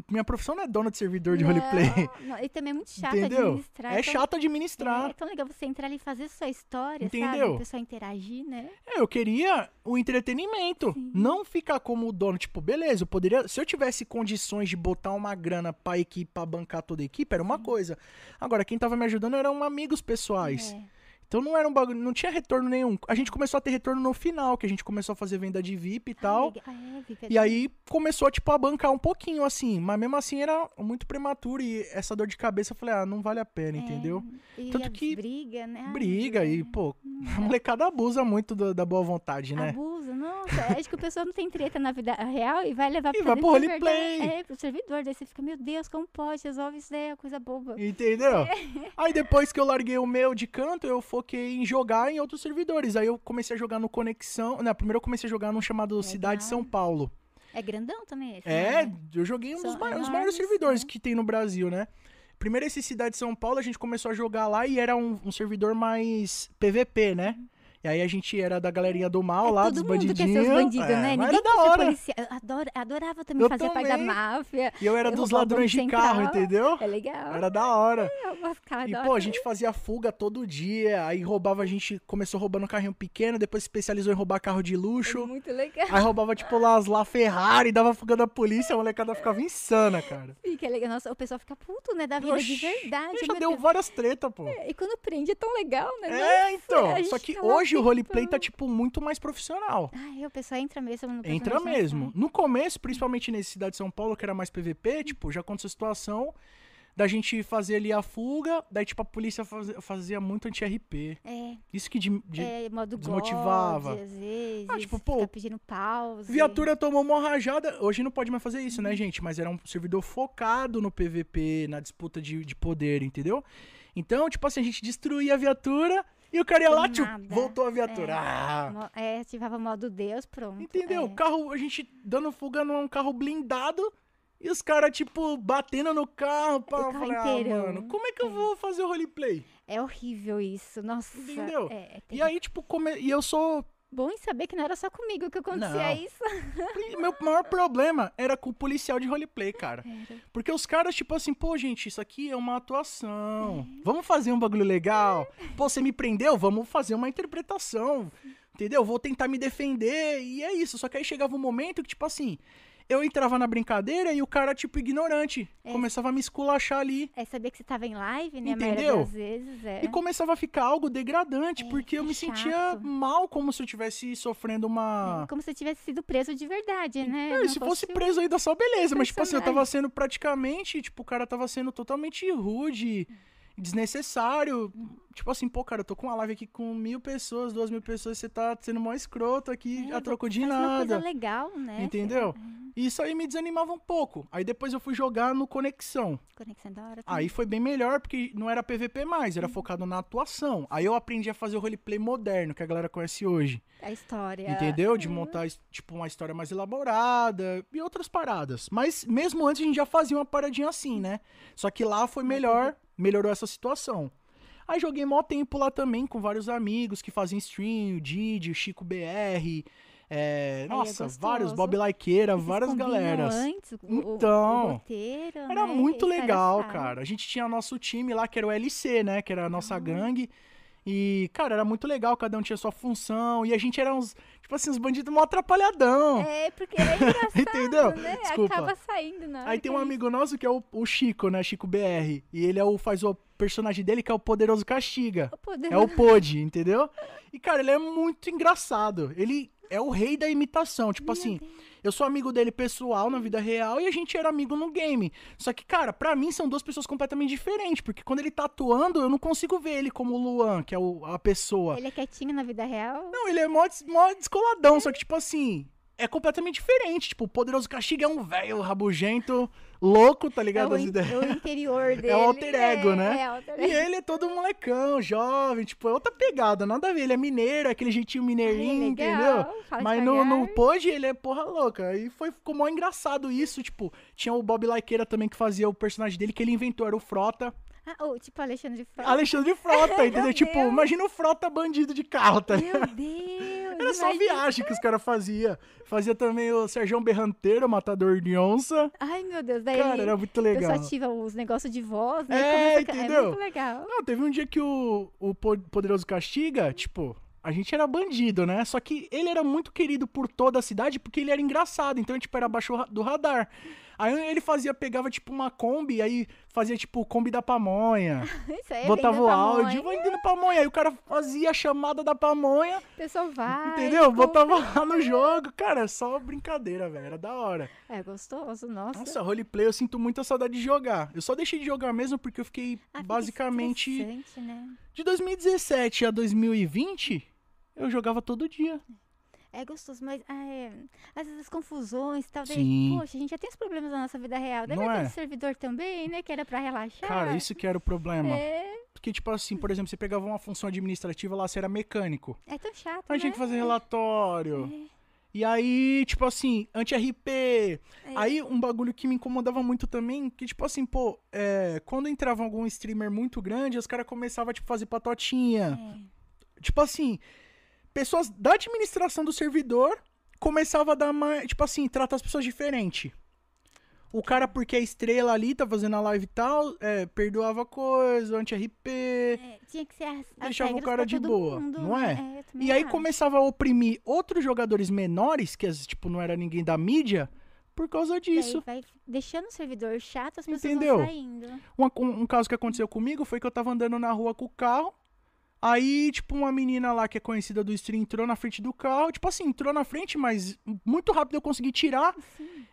[SPEAKER 2] Minha profissão não é dona de servidor de roleplay.
[SPEAKER 1] Não, não, e também é muito chato
[SPEAKER 2] Entendeu?
[SPEAKER 1] administrar.
[SPEAKER 2] É
[SPEAKER 1] então-
[SPEAKER 2] chato
[SPEAKER 1] É,
[SPEAKER 2] administrar.
[SPEAKER 1] é tão legal você entrar ali e fazer sua história, sabe?
[SPEAKER 2] Entendeu?
[SPEAKER 1] A pessoa interagir, né?
[SPEAKER 2] É, eu queria o entretenimento. Não ficar como o dono. Tipo, beleza, eu poderia. Se eu tivesse condições de botar uma grana pra equipe, pra bancar toda a equipe, era uma coisa. Agora, quem tava me ajudando eram amigos pessoais.
[SPEAKER 1] É.
[SPEAKER 2] Então não era um bagulho. Não tinha retorno nenhum. A gente começou a ter retorno no final, que a gente começou a fazer venda de VIP e
[SPEAKER 1] Ah,
[SPEAKER 2] tal.
[SPEAKER 1] legal. Ah, é, Vivi, é
[SPEAKER 2] E aí começou, tipo, a bancar um pouquinho, assim. Mas mesmo assim era muito prematuro e essa dor de cabeça eu falei, ah, não vale a pena, entendeu?
[SPEAKER 1] é, E
[SPEAKER 2] Tanto
[SPEAKER 1] a
[SPEAKER 2] que
[SPEAKER 1] briga, né? Ai, meu
[SPEAKER 2] Briga
[SPEAKER 1] Deus,
[SPEAKER 2] e, pô, a molecada abusa muito do- da boa vontade, né?
[SPEAKER 1] Abuso, nossa. É, Acho que o pessoal não tem treta na vida real e vai levar
[SPEAKER 2] E
[SPEAKER 1] pra
[SPEAKER 2] vai
[SPEAKER 1] dentro
[SPEAKER 2] pro
[SPEAKER 1] do
[SPEAKER 2] roleplay.
[SPEAKER 1] servidor. É, pro servidor. Daí você fica, meu Deus, como pode? Resolve isso daí, é coisa boba.
[SPEAKER 2] Entendeu? Aí depois que eu larguei o meu de canto, eu foquei em jogar em outros servidores. Aí eu comecei a jogar no Conexão. Não, primeiro eu comecei a jogar num chamado Cidade São Paulo.
[SPEAKER 1] É grandão também esse,
[SPEAKER 2] É,
[SPEAKER 1] né?
[SPEAKER 2] eu joguei um dos
[SPEAKER 1] São
[SPEAKER 2] mai- os maiores
[SPEAKER 1] enormes,
[SPEAKER 2] servidores
[SPEAKER 1] né?
[SPEAKER 2] que tem no Brasil, né? Primeiro esse Cidade de São Paulo, a gente começou a jogar lá e era um, um servidor mais PVP, né? E aí a gente era da galerinha do mal
[SPEAKER 1] É,
[SPEAKER 2] lá, dos
[SPEAKER 1] todo mundo quer
[SPEAKER 2] bandidinhos.
[SPEAKER 1] ser os bandidos,
[SPEAKER 2] é,
[SPEAKER 1] né?
[SPEAKER 2] Mas
[SPEAKER 1] Ninguém
[SPEAKER 2] era da
[SPEAKER 1] quer ser
[SPEAKER 2] hora.
[SPEAKER 1] policial. Eu adoro- adorava também
[SPEAKER 2] Eu
[SPEAKER 1] fazer parte da
[SPEAKER 2] também.
[SPEAKER 1] máfia.
[SPEAKER 2] E eu era
[SPEAKER 1] Eu
[SPEAKER 2] dos
[SPEAKER 1] roubava o
[SPEAKER 2] ladrões de
[SPEAKER 1] Banco
[SPEAKER 2] carro,
[SPEAKER 1] Central.
[SPEAKER 2] entendeu?
[SPEAKER 1] É legal.
[SPEAKER 2] Era da hora.
[SPEAKER 1] Eu vou ficar
[SPEAKER 2] E,
[SPEAKER 1] adoro.
[SPEAKER 2] pô, a gente fazia fuga todo dia, aí roubava, a gente começou roubando carrinho pequeno, depois especializou em roubar carro de luxo,
[SPEAKER 1] Muito legal.
[SPEAKER 2] aí roubava, tipo, lá as lá Ferrari, dava fuga da polícia, a molecada ficava insana, cara.
[SPEAKER 1] Fica é legal. Nossa, o pessoal fica puto, né? Da vida de
[SPEAKER 2] Oxi,
[SPEAKER 1] verdade.
[SPEAKER 2] Já
[SPEAKER 1] meu
[SPEAKER 2] deu
[SPEAKER 1] Deus.
[SPEAKER 2] várias treta, pô.
[SPEAKER 1] E quando prende é tão legal, né? Nossa,
[SPEAKER 2] É, então.
[SPEAKER 1] a
[SPEAKER 2] Só
[SPEAKER 1] gente
[SPEAKER 2] que
[SPEAKER 1] tá lá
[SPEAKER 2] hoje o roleplay tá,
[SPEAKER 1] tentando.
[SPEAKER 2] tipo, muito mais profissional.
[SPEAKER 1] Ai, o pessoal entra mesmo no
[SPEAKER 2] Entra
[SPEAKER 1] personagem, né?
[SPEAKER 2] mesmo. No começo, principalmente nesse Cidade de São Paulo, que era mais PVP, tipo, já aconteceu a situação da gente fazer ali a fuga, daí, tipo, a polícia fazia, fazia muito anti-RP.
[SPEAKER 1] É,
[SPEAKER 2] Isso que de- de-
[SPEAKER 1] é modo
[SPEAKER 2] desmotivava.
[SPEAKER 1] God, às vezes.
[SPEAKER 2] Ah, tipo,
[SPEAKER 1] fica
[SPEAKER 2] pô,
[SPEAKER 1] pedindo pausa.
[SPEAKER 2] Viatura tomou uma rajada. Hoje não pode mais fazer isso, né, gente? Mas era um servidor focado no PVP, na disputa de, de poder, entendeu? Então, tipo assim, a gente destruía a viatura e o cara ia
[SPEAKER 1] Do
[SPEAKER 2] lá, tchum,
[SPEAKER 1] nada.
[SPEAKER 2] voltou a viatura.
[SPEAKER 1] É.
[SPEAKER 2] Ah!
[SPEAKER 1] Mo- É, ativava modo Deus, pronto.
[SPEAKER 2] Entendeu?
[SPEAKER 1] É.
[SPEAKER 2] Carro, a gente dando fuga num carro blindado e os caras, tipo, batendo no carro. Pá,
[SPEAKER 1] carro
[SPEAKER 2] eu falei, ah,
[SPEAKER 1] inteiro.
[SPEAKER 2] mano, como é que eu vou fazer o roleplay?
[SPEAKER 1] É horrível isso, nossa.
[SPEAKER 2] Entendeu?
[SPEAKER 1] É, é
[SPEAKER 2] E aí, tipo, come- e eu sou
[SPEAKER 1] Bom em saber que não era só comigo que acontecia
[SPEAKER 2] Não.
[SPEAKER 1] isso.
[SPEAKER 2] Pri- Meu maior problema era com o policial de roleplay, cara. Porque os caras, tipo assim, pô, gente, isso aqui é uma atuação. Vamos fazer um bagulho legal. Pô, você me prendeu? Vamos fazer uma interpretação. Entendeu? Vou tentar me defender. E é isso. Só que aí chegava um momento que, tipo assim, eu entrava na brincadeira e o cara, tipo, ignorante. Começava a me esculachar ali.
[SPEAKER 1] É saber que você tava em live, né? A maioria
[SPEAKER 2] Entendeu?
[SPEAKER 1] das vezes, é.
[SPEAKER 2] E começava a ficar algo degradante,
[SPEAKER 1] É,
[SPEAKER 2] porque eu
[SPEAKER 1] fica
[SPEAKER 2] me sentia
[SPEAKER 1] chato.
[SPEAKER 2] mal, como se eu estivesse sofrendo uma.
[SPEAKER 1] É Como se eu tivesse sido preso de verdade, né?
[SPEAKER 2] É,
[SPEAKER 1] Não
[SPEAKER 2] se fosse
[SPEAKER 1] um-
[SPEAKER 2] preso ainda só, beleza. Mas, tipo assim, eu tava
[SPEAKER 1] personagem.
[SPEAKER 2] sendo praticamente. Tipo, o cara tava sendo totalmente rude, desnecessário. Tipo assim, pô, cara, eu tô com uma live aqui com mil pessoas, duas mil pessoas, você tá sendo mó escroto aqui
[SPEAKER 1] É,
[SPEAKER 2] a troco de
[SPEAKER 1] faz uma coisa
[SPEAKER 2] nada.
[SPEAKER 1] legal, né? Sei
[SPEAKER 2] Entendeu?
[SPEAKER 1] lá.
[SPEAKER 2] E isso aí me desanimava um pouco. Aí depois eu fui jogar no Conexão.
[SPEAKER 1] Conexão da hora. também.
[SPEAKER 2] Aí foi bem melhor, porque não era PVP mais, era focado na atuação. Aí eu aprendi a fazer o roleplay moderno, que a galera conhece hoje.
[SPEAKER 1] assim, A história. Uhum.
[SPEAKER 2] Entendeu? De montar, es- tipo, uma história mais elaborada e outras paradas. Mas mesmo antes a gente já fazia uma paradinha assim, né? Só que lá
[SPEAKER 1] Uhum.
[SPEAKER 2] foi melhor, melhorou essa situação. Aí joguei mó tempo lá também com vários amigos que faziam stream, o Didi, o Chico BR, é,
[SPEAKER 1] é
[SPEAKER 2] nossa,
[SPEAKER 1] gostoso.
[SPEAKER 2] vários, Bob Laiqueira,
[SPEAKER 1] Vocês
[SPEAKER 2] várias
[SPEAKER 1] combinam
[SPEAKER 2] galeras.
[SPEAKER 1] Antes, o- o,
[SPEAKER 2] Então,
[SPEAKER 1] o roteiro,
[SPEAKER 2] Era
[SPEAKER 1] né?
[SPEAKER 2] muito
[SPEAKER 1] Isso era
[SPEAKER 2] legal,
[SPEAKER 1] fácil.
[SPEAKER 2] cara. A gente tinha nosso time lá, que era o LC, né? Que era a nossa gangue. E, cara, era muito legal, cada um tinha sua função. E a gente era uns, tipo assim, uns bandidos mó atrapalhadão.
[SPEAKER 1] É, porque é engraçado,
[SPEAKER 2] Entendeu?
[SPEAKER 1] né?
[SPEAKER 2] Desculpa.
[SPEAKER 1] Acaba saindo, não.
[SPEAKER 2] Aí tem um amigo nosso que é o, o Chico, né? Chico BR. E ele é o, faz o personagem dele, que é o Poderoso Castiga. É o Pod, entendeu? E, cara, ele é muito engraçado. Ele é o rei da imitação. Tipo assim, eu sou amigo dele pessoal na vida real e a gente era amigo no game. Só que, cara, pra mim são duas pessoas completamente diferentes. Porque quando ele tá atuando, eu não consigo ver ele como o Luan, que é o- a pessoa.
[SPEAKER 1] Ele é quietinho na vida real.
[SPEAKER 2] Tá Não, ele é mó, des- mó descoladão. Só que, tipo assim, é completamente diferente. Tipo, o Poderoso Castiga é um velho rabugento, louco, tá
[SPEAKER 1] É
[SPEAKER 2] ligado?
[SPEAKER 1] o,
[SPEAKER 2] As
[SPEAKER 1] in-
[SPEAKER 2] ideias.
[SPEAKER 1] é o interior dele.
[SPEAKER 2] É o alter ego,
[SPEAKER 1] é,
[SPEAKER 2] né?
[SPEAKER 1] É, o alter
[SPEAKER 2] E
[SPEAKER 1] ego.
[SPEAKER 2] ele é todo molecão, jovem, tipo, é outra pegada, nada a ver. Ele é mineiro, é aquele jeitinho mineirinho, entendeu?
[SPEAKER 1] Legal, fala
[SPEAKER 2] Mas no, no
[SPEAKER 1] devagar.
[SPEAKER 2] Pod ele é porra louca. E foi, ficou mó engraçado isso, tipo, tinha o Bob Laiqueira também que fazia o personagem dele, que ele inventou, era o Frota.
[SPEAKER 1] Ah, oh, tipo Alexandre Frota.
[SPEAKER 2] Alexandre Frota, entendeu?
[SPEAKER 1] Meu
[SPEAKER 2] tipo,
[SPEAKER 1] Deus.
[SPEAKER 2] imagina o Frota bandido de carro, tá
[SPEAKER 1] Meu
[SPEAKER 2] ligado?
[SPEAKER 1] Deus!
[SPEAKER 2] Era só
[SPEAKER 1] imagina-
[SPEAKER 2] viagem que os caras faziam. Fazia também o Sergião Berranteiro, matador de onça.
[SPEAKER 1] Ai, meu Deus, daí
[SPEAKER 2] Cara,
[SPEAKER 1] ele-
[SPEAKER 2] era muito
[SPEAKER 1] a pessoa
[SPEAKER 2] legal.
[SPEAKER 1] ativa os negócios de voz, né?
[SPEAKER 2] É,
[SPEAKER 1] Começa a- É
[SPEAKER 2] entendeu?
[SPEAKER 1] muito legal.
[SPEAKER 2] Não, teve um dia que o, o Po- Poderoso Castiga, tipo, a gente era bandido, né? Só que ele era muito querido por toda a cidade porque ele era engraçado, então, tipo, era abaixo ra- do radar. Aí ele fazia, pegava, tipo, uma Kombi, aí fazia, tipo, Kombi da pamonha.
[SPEAKER 1] Isso aí, é
[SPEAKER 2] botava
[SPEAKER 1] vendendo
[SPEAKER 2] o
[SPEAKER 1] pra
[SPEAKER 2] áudio,
[SPEAKER 1] mãe.
[SPEAKER 2] vendendo pamonha. Aí o cara fazia a chamada da pamonha,
[SPEAKER 1] O pessoal vai.
[SPEAKER 2] entendeu?
[SPEAKER 1] compra.
[SPEAKER 2] Botava lá no jogo. Cara, só brincadeira, velho. Era da hora.
[SPEAKER 1] É gostoso, nossa.
[SPEAKER 2] Nossa, roleplay, eu sinto muita saudade de jogar. Eu só deixei de jogar mesmo porque eu fiquei
[SPEAKER 1] Ah, fica
[SPEAKER 2] basicamente.
[SPEAKER 1] estressante, Né?
[SPEAKER 2] De 2017 a 2020, eu jogava todo dia.
[SPEAKER 1] É gostoso, mas ah, é, às vezes as confusões e tal. Daí,
[SPEAKER 2] Sim.
[SPEAKER 1] Poxa, a gente já tem os problemas da nossa vida real. Daí
[SPEAKER 2] Não
[SPEAKER 1] vai ter
[SPEAKER 2] é?
[SPEAKER 1] do servidor também, né? Que era pra relaxar.
[SPEAKER 2] Cara, isso que era o problema.
[SPEAKER 1] é,
[SPEAKER 2] Porque, tipo assim, por exemplo, você pegava uma função administrativa lá, você era mecânico.
[SPEAKER 1] é tão chato.
[SPEAKER 2] Então
[SPEAKER 1] né?
[SPEAKER 2] tinha que fazer relatório. E aí, tipo assim, anti-RP. Aí um bagulho que me incomodava muito também, que, tipo assim, pô, é, quando entrava algum streamer muito grande, os caras começavam, tipo, fazer patotinha. Tipo assim, pessoas da administração do servidor começavam a dar mais. Tipo assim, trata as pessoas diferente. O cara, porque é estrela ali, tá fazendo a live e tal, é, perdoava coisa, anti-RP.
[SPEAKER 1] É, tinha que ser as, as
[SPEAKER 2] Deixava o
[SPEAKER 1] regras
[SPEAKER 2] cara
[SPEAKER 1] pra
[SPEAKER 2] de
[SPEAKER 1] todo
[SPEAKER 2] boa,
[SPEAKER 1] mundo,
[SPEAKER 2] não
[SPEAKER 1] né?
[SPEAKER 2] é?
[SPEAKER 1] eu também
[SPEAKER 2] E aí
[SPEAKER 1] acho.
[SPEAKER 2] começava a oprimir outros jogadores menores, que as- tipo, não era ninguém da mídia, por causa
[SPEAKER 1] Daí
[SPEAKER 2] disso.
[SPEAKER 1] vai deixando o servidor chato, as pessoas
[SPEAKER 2] Entendeu?
[SPEAKER 1] vão saindo.
[SPEAKER 2] Uma- um, um caso que aconteceu comigo foi que eu tava andando na rua com o carro. Aí, tipo, uma menina lá que é conhecida do stream entrou na frente do carro. Tipo assim, entrou na frente, mas muito rápido eu consegui tirar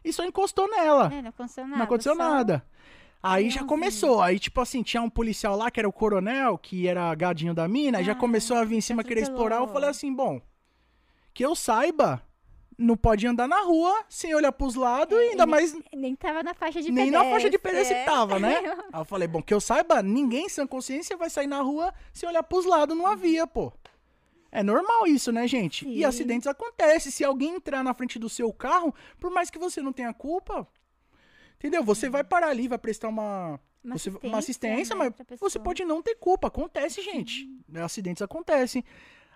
[SPEAKER 2] e só encostou nela.
[SPEAKER 1] É, não aconteceu nada.
[SPEAKER 2] Ah, não aconteceu
[SPEAKER 1] só-
[SPEAKER 2] nada. Aí já
[SPEAKER 1] Leãozinho.
[SPEAKER 2] começou. Aí, tipo assim, tinha um policial lá que era o coronel, que era gadinho da mina, aí já
[SPEAKER 1] Ah,
[SPEAKER 2] começou a vir em cima querer explorar. Eu
[SPEAKER 1] atropelou.
[SPEAKER 2] falei assim, bom, que eu saiba, não pode andar na rua sem olhar pros lados, e ainda
[SPEAKER 1] nem-
[SPEAKER 2] mais
[SPEAKER 1] Nem tava na faixa de
[SPEAKER 2] nem na faixa de
[SPEAKER 1] pedestre,
[SPEAKER 2] pedestre
[SPEAKER 1] é.
[SPEAKER 2] tava, né? Aí eu falei, bom, que eu saiba, ninguém sem consciência vai sair na rua se olhar pros lados, não havia, pô. É normal isso, né, gente?
[SPEAKER 1] Sim.
[SPEAKER 2] E acidentes acontecem. Se alguém entrar na frente do seu carro, por mais que você não tenha culpa, entendeu? Você vai parar ali, vai prestar uma,
[SPEAKER 1] Uma
[SPEAKER 2] você- uma assistência,
[SPEAKER 1] né,
[SPEAKER 2] mas
[SPEAKER 1] pra
[SPEAKER 2] você
[SPEAKER 1] pessoa.
[SPEAKER 2] pode não ter culpa. Acontece, gente. Acidentes acontecem.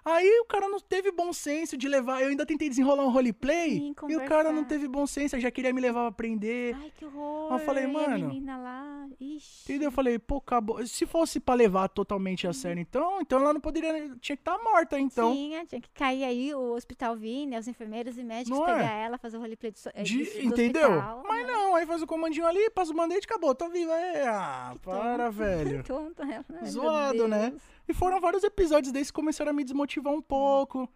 [SPEAKER 2] Aí o cara não teve bom senso de levar. Eu ainda tentei desenrolar um roleplay
[SPEAKER 1] Sim,
[SPEAKER 2] e o cara não
[SPEAKER 1] conversar.
[SPEAKER 2] teve bom senso. Aí já queria me levar pra prender.
[SPEAKER 1] Ai, que horror.
[SPEAKER 2] Eu falei,
[SPEAKER 1] e a
[SPEAKER 2] mano,
[SPEAKER 1] menina lá, ixi.
[SPEAKER 2] Entendeu? Eu falei, pô, acabou. Se fosse pra levar totalmente a
[SPEAKER 1] Uhum.
[SPEAKER 2] sério, então, então ela não poderia. Tinha que estar morta, então.
[SPEAKER 1] Tinha, tinha que cair aí o hospital vir, né? Os enfermeiros e médicos
[SPEAKER 2] Não é?
[SPEAKER 1] pegar ela, fazer o roleplay do, so- eh,
[SPEAKER 2] De-
[SPEAKER 1] do
[SPEAKER 2] entendeu?
[SPEAKER 1] hospital. né?
[SPEAKER 2] Mas não, aí faz o comandinho ali, passa o band-aid, acabou, tô viva. É, ah,
[SPEAKER 1] Que
[SPEAKER 2] para,
[SPEAKER 1] tonto.
[SPEAKER 2] velho.
[SPEAKER 1] Tonto, né? Ai, meu
[SPEAKER 2] Zoado, né?
[SPEAKER 1] Deus.
[SPEAKER 2] E foram vários episódios desses que começaram a me desmotivar um pouco.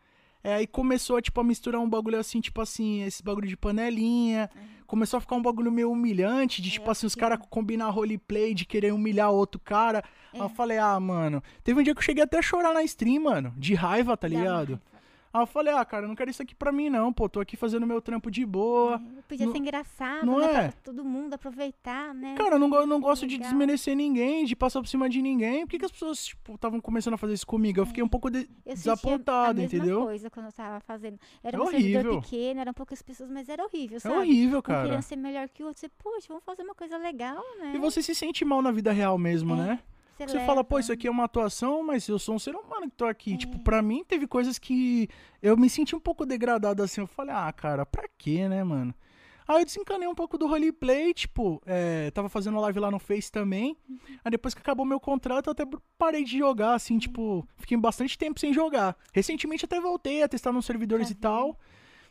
[SPEAKER 2] É, aí começou, tipo, a misturar um bagulho assim, tipo assim, esse bagulho de panelinha.
[SPEAKER 1] Uhum.
[SPEAKER 2] Começou a ficar um bagulho meio humilhante,
[SPEAKER 1] É,
[SPEAKER 2] de, tipo assim, os caras combinar roleplay, de querer humilhar outro cara. Aí
[SPEAKER 1] É.
[SPEAKER 2] eu falei, ah, mano. Teve um dia que eu cheguei até a chorar na stream, mano. De raiva, tá
[SPEAKER 1] Dá
[SPEAKER 2] ligado? Aí eu falei, ah, cara, eu não quero isso aqui pra mim, não, pô. Tô aqui fazendo meu trampo de boa.
[SPEAKER 1] É, Podia
[SPEAKER 2] Não-
[SPEAKER 1] ser engraçado,
[SPEAKER 2] não
[SPEAKER 1] né?
[SPEAKER 2] é?
[SPEAKER 1] Pra todo mundo aproveitar, né?
[SPEAKER 2] Cara, eu não, go- eu não gosto de
[SPEAKER 1] Legal.
[SPEAKER 2] desmerecer ninguém, de passar por cima de ninguém. Por que, que as pessoas, tipo, estavam começando a fazer isso comigo? Eu fiquei um pouco de-
[SPEAKER 1] Eu sentia a
[SPEAKER 2] desapontado,
[SPEAKER 1] mesma
[SPEAKER 2] entendeu?
[SPEAKER 1] coisa quando eu tava fazendo. Era
[SPEAKER 2] É
[SPEAKER 1] um servidor
[SPEAKER 2] horrível.
[SPEAKER 1] pequeno, eram poucas pessoas, mas era horrível,
[SPEAKER 2] É
[SPEAKER 1] sabe?
[SPEAKER 2] horrível,
[SPEAKER 1] Um
[SPEAKER 2] cara.
[SPEAKER 1] querendo ser melhor que o outro. Você, poxa, vamos fazer uma coisa legal, né?
[SPEAKER 2] E você se sente mal na vida real mesmo,
[SPEAKER 1] É,
[SPEAKER 2] né? Você fala, pô, isso aqui é uma atuação, mas eu sou um ser humano que tô
[SPEAKER 1] É.
[SPEAKER 2] aqui. Tipo, pra mim teve coisas que eu me senti um pouco degradado assim. Eu falei, ah, cara, pra quê, né, mano? Aí eu desencanei um pouco do roleplay, tipo, é, tava fazendo live lá no Face também. Aí depois que acabou meu contrato, eu até parei de jogar,
[SPEAKER 1] Uhum.
[SPEAKER 2] assim, tipo, fiquei bastante tempo sem jogar. Recentemente até voltei a testar nos servidores
[SPEAKER 1] Pra
[SPEAKER 2] e tal,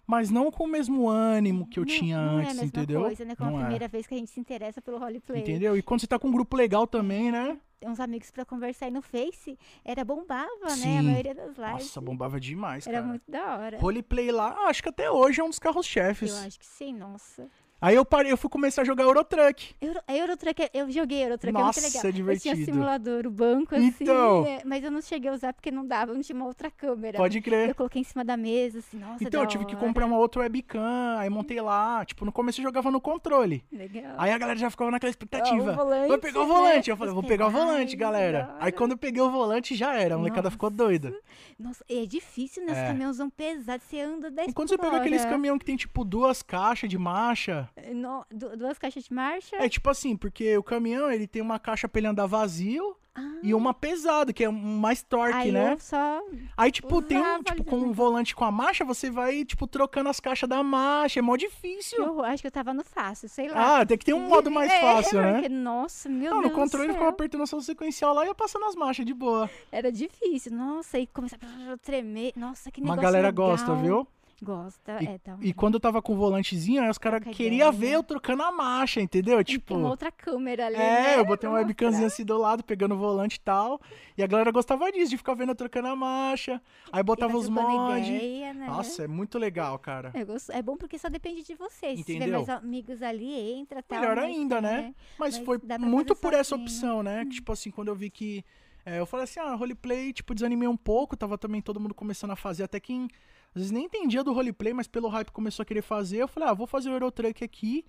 [SPEAKER 2] mas não com o mesmo ânimo que eu
[SPEAKER 1] Tá não,
[SPEAKER 2] tinha
[SPEAKER 1] não é a
[SPEAKER 2] antes,
[SPEAKER 1] mesma
[SPEAKER 2] entendeu?
[SPEAKER 1] coisa, né? Como
[SPEAKER 2] Não
[SPEAKER 1] a
[SPEAKER 2] é.
[SPEAKER 1] primeira vez que a gente se interessa pelo roleplay.
[SPEAKER 2] Entendeu? E quando você tá com um grupo legal também, né?
[SPEAKER 1] Tem uns amigos pra conversar e no Face era bombava, né? A
[SPEAKER 2] Sim.
[SPEAKER 1] maioria das lives.
[SPEAKER 2] Nossa, bombava demais,
[SPEAKER 1] era
[SPEAKER 2] cara.
[SPEAKER 1] muito da hora.
[SPEAKER 2] Roleplay lá, acho que até hoje é um dos carros-chefes.
[SPEAKER 1] Eu acho que sim, nossa.
[SPEAKER 2] Aí eu parei, eu fui começar a jogar Eurotruck.
[SPEAKER 1] Euro, a Eurotruck, é- eu joguei Eurotruck, é muito
[SPEAKER 2] Nossa,
[SPEAKER 1] legal. Eu tinha
[SPEAKER 2] divertido.
[SPEAKER 1] simulador, o banco, assim,
[SPEAKER 2] Então.
[SPEAKER 1] é, mas eu não cheguei a usar porque não dava, não tinha uma outra câmera.
[SPEAKER 2] Pode crer.
[SPEAKER 1] Eu coloquei em cima da mesa, assim, nossa,
[SPEAKER 2] Então,
[SPEAKER 1] da
[SPEAKER 2] eu tive que
[SPEAKER 1] hora.
[SPEAKER 2] comprar uma outra webcam, aí montei lá. Tipo, no começo eu jogava no controle.
[SPEAKER 1] Legal.
[SPEAKER 2] Aí a galera já ficava naquela
[SPEAKER 1] Ó, o
[SPEAKER 2] expectativa.
[SPEAKER 1] volante,
[SPEAKER 2] Vou pegar o
[SPEAKER 1] né?
[SPEAKER 2] volante. Eu falei, vou
[SPEAKER 1] Vamos
[SPEAKER 2] pegar o
[SPEAKER 1] pegar,
[SPEAKER 2] volante,
[SPEAKER 1] ai,
[SPEAKER 2] galera.
[SPEAKER 1] da
[SPEAKER 2] Aí
[SPEAKER 1] hora.
[SPEAKER 2] quando eu peguei o volante, já era. A molecada
[SPEAKER 1] Nossa.
[SPEAKER 2] ficou doida.
[SPEAKER 1] Nossa, é difícil, né? Os
[SPEAKER 2] É.
[SPEAKER 1] caminhões são pesados, você anda 10
[SPEAKER 2] Enquanto
[SPEAKER 1] por
[SPEAKER 2] você pega aqueles
[SPEAKER 1] hora.
[SPEAKER 2] caminhão que tem, tipo, duas caixas de marcha.
[SPEAKER 1] No- du- duas caixas de marcha.
[SPEAKER 2] É tipo assim, porque o caminhão, ele tem uma caixa pra ele andar vazio
[SPEAKER 1] Ah,
[SPEAKER 2] e uma pesada, que é um mais torque,
[SPEAKER 1] aí
[SPEAKER 2] né?
[SPEAKER 1] eu só.
[SPEAKER 2] Aí, tipo, tem um,
[SPEAKER 1] usava
[SPEAKER 2] tipo,
[SPEAKER 1] ali
[SPEAKER 2] com um volante com a marcha, você vai, tipo, trocando as caixas da marcha. É mó difícil.
[SPEAKER 1] Eu acho que eu tava no fácil, sei lá.
[SPEAKER 2] Ah, tem que ter um modo mais
[SPEAKER 1] É,
[SPEAKER 2] fácil, né?
[SPEAKER 1] porque, Nossa, meu
[SPEAKER 2] Não,
[SPEAKER 1] Deus.
[SPEAKER 2] no
[SPEAKER 1] do
[SPEAKER 2] controle
[SPEAKER 1] céu.
[SPEAKER 2] ficava apertando ação sequencial lá e ia passando as marchas de boa.
[SPEAKER 1] Era difícil. Nossa, aí começava a tremer. Nossa, que
[SPEAKER 2] Uma
[SPEAKER 1] negócio.
[SPEAKER 2] galera
[SPEAKER 1] legal.
[SPEAKER 2] gosta, viu?
[SPEAKER 1] Gosta, é, tá.
[SPEAKER 2] E quando eu tava com o volantezinho, aí os caras
[SPEAKER 1] Troca
[SPEAKER 2] queriam
[SPEAKER 1] ideia. né?
[SPEAKER 2] ver eu trocando a marcha, entendeu? Tipo.
[SPEAKER 1] Tem uma outra câmera ali.
[SPEAKER 2] É,
[SPEAKER 1] né?
[SPEAKER 2] eu botei uma webcamzinha assim do lado, pegando o volante e tal. E a galera gostava disso, de ficar vendo eu trocando a marcha. Aí
[SPEAKER 1] Pra- e
[SPEAKER 2] botava
[SPEAKER 1] vai
[SPEAKER 2] os
[SPEAKER 1] trocando
[SPEAKER 2] mods.
[SPEAKER 1] ideia, né?
[SPEAKER 2] Nossa, é muito legal, cara.
[SPEAKER 1] É, gosto- é bom porque só depende de você. Se tiver
[SPEAKER 2] Entendeu?
[SPEAKER 1] mais amigos ali, entra, tal.
[SPEAKER 2] Melhor
[SPEAKER 1] mas,
[SPEAKER 2] ainda, né? Mas
[SPEAKER 1] Mas
[SPEAKER 2] foi
[SPEAKER 1] dá pra
[SPEAKER 2] muito
[SPEAKER 1] fazer
[SPEAKER 2] por essa
[SPEAKER 1] sozinho.
[SPEAKER 2] opção, né? Que, Tipo assim, quando eu vi que. é, eu falei assim, ah, roleplay, tipo, desanimei um pouco, tava também todo mundo começando a fazer, até quem às vezes nem entendia do roleplay, mas pelo hype começou a querer fazer. Eu falei, ah, vou fazer o Eurotruck aqui.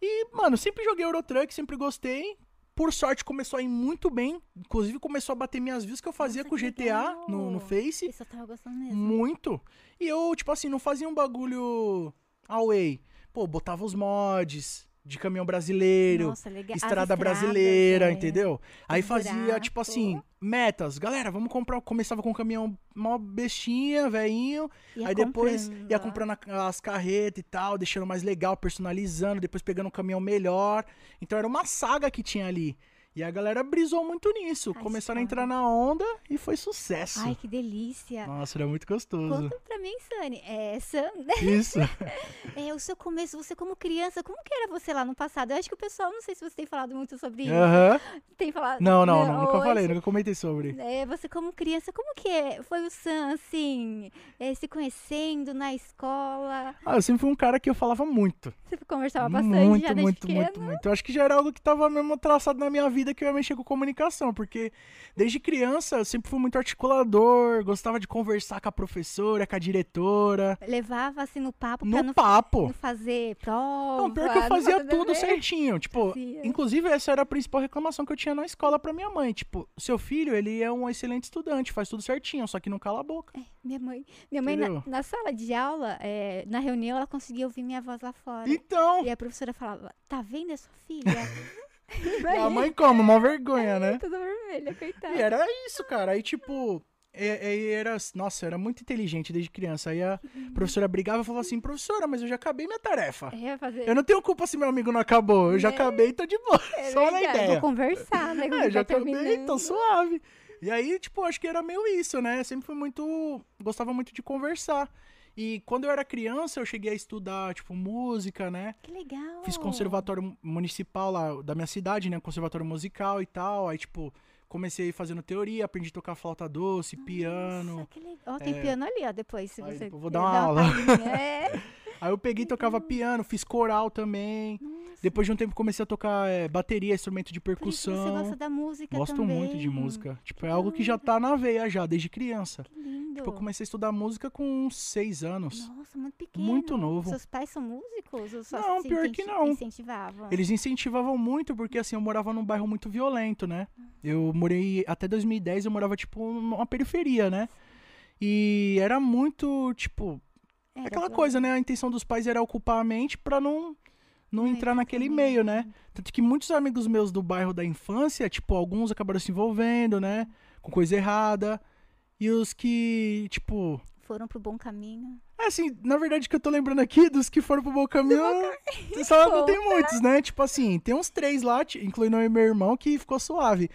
[SPEAKER 2] E, mano, sempre joguei Eurotruck, sempre gostei. Por sorte começou a ir muito bem, inclusive começou a bater minhas views que eu fazia
[SPEAKER 1] Nossa,
[SPEAKER 2] com o
[SPEAKER 1] que
[SPEAKER 2] GTA no, no
[SPEAKER 1] legal.
[SPEAKER 2] Face.
[SPEAKER 1] é, Eu só tava gostando mesmo.
[SPEAKER 2] Muito. E eu, tipo assim, não fazia um bagulho away. Pô, botava os mods de caminhão brasileiro,
[SPEAKER 1] Nossa, legal. As
[SPEAKER 2] estrada
[SPEAKER 1] estradas,
[SPEAKER 2] brasileira,
[SPEAKER 1] é.
[SPEAKER 2] entendeu? Aí
[SPEAKER 1] Os
[SPEAKER 2] fazia, tipo
[SPEAKER 1] buracos.
[SPEAKER 2] assim, metas. Galera, vamos comprar. Começava com um caminhão mó bestinha, velhinho.
[SPEAKER 1] Ia
[SPEAKER 2] Aí depois ia
[SPEAKER 1] comprando, é. ó.
[SPEAKER 2] comprando a- as carretas e tal, deixando mais legal, personalizando, depois pegando um caminhão melhor. Então era uma saga que tinha ali. E a galera brisou muito nisso.
[SPEAKER 1] Ai,
[SPEAKER 2] Começaram a
[SPEAKER 1] saga.
[SPEAKER 2] entrar na onda e foi sucesso.
[SPEAKER 1] Ai, que delícia.
[SPEAKER 2] Nossa, era muito gostoso.
[SPEAKER 1] Conta pra mim, Sani. É, Sam, né?
[SPEAKER 2] Isso.
[SPEAKER 1] É, o seu começo, você como criança, como que era você lá no passado? Eu acho que o pessoal, não sei se você tem falado muito sobre isso.
[SPEAKER 2] Aham.
[SPEAKER 1] Tem falado.
[SPEAKER 2] Não, não, não, nunca
[SPEAKER 1] ou
[SPEAKER 2] falei, né?
[SPEAKER 1] esse-
[SPEAKER 2] nunca comentei sobre.
[SPEAKER 1] É, você como criança, como que é? foi o Sam, assim, é, se conhecendo na escola?
[SPEAKER 2] Ah, eu sempre fui um cara que eu falava muito.
[SPEAKER 1] Você conversava bastante
[SPEAKER 2] Muito,
[SPEAKER 1] já desde
[SPEAKER 2] muito,
[SPEAKER 1] pequeno?
[SPEAKER 2] muito, muito. Eu acho que já era algo que tava mesmo traçado na minha vida que eu ia mexer com comunicação, porque desde criança eu sempre fui muito articulador, gostava de conversar com a professora, com a diretora,
[SPEAKER 1] Levava, assim, no papo pra
[SPEAKER 2] no
[SPEAKER 1] não,
[SPEAKER 2] papo.
[SPEAKER 1] não fazer prova?
[SPEAKER 2] Não, pior que eu
[SPEAKER 1] não
[SPEAKER 2] fazia
[SPEAKER 1] fazer
[SPEAKER 2] tudo
[SPEAKER 1] dever.
[SPEAKER 2] certinho. Tipo,
[SPEAKER 1] Fazia.
[SPEAKER 2] inclusive essa era a principal reclamação que eu tinha na escola pra minha mãe. Tipo, seu filho, ele é um excelente estudante, faz tudo certinho, só que não cala a boca.
[SPEAKER 1] Minha mãe, minha mãe na,
[SPEAKER 2] Entendeu?
[SPEAKER 1] na sala de aula, é, na reunião, ela conseguia ouvir minha voz lá fora.
[SPEAKER 2] Então,
[SPEAKER 1] E a professora falava, tá vendo a sua filha?
[SPEAKER 2] a mãe como? Uma vergonha, né?
[SPEAKER 1] Toda vermelha, coitada.
[SPEAKER 2] E era isso, cara. Aí, tipo, é- é- era. Nossa, eu era muito inteligente desde criança. Aí a professora brigava e falava assim, professora, mas eu já acabei minha tarefa.
[SPEAKER 1] É, ia fazer...
[SPEAKER 2] Eu não tenho culpa se meu amigo não acabou. Eu já
[SPEAKER 1] Né?
[SPEAKER 2] acabei e tô de boa.
[SPEAKER 1] É
[SPEAKER 2] Só na
[SPEAKER 1] verdade,
[SPEAKER 2] ideia.
[SPEAKER 1] Vou conversar, né?
[SPEAKER 2] É,
[SPEAKER 1] quando
[SPEAKER 2] já
[SPEAKER 1] tá
[SPEAKER 2] acabei, tô
[SPEAKER 1] terminando.
[SPEAKER 2] suave. E aí, tipo, acho que era meio isso, né? Sempre fui muito. Gostava muito de conversar. E quando eu era criança, eu cheguei a estudar, tipo, música, né?
[SPEAKER 1] Que legal.
[SPEAKER 2] Fiz conservatório municipal lá da minha cidade, né? Conservatório musical e tal. Aí, tipo, comecei fazendo teoria, aprendi a tocar flauta doce,
[SPEAKER 1] Nossa,
[SPEAKER 2] piano.
[SPEAKER 1] que legal. Ó, tem
[SPEAKER 2] É.
[SPEAKER 1] piano ali, ó, depois, se
[SPEAKER 2] Aí
[SPEAKER 1] você...
[SPEAKER 2] depois eu vou
[SPEAKER 1] quiser
[SPEAKER 2] dar uma aula.
[SPEAKER 1] palhinha. É.
[SPEAKER 2] Aí eu peguei e tocava piano, fiz coral também. Depois de um tempo comecei a tocar é, bateria, instrumento de
[SPEAKER 1] Por isso que você gosta
[SPEAKER 2] percussão.
[SPEAKER 1] da música
[SPEAKER 2] Gosto
[SPEAKER 1] também. Hum,
[SPEAKER 2] muito de música. Tipo, é algo que já tá na veia já, desde criança.
[SPEAKER 1] Que lindo.
[SPEAKER 2] Tipo, eu comecei a estudar música com uns seis anos.
[SPEAKER 1] Nossa, muito pequeno.
[SPEAKER 2] Muito novo.
[SPEAKER 1] Seus pais são músicos? Ou só
[SPEAKER 2] Não,
[SPEAKER 1] se
[SPEAKER 2] pior que
[SPEAKER 1] incenti-
[SPEAKER 2] não.
[SPEAKER 1] incentivavam?
[SPEAKER 2] Eles incentivavam muito, porque assim, eu morava num bairro muito violento, né? Eu morei, até 2010 eu morava, tipo, numa periferia, né? E era muito, tipo,
[SPEAKER 1] Era
[SPEAKER 2] aquela
[SPEAKER 1] bom.
[SPEAKER 2] coisa, né? A intenção dos pais era ocupar a mente pra não, não
[SPEAKER 1] Não
[SPEAKER 2] entrar
[SPEAKER 1] entrar
[SPEAKER 2] naquele
[SPEAKER 1] também.
[SPEAKER 2] meio, né? Tanto que muitos amigos meus do bairro da infância, tipo, alguns acabaram se envolvendo, né? Com coisa errada. E os que, tipo,
[SPEAKER 1] Foram pro bom caminho.
[SPEAKER 2] é assim, na verdade, o que eu tô lembrando aqui, é dos que foram pro Bom Caminho, só não tem muitos, né? Tipo assim, tem uns três lá, ti- incluindo eu e meu irmão, que ficou suave.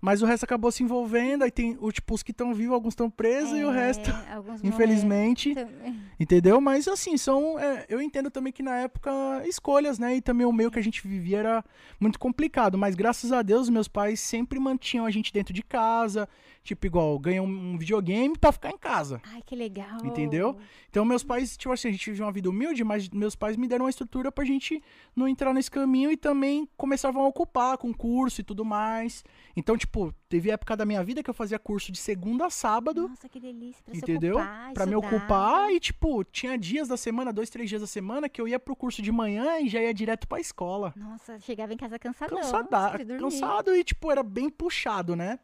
[SPEAKER 2] Mas o resto acabou se envolvendo, aí tem o, tipo, os que estão vivos, alguns estão presos e o
[SPEAKER 1] É,
[SPEAKER 2] resto,
[SPEAKER 1] alguns
[SPEAKER 2] infelizmente,
[SPEAKER 1] morreram também.
[SPEAKER 2] entendeu? Mas assim, são. é, eu entendo também que na época escolhas, né? E também o meio que a gente vivia era muito complicado. Mas graças a Deus, meus pais sempre mantinham a gente dentro de casa. Tipo, igual, ganham um videogame pra ficar em casa.
[SPEAKER 1] Ai, que legal.
[SPEAKER 2] Entendeu? Então, meus pais, tipo assim, a gente vive uma vida humilde, mas meus pais me deram uma estrutura pra gente não entrar nesse caminho e também começavam a ocupar com curso e tudo mais. Então, tipo, teve época da minha vida que eu fazia curso de segunda a sábado,
[SPEAKER 1] Nossa, que delícia. Pra
[SPEAKER 2] entendeu?
[SPEAKER 1] se ocupar,
[SPEAKER 2] Pra me
[SPEAKER 1] estudar.
[SPEAKER 2] ocupar e, tipo, tinha dias da semana, dois, três dias da semana, que eu ia pro curso de manhã e já ia direto pra escola.
[SPEAKER 1] Nossa, chegava em casa cansadão.
[SPEAKER 2] Cansada,
[SPEAKER 1] sem Ah, dormir.
[SPEAKER 2] cansado e, tipo, era bem puxado, né?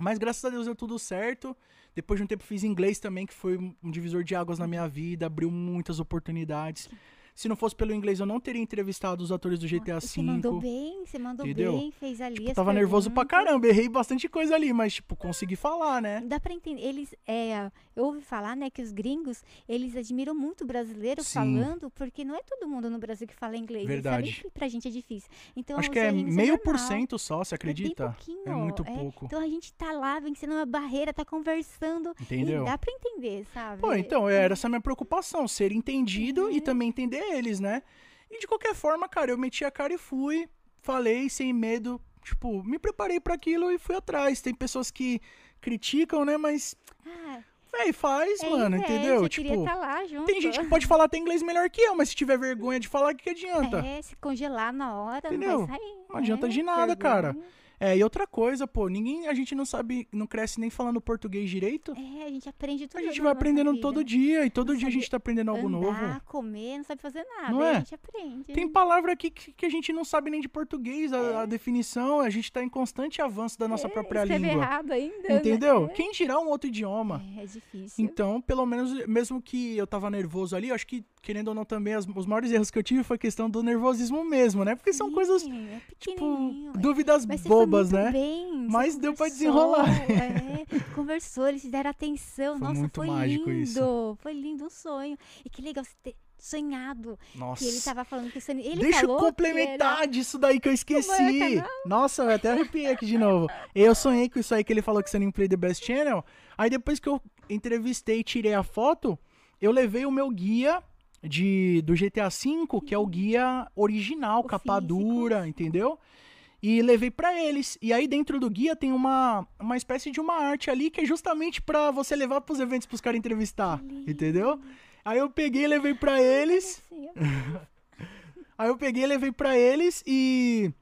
[SPEAKER 2] Mas graças a Deus deu tudo certo. Depois de um tempo fiz inglês também, que foi um um divisor de águas na minha vida, abriu muitas oportunidades. Se não fosse pelo inglês, eu não teria entrevistado os atores do GTA
[SPEAKER 1] E Você mandou
[SPEAKER 2] V.
[SPEAKER 1] bem, você mandou
[SPEAKER 2] é assim, entendeu?
[SPEAKER 1] bem, fez ali
[SPEAKER 2] Tipo,
[SPEAKER 1] as
[SPEAKER 2] tava nervoso pra
[SPEAKER 1] perguntas.
[SPEAKER 2] caramba, errei bastante coisa ali, mas, tipo, consegui falar, né?
[SPEAKER 1] Dá pra entender, eles, é, eu ouvi falar, né, que os gringos, eles admiram muito o brasileiro
[SPEAKER 2] Sim.
[SPEAKER 1] falando, porque não é todo mundo no Brasil que fala inglês. eles sabem
[SPEAKER 2] Verdade.
[SPEAKER 1] que pra gente é difícil. Então,
[SPEAKER 2] Acho
[SPEAKER 1] os
[SPEAKER 2] que é
[SPEAKER 1] gringos
[SPEAKER 2] meio
[SPEAKER 1] normal.
[SPEAKER 2] por cento só, você acredita?
[SPEAKER 1] É, bem
[SPEAKER 2] É
[SPEAKER 1] pouquinho,
[SPEAKER 2] muito
[SPEAKER 1] é.
[SPEAKER 2] pouco.
[SPEAKER 1] Então a gente tá lá vencendo uma barreira, tá conversando.
[SPEAKER 2] Entendeu?
[SPEAKER 1] E dá pra entender, sabe?
[SPEAKER 2] Pô, então, era essa a minha preocupação, ser entendido
[SPEAKER 1] Uhum.
[SPEAKER 2] e também entender eles, né? E de qualquer forma, cara, eu meti a cara e fui, falei sem medo, tipo, me preparei pra aquilo e fui atrás. Tem pessoas que criticam, né, mas,
[SPEAKER 1] Ah,
[SPEAKER 2] véi, faz,
[SPEAKER 1] é
[SPEAKER 2] mano,
[SPEAKER 1] inveja,
[SPEAKER 2] entendeu?
[SPEAKER 1] Eu queria
[SPEAKER 2] Tipo,
[SPEAKER 1] tá lá junto.
[SPEAKER 2] tem gente que pode falar até inglês melhor que eu, mas se tiver vergonha de falar, o que, que adianta?
[SPEAKER 1] É, se congelar na hora,
[SPEAKER 2] Entendeu?
[SPEAKER 1] não vai sair.
[SPEAKER 2] Não adianta
[SPEAKER 1] É,
[SPEAKER 2] de nada, cara.
[SPEAKER 1] vergonha.
[SPEAKER 2] É. e outra coisa, pô, ninguém, a gente não sabe, não cresce nem falando português direito.
[SPEAKER 1] É, a gente aprende tudo
[SPEAKER 2] A gente
[SPEAKER 1] na
[SPEAKER 2] vai
[SPEAKER 1] nossa
[SPEAKER 2] aprendendo
[SPEAKER 1] vida.
[SPEAKER 2] todo dia, e todo
[SPEAKER 1] Não
[SPEAKER 2] dia a
[SPEAKER 1] sabe
[SPEAKER 2] gente tá aprendendo algo
[SPEAKER 1] Andar,
[SPEAKER 2] novo.
[SPEAKER 1] comer, não sabe fazer nada.
[SPEAKER 2] Não
[SPEAKER 1] aí
[SPEAKER 2] é?
[SPEAKER 1] A gente aprende.
[SPEAKER 2] Tem palavra aqui que, que a gente não sabe nem de português, a,
[SPEAKER 1] É.
[SPEAKER 2] a definição, a gente tá em constante avanço da nossa própria
[SPEAKER 1] Escreve
[SPEAKER 2] língua.
[SPEAKER 1] É, errado ainda. né?
[SPEAKER 2] Entendeu? Quem dirá um outro idioma?
[SPEAKER 1] É, é difícil.
[SPEAKER 2] Então, pelo menos, mesmo que eu tava nervoso ali, eu acho que, querendo ou não, também, as- os maiores erros que eu tive foi questão do nervosismo mesmo, né? Porque são
[SPEAKER 1] Sim,
[SPEAKER 2] coisas,
[SPEAKER 1] é
[SPEAKER 2] tipo,
[SPEAKER 1] pequenininho, é.
[SPEAKER 2] dúvidas
[SPEAKER 1] Mas você foi
[SPEAKER 2] bobas,
[SPEAKER 1] muito
[SPEAKER 2] né?
[SPEAKER 1] bem, você
[SPEAKER 2] Mas deu pra
[SPEAKER 1] conversou,
[SPEAKER 2] desenrolar.
[SPEAKER 1] É, conversou, eles te deram atenção.
[SPEAKER 2] Foi
[SPEAKER 1] Nossa,
[SPEAKER 2] muito
[SPEAKER 1] foi
[SPEAKER 2] mágico
[SPEAKER 1] lindo.
[SPEAKER 2] isso.
[SPEAKER 1] Foi lindo um sonho. E que legal você ter sonhado.
[SPEAKER 2] Nossa.
[SPEAKER 1] Que ele tá tava falando que o Sony. Ele
[SPEAKER 2] Deixa eu
[SPEAKER 1] falou que
[SPEAKER 2] complementar disso daí que eu esqueci.
[SPEAKER 1] Maracanã.
[SPEAKER 2] Nossa, eu até arrepiei aqui de novo. Eu sonhei com isso aí que ele falou que você não play the best channel. Aí depois que eu entrevistei e tirei a foto, eu levei o meu guia de do GTA V, que é o guia original,
[SPEAKER 1] O
[SPEAKER 2] capa
[SPEAKER 1] físico.
[SPEAKER 2] dura, entendeu? E levei pra eles. E aí dentro do guia tem uma, uma espécie de uma arte ali que é justamente pra você levar pros eventos pros caras entrevistar, entendeu? Aí eu peguei e levei pra eles.
[SPEAKER 1] Assim, ó.
[SPEAKER 2] Aí eu peguei, levei pra eles e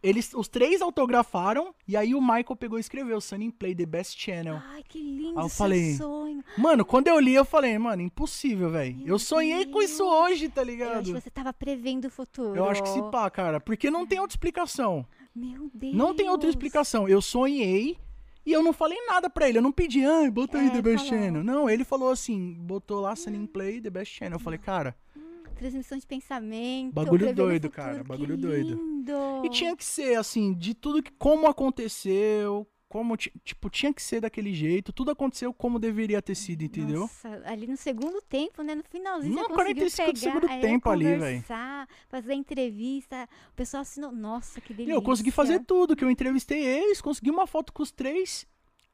[SPEAKER 2] eles os três autografaram e aí o Michael pegou e escreveu Sunny Play the Best Channel.
[SPEAKER 1] Ai, que lindo
[SPEAKER 2] Aí eu
[SPEAKER 1] seu
[SPEAKER 2] falei,
[SPEAKER 1] sonho.
[SPEAKER 2] Mano, quando eu li eu falei, mano, impossível, velho.
[SPEAKER 1] Meu
[SPEAKER 2] Eu sonhei com isso
[SPEAKER 1] Deus.
[SPEAKER 2] hoje, tá
[SPEAKER 1] Eu acho que
[SPEAKER 2] ligado?
[SPEAKER 1] você tava prevendo o futuro.
[SPEAKER 2] Eu acho que se pá, cara, porque não tem outra explicação.
[SPEAKER 1] Meu Deus.
[SPEAKER 2] Não tem outra explicação. Eu sonhei e eu não falei nada pra ele. Eu não pedi, ai, bota aí
[SPEAKER 1] É,
[SPEAKER 2] The Best
[SPEAKER 1] falou.
[SPEAKER 2] Channel. Não, ele falou assim, botou lá Sunny Play The Best Channel. Eu falei, cara,
[SPEAKER 1] Transmissão de pensamento.
[SPEAKER 2] Bagulho
[SPEAKER 1] prevendo o
[SPEAKER 2] doido,
[SPEAKER 1] futuro,
[SPEAKER 2] cara,
[SPEAKER 1] que
[SPEAKER 2] bagulho doido.
[SPEAKER 1] lindo.
[SPEAKER 2] E tinha que ser, assim, de tudo que. Como aconteceu. Como. ti- Tipo, tinha que ser daquele jeito. Tudo aconteceu como deveria ter sido, entendeu?
[SPEAKER 1] Nossa, ali no segundo tempo, né? No finalzinho você
[SPEAKER 2] Não,
[SPEAKER 1] conseguiu
[SPEAKER 2] 45 do
[SPEAKER 1] pegar,
[SPEAKER 2] segundo
[SPEAKER 1] é,
[SPEAKER 2] tempo ali, véi.
[SPEAKER 1] conversar, fazer entrevista. O pessoal assinou. Nossa, que
[SPEAKER 2] E
[SPEAKER 1] delícia.
[SPEAKER 2] eu consegui fazer tudo, que eu entrevistei eles, consegui uma foto com os três.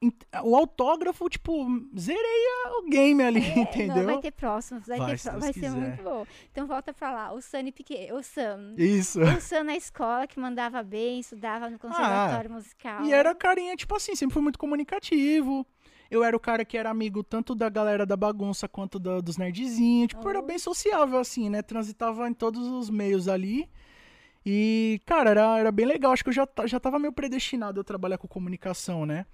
[SPEAKER 2] ent- O autógrafo, tipo, zerei a- o game ali,
[SPEAKER 1] É, não,
[SPEAKER 2] entendeu?
[SPEAKER 1] vai ter próximos, vai,
[SPEAKER 2] Vai,
[SPEAKER 1] ter
[SPEAKER 2] se
[SPEAKER 1] pró-
[SPEAKER 2] Deus
[SPEAKER 1] vai ser
[SPEAKER 2] quiser.
[SPEAKER 1] muito bom. Então volta pra lá, o Sunny Piquet, o Sam.
[SPEAKER 2] Isso.
[SPEAKER 1] O Sam na escola, que mandava bem, estudava no conservatório musical.
[SPEAKER 2] Ah, E era carinha, tipo assim, sempre fui muito comunicativo. Eu era o cara que era amigo tanto da galera da bagunça quanto da- dos nerdzinhos. Tipo, eu era bem sociável, assim, né? Transitava em todos os meios ali. E, cara, era, era bem legal. Acho que eu já, ta- já tava meio predestinado a trabalhar com comunicação, né?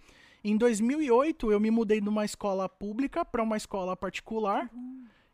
[SPEAKER 2] Em 2008, eu me mudei de uma escola pública para uma escola particular.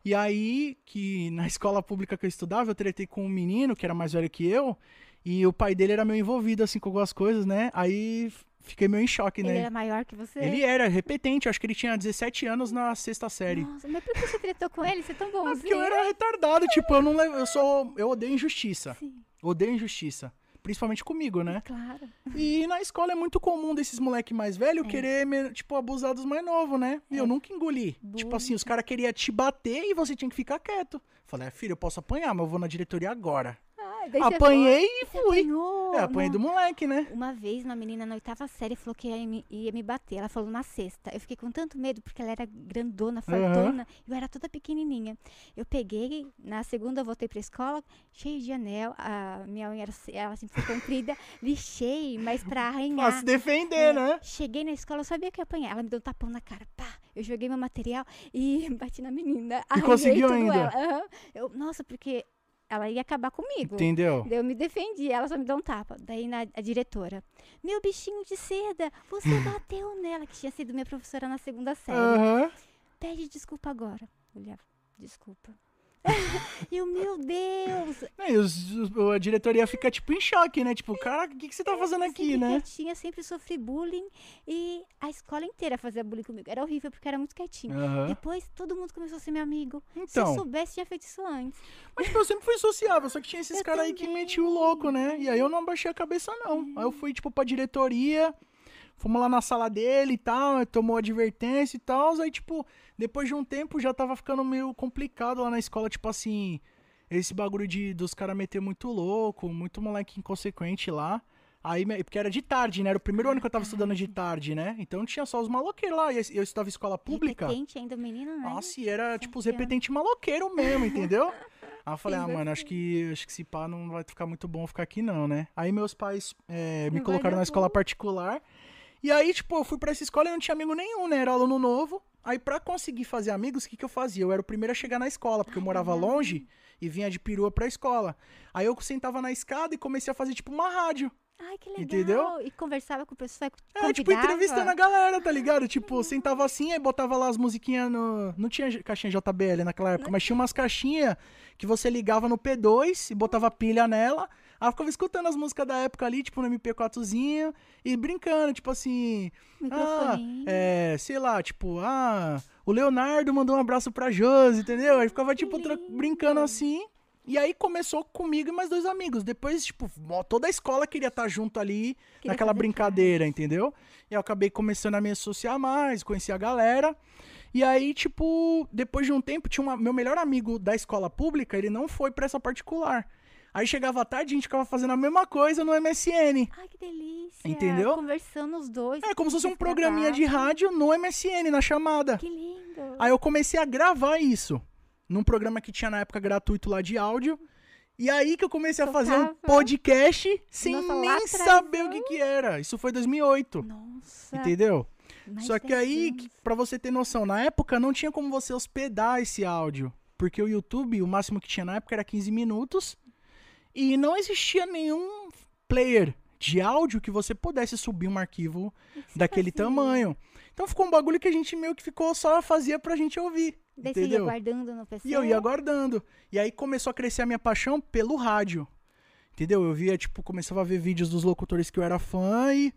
[SPEAKER 2] E aí, que na escola pública que eu estudava, eu tretei com um menino que era mais velho que eu. E o pai dele era meio envolvido, assim, com algumas coisas, né? Aí f- fiquei meio em choque,
[SPEAKER 1] Ele
[SPEAKER 2] né?
[SPEAKER 1] era maior que você?
[SPEAKER 2] Ele era repetente, eu acho que ele tinha 17 anos na sexta série.
[SPEAKER 1] Nossa, mas por que você tretou com ele? Você é tão
[SPEAKER 2] Ah,
[SPEAKER 1] bonzinho.
[SPEAKER 2] porque eu era retardado, tipo, eu não levo, eu sou, eu odeio injustiça.
[SPEAKER 1] Sim,
[SPEAKER 2] Odeio injustiça, principalmente comigo, né?
[SPEAKER 1] claro.
[SPEAKER 2] E na escola é muito comum desses moleque mais velho querer, me- tipo, abusar dos mais novos, né? E eu nunca engoli. Tipo
[SPEAKER 1] Bullying.
[SPEAKER 2] assim, os caras queriam te bater e você tinha que ficar quieto. Falei, "Ah, filho, eu posso apanhar, mas eu vou na diretoria agora.
[SPEAKER 1] Ah, Daí você
[SPEAKER 2] Apanhei
[SPEAKER 1] foi,
[SPEAKER 2] e
[SPEAKER 1] você
[SPEAKER 2] fui.
[SPEAKER 1] apanhou.
[SPEAKER 2] É, apanhei do moleque, né?
[SPEAKER 1] Uma vez, uma menina na oitava série falou que ia me, ia me bater. Ela falou na sexta. Eu fiquei com tanto medo, porque ela era grandona, fortona. Eu era toda pequenininha. Eu peguei, na segunda eu voltei pra escola, cheia de anel. A minha unha, era, se- ela sempre foi comprida. Lixei, mas pra
[SPEAKER 2] Pra
[SPEAKER 1] arranhar.
[SPEAKER 2] se defender,
[SPEAKER 1] É,
[SPEAKER 2] né?
[SPEAKER 1] Cheguei na escola, eu sabia que ia apanhar. Ela me deu um tapão na cara, pá. Eu joguei meu material e bati na menina. Arranhei
[SPEAKER 2] conseguiu
[SPEAKER 1] tudo
[SPEAKER 2] ainda?
[SPEAKER 1] Ela. Aham. Eu, nossa, porque ela ia acabar comigo.
[SPEAKER 2] Entendeu?
[SPEAKER 1] Daí eu me defendi, ela só me deu um tapa. Daí na, a diretora, meu bichinho de seda, você bateu nela, que tinha sido minha professora na segunda série.
[SPEAKER 2] Aham.
[SPEAKER 1] Pede desculpa agora. Eu Olhava, desculpa. e o meu Deus!
[SPEAKER 2] Não, E os- os- a diretoria fica, tipo, em choque, né? Tipo, caraca, o que, que você tá fazendo
[SPEAKER 1] Eu
[SPEAKER 2] aqui,
[SPEAKER 1] sempre
[SPEAKER 2] né?
[SPEAKER 1] quietinha, sempre sofri bullying. E a escola inteira fazia bullying comigo. Era horrível, porque eu era muito quietinha.
[SPEAKER 2] Aham.
[SPEAKER 1] Depois, todo mundo começou a ser meu amigo. Se eu
[SPEAKER 2] Então,
[SPEAKER 1] soubesse, tinha feito isso antes.
[SPEAKER 2] mas tipo, eu sempre fui sociável, só que tinha esses
[SPEAKER 1] Eu
[SPEAKER 2] caras aí que
[SPEAKER 1] também.
[SPEAKER 2] metiam o louco, né? E aí eu não abaixei a cabeça, não. Aí eu fui, tipo, pra diretoria, fomos lá na sala dele e tal, né, tomou advertência e tal. Aí, tipo, depois de um tempo já tava ficando meio complicado lá na escola, tipo assim, esse bagulho de, dos caras meter muito louco, muito moleque inconsequente lá. Aí, me- porque era de tarde, né? Era o primeiro ano que eu tava estudando de tarde, né? Então tinha só os maloqueiros lá. E eu estudava em escola pública.
[SPEAKER 1] Repetente ainda, menina, né?
[SPEAKER 2] Nossa, e era tipo os
[SPEAKER 1] Campeão.
[SPEAKER 2] repetentes maloqueiro mesmo, entendeu? Aí eu falei,
[SPEAKER 1] é, Sim,
[SPEAKER 2] ah, mano, acho que, acho que esse pá não vai ficar muito bom ficar aqui não, né? Aí meus pais eh, me
[SPEAKER 1] Não vai
[SPEAKER 2] colocaram
[SPEAKER 1] dar
[SPEAKER 2] na escola
[SPEAKER 1] bom.
[SPEAKER 2] particular. E aí, tipo, eu fui pra essa escola e não tinha amigo nenhum, né? Era aluno novo. Aí pra conseguir fazer amigos, o que que eu fazia? Eu era o primeiro a chegar na escola, porque eu morava longe e vinha de perua pra escola. Aí eu sentava na escada e comecei a fazer tipo uma rádio.
[SPEAKER 1] Ai, que legal.
[SPEAKER 2] Entendeu?
[SPEAKER 1] E conversava com o pessoal, convidava.
[SPEAKER 2] É, tipo, entrevistando a galera, tá ligado? Tipo, sentava assim, aí botava lá as musiquinhas no. Não tinha caixinha JBL naquela época, mas tinha umas caixinhas que você ligava no P2 e botava pilha nela. Aí eu ficava escutando as músicas da época ali, tipo, no MP4zinho, e brincando, tipo assim. Ah,
[SPEAKER 1] Microfoninho.
[SPEAKER 2] é, sei lá, tipo, ah, o Leonardo mandou um abraço pra Josi, entendeu? Aí ficava,
[SPEAKER 1] que
[SPEAKER 2] tipo, tra-
[SPEAKER 1] lindo.
[SPEAKER 2] brincando assim. E aí começou comigo e mais dois amigos. Depois, tipo, mó- toda a escola queria estar junto ali
[SPEAKER 1] Queria
[SPEAKER 2] naquela
[SPEAKER 1] fazer
[SPEAKER 2] brincadeira, entendeu? E eu acabei começando a me associar mais, conhecer a galera. E aí, tipo, depois de um tempo, tinha uma- meu melhor amigo da escola pública, ele não foi pra essa particular. Aí chegava à tarde, a gente ficava fazendo a mesma coisa no MSN.
[SPEAKER 1] Ai, que delícia.
[SPEAKER 2] Entendeu?
[SPEAKER 1] Conversando os dois.
[SPEAKER 2] É como se fosse um programinha de
[SPEAKER 1] desgravar.
[SPEAKER 2] rádio no MSN, na chamada.
[SPEAKER 1] Que lindo.
[SPEAKER 2] Aí eu comecei a gravar isso num programa que tinha na época gratuito lá de áudio. E aí que eu comecei a fazer um
[SPEAKER 1] Tocava.
[SPEAKER 2] podcast sem
[SPEAKER 1] Nossa, lá
[SPEAKER 2] nem
[SPEAKER 1] atrás, né?
[SPEAKER 2] saber o que que era. Isso foi 2008.
[SPEAKER 1] Nossa.
[SPEAKER 2] Entendeu?
[SPEAKER 1] mais
[SPEAKER 2] Só que aí,
[SPEAKER 1] 10 anos.
[SPEAKER 2] que- pra você ter noção, na época não tinha como você hospedar esse áudio. Porque o YouTube, o máximo que tinha na época era 15 minutos. E não existia nenhum player de áudio que você pudesse subir um arquivo
[SPEAKER 1] O que que você
[SPEAKER 2] daquele
[SPEAKER 1] fazia?
[SPEAKER 2] tamanho. Então ficou um bagulho que a gente meio que ficou só fazia pra gente ouvir.
[SPEAKER 1] Daí você ia
[SPEAKER 2] entendeu?
[SPEAKER 1] guardando no PC.
[SPEAKER 2] E eu ia guardando. E aí começou a crescer a minha paixão pelo rádio. Entendeu? Eu via, tipo, começava a ver vídeos dos locutores que eu era fã e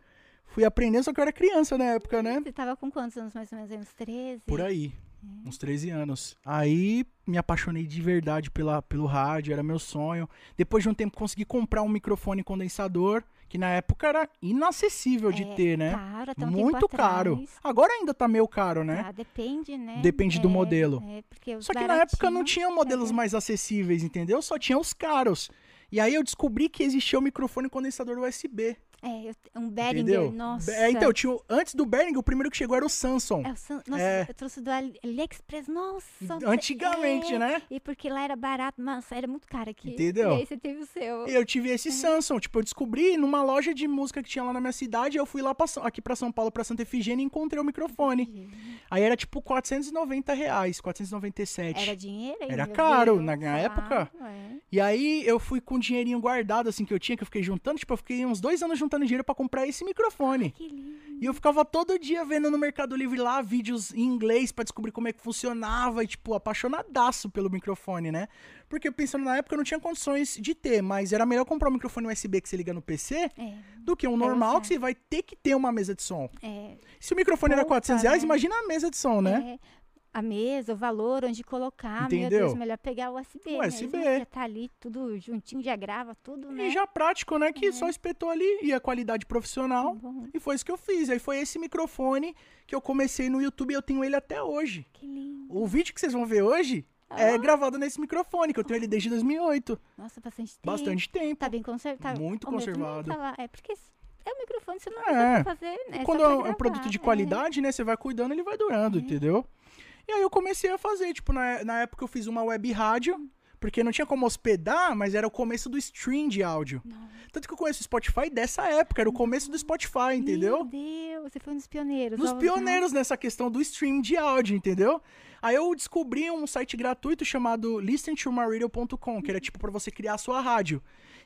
[SPEAKER 2] fui aprendendo, só que eu era criança na época, né?
[SPEAKER 1] Você tava com quantos anos mais ou menos? Aí, Uns 13?
[SPEAKER 2] Por aí.
[SPEAKER 1] É.
[SPEAKER 2] Uns 13 anos. Aí me apaixonei de verdade pela, pelo rádio, era meu sonho. Depois de um tempo consegui comprar um microfone condensador, que na época era inacessível de
[SPEAKER 1] É,
[SPEAKER 2] ter, né?
[SPEAKER 1] Caro, até um tempo
[SPEAKER 2] Muito caro.
[SPEAKER 1] atrás.
[SPEAKER 2] Agora ainda tá meio caro, né?
[SPEAKER 1] Tá, depende, né?
[SPEAKER 2] Depende do
[SPEAKER 1] É,
[SPEAKER 2] modelo.
[SPEAKER 1] É, porque os
[SPEAKER 2] Só que na época não
[SPEAKER 1] baratinhos-
[SPEAKER 2] tinha
[SPEAKER 1] tá
[SPEAKER 2] modelos mais acessíveis, entendeu? Só tinha os caros. E aí eu descobri que existia o microfone condensador USB,
[SPEAKER 1] É, eu- um Behringer,
[SPEAKER 2] entendeu?
[SPEAKER 1] nossa.
[SPEAKER 2] É, então, tinha, o- antes do Behringer, o primeiro que chegou era o Samsung.
[SPEAKER 1] É, o Sam- Nossa,
[SPEAKER 2] É.
[SPEAKER 1] eu trouxe do Ali- AliExpress, nossa.
[SPEAKER 2] Antigamente,
[SPEAKER 1] é.
[SPEAKER 2] né?
[SPEAKER 1] E porque lá era barato, mas era muito caro aqui.
[SPEAKER 2] Entendeu?
[SPEAKER 1] E aí você teve o seu.
[SPEAKER 2] E Eu tive
[SPEAKER 1] É.
[SPEAKER 2] esse Samsung, tipo, eu descobri numa loja de música que tinha lá na minha cidade, eu fui lá pra, São- aqui pra São Paulo, pra Santa Efigênia e encontrei o
[SPEAKER 1] Uhum.
[SPEAKER 2] microfone. Aí era tipo 490 reais, 497.
[SPEAKER 1] Era dinheiro? hein,
[SPEAKER 2] Era
[SPEAKER 1] meu
[SPEAKER 2] caro,
[SPEAKER 1] Deus,
[SPEAKER 2] na minha
[SPEAKER 1] claro,
[SPEAKER 2] época.
[SPEAKER 1] é.
[SPEAKER 2] E aí eu fui com o dinheirinho guardado, assim, que eu tinha, que eu fiquei juntando. Tipo, eu fiquei uns dois anos juntando dinheiro pra comprar esse microfone.
[SPEAKER 1] Que lindo.
[SPEAKER 2] E eu ficava todo dia vendo no Mercado Livre lá vídeos em inglês pra descobrir como é que funcionava e, tipo, apaixonadaço pelo microfone, né? Porque pensando na época eu não tinha condições de ter, mas era melhor comprar um microfone USB que você liga no PC
[SPEAKER 1] É,
[SPEAKER 2] do que um
[SPEAKER 1] Pra
[SPEAKER 2] normal
[SPEAKER 1] usar.
[SPEAKER 2] que você vai ter que ter uma mesa de som.
[SPEAKER 1] é,
[SPEAKER 2] Se o microfone era
[SPEAKER 1] Pouca,
[SPEAKER 2] 400 reais,
[SPEAKER 1] né?
[SPEAKER 2] imagina a mesa de som, né?
[SPEAKER 1] é. A mesa, o valor, onde colocar.
[SPEAKER 2] Entendeu?
[SPEAKER 1] Meu Deus, melhor pegar o USB.
[SPEAKER 2] O
[SPEAKER 1] né?
[SPEAKER 2] USB.
[SPEAKER 1] Já tá ali tudo juntinho, já grava tudo, né?
[SPEAKER 2] E já prático, né? Que só espetou ali e a qualidade profissional.
[SPEAKER 1] Bom,
[SPEAKER 2] E foi isso que eu fiz. Aí foi esse microfone que eu comecei no YouTube e eu tenho ele até hoje.
[SPEAKER 1] que lindo.
[SPEAKER 2] O vídeo que vocês vão ver hoje é gravado nesse microfone, que eu tenho ele desde 2008.
[SPEAKER 1] Nossa, bastante tempo.
[SPEAKER 2] Bastante tempo.
[SPEAKER 1] Tá bem conservado.
[SPEAKER 2] Muito
[SPEAKER 1] O meu também
[SPEAKER 2] conservado.
[SPEAKER 1] tá lá. É porque é o microfone, você não
[SPEAKER 2] É.
[SPEAKER 1] sabe fazer, né?
[SPEAKER 2] E quando
[SPEAKER 1] Só pra
[SPEAKER 2] é um- é um
[SPEAKER 1] gravar,
[SPEAKER 2] produto de
[SPEAKER 1] é.
[SPEAKER 2] qualidade, né? Você vai cuidando, ele vai durando, entendeu? E aí eu comecei a fazer, tipo, na, na época eu fiz uma web rádio, porque não tinha como hospedar, mas era o começo do stream de áudio. Tanto que eu conheço o Spotify dessa época, era o começo do Spotify,
[SPEAKER 1] Meu
[SPEAKER 2] entendeu?
[SPEAKER 1] Deus, você foi um dos pioneiros.
[SPEAKER 2] Nos
[SPEAKER 1] ó,
[SPEAKER 2] pioneiros nessa questão do stream de áudio, entendeu? Aí eu descobri um site gratuito chamado listentomario.com, que era tipo pra você criar a sua rádio.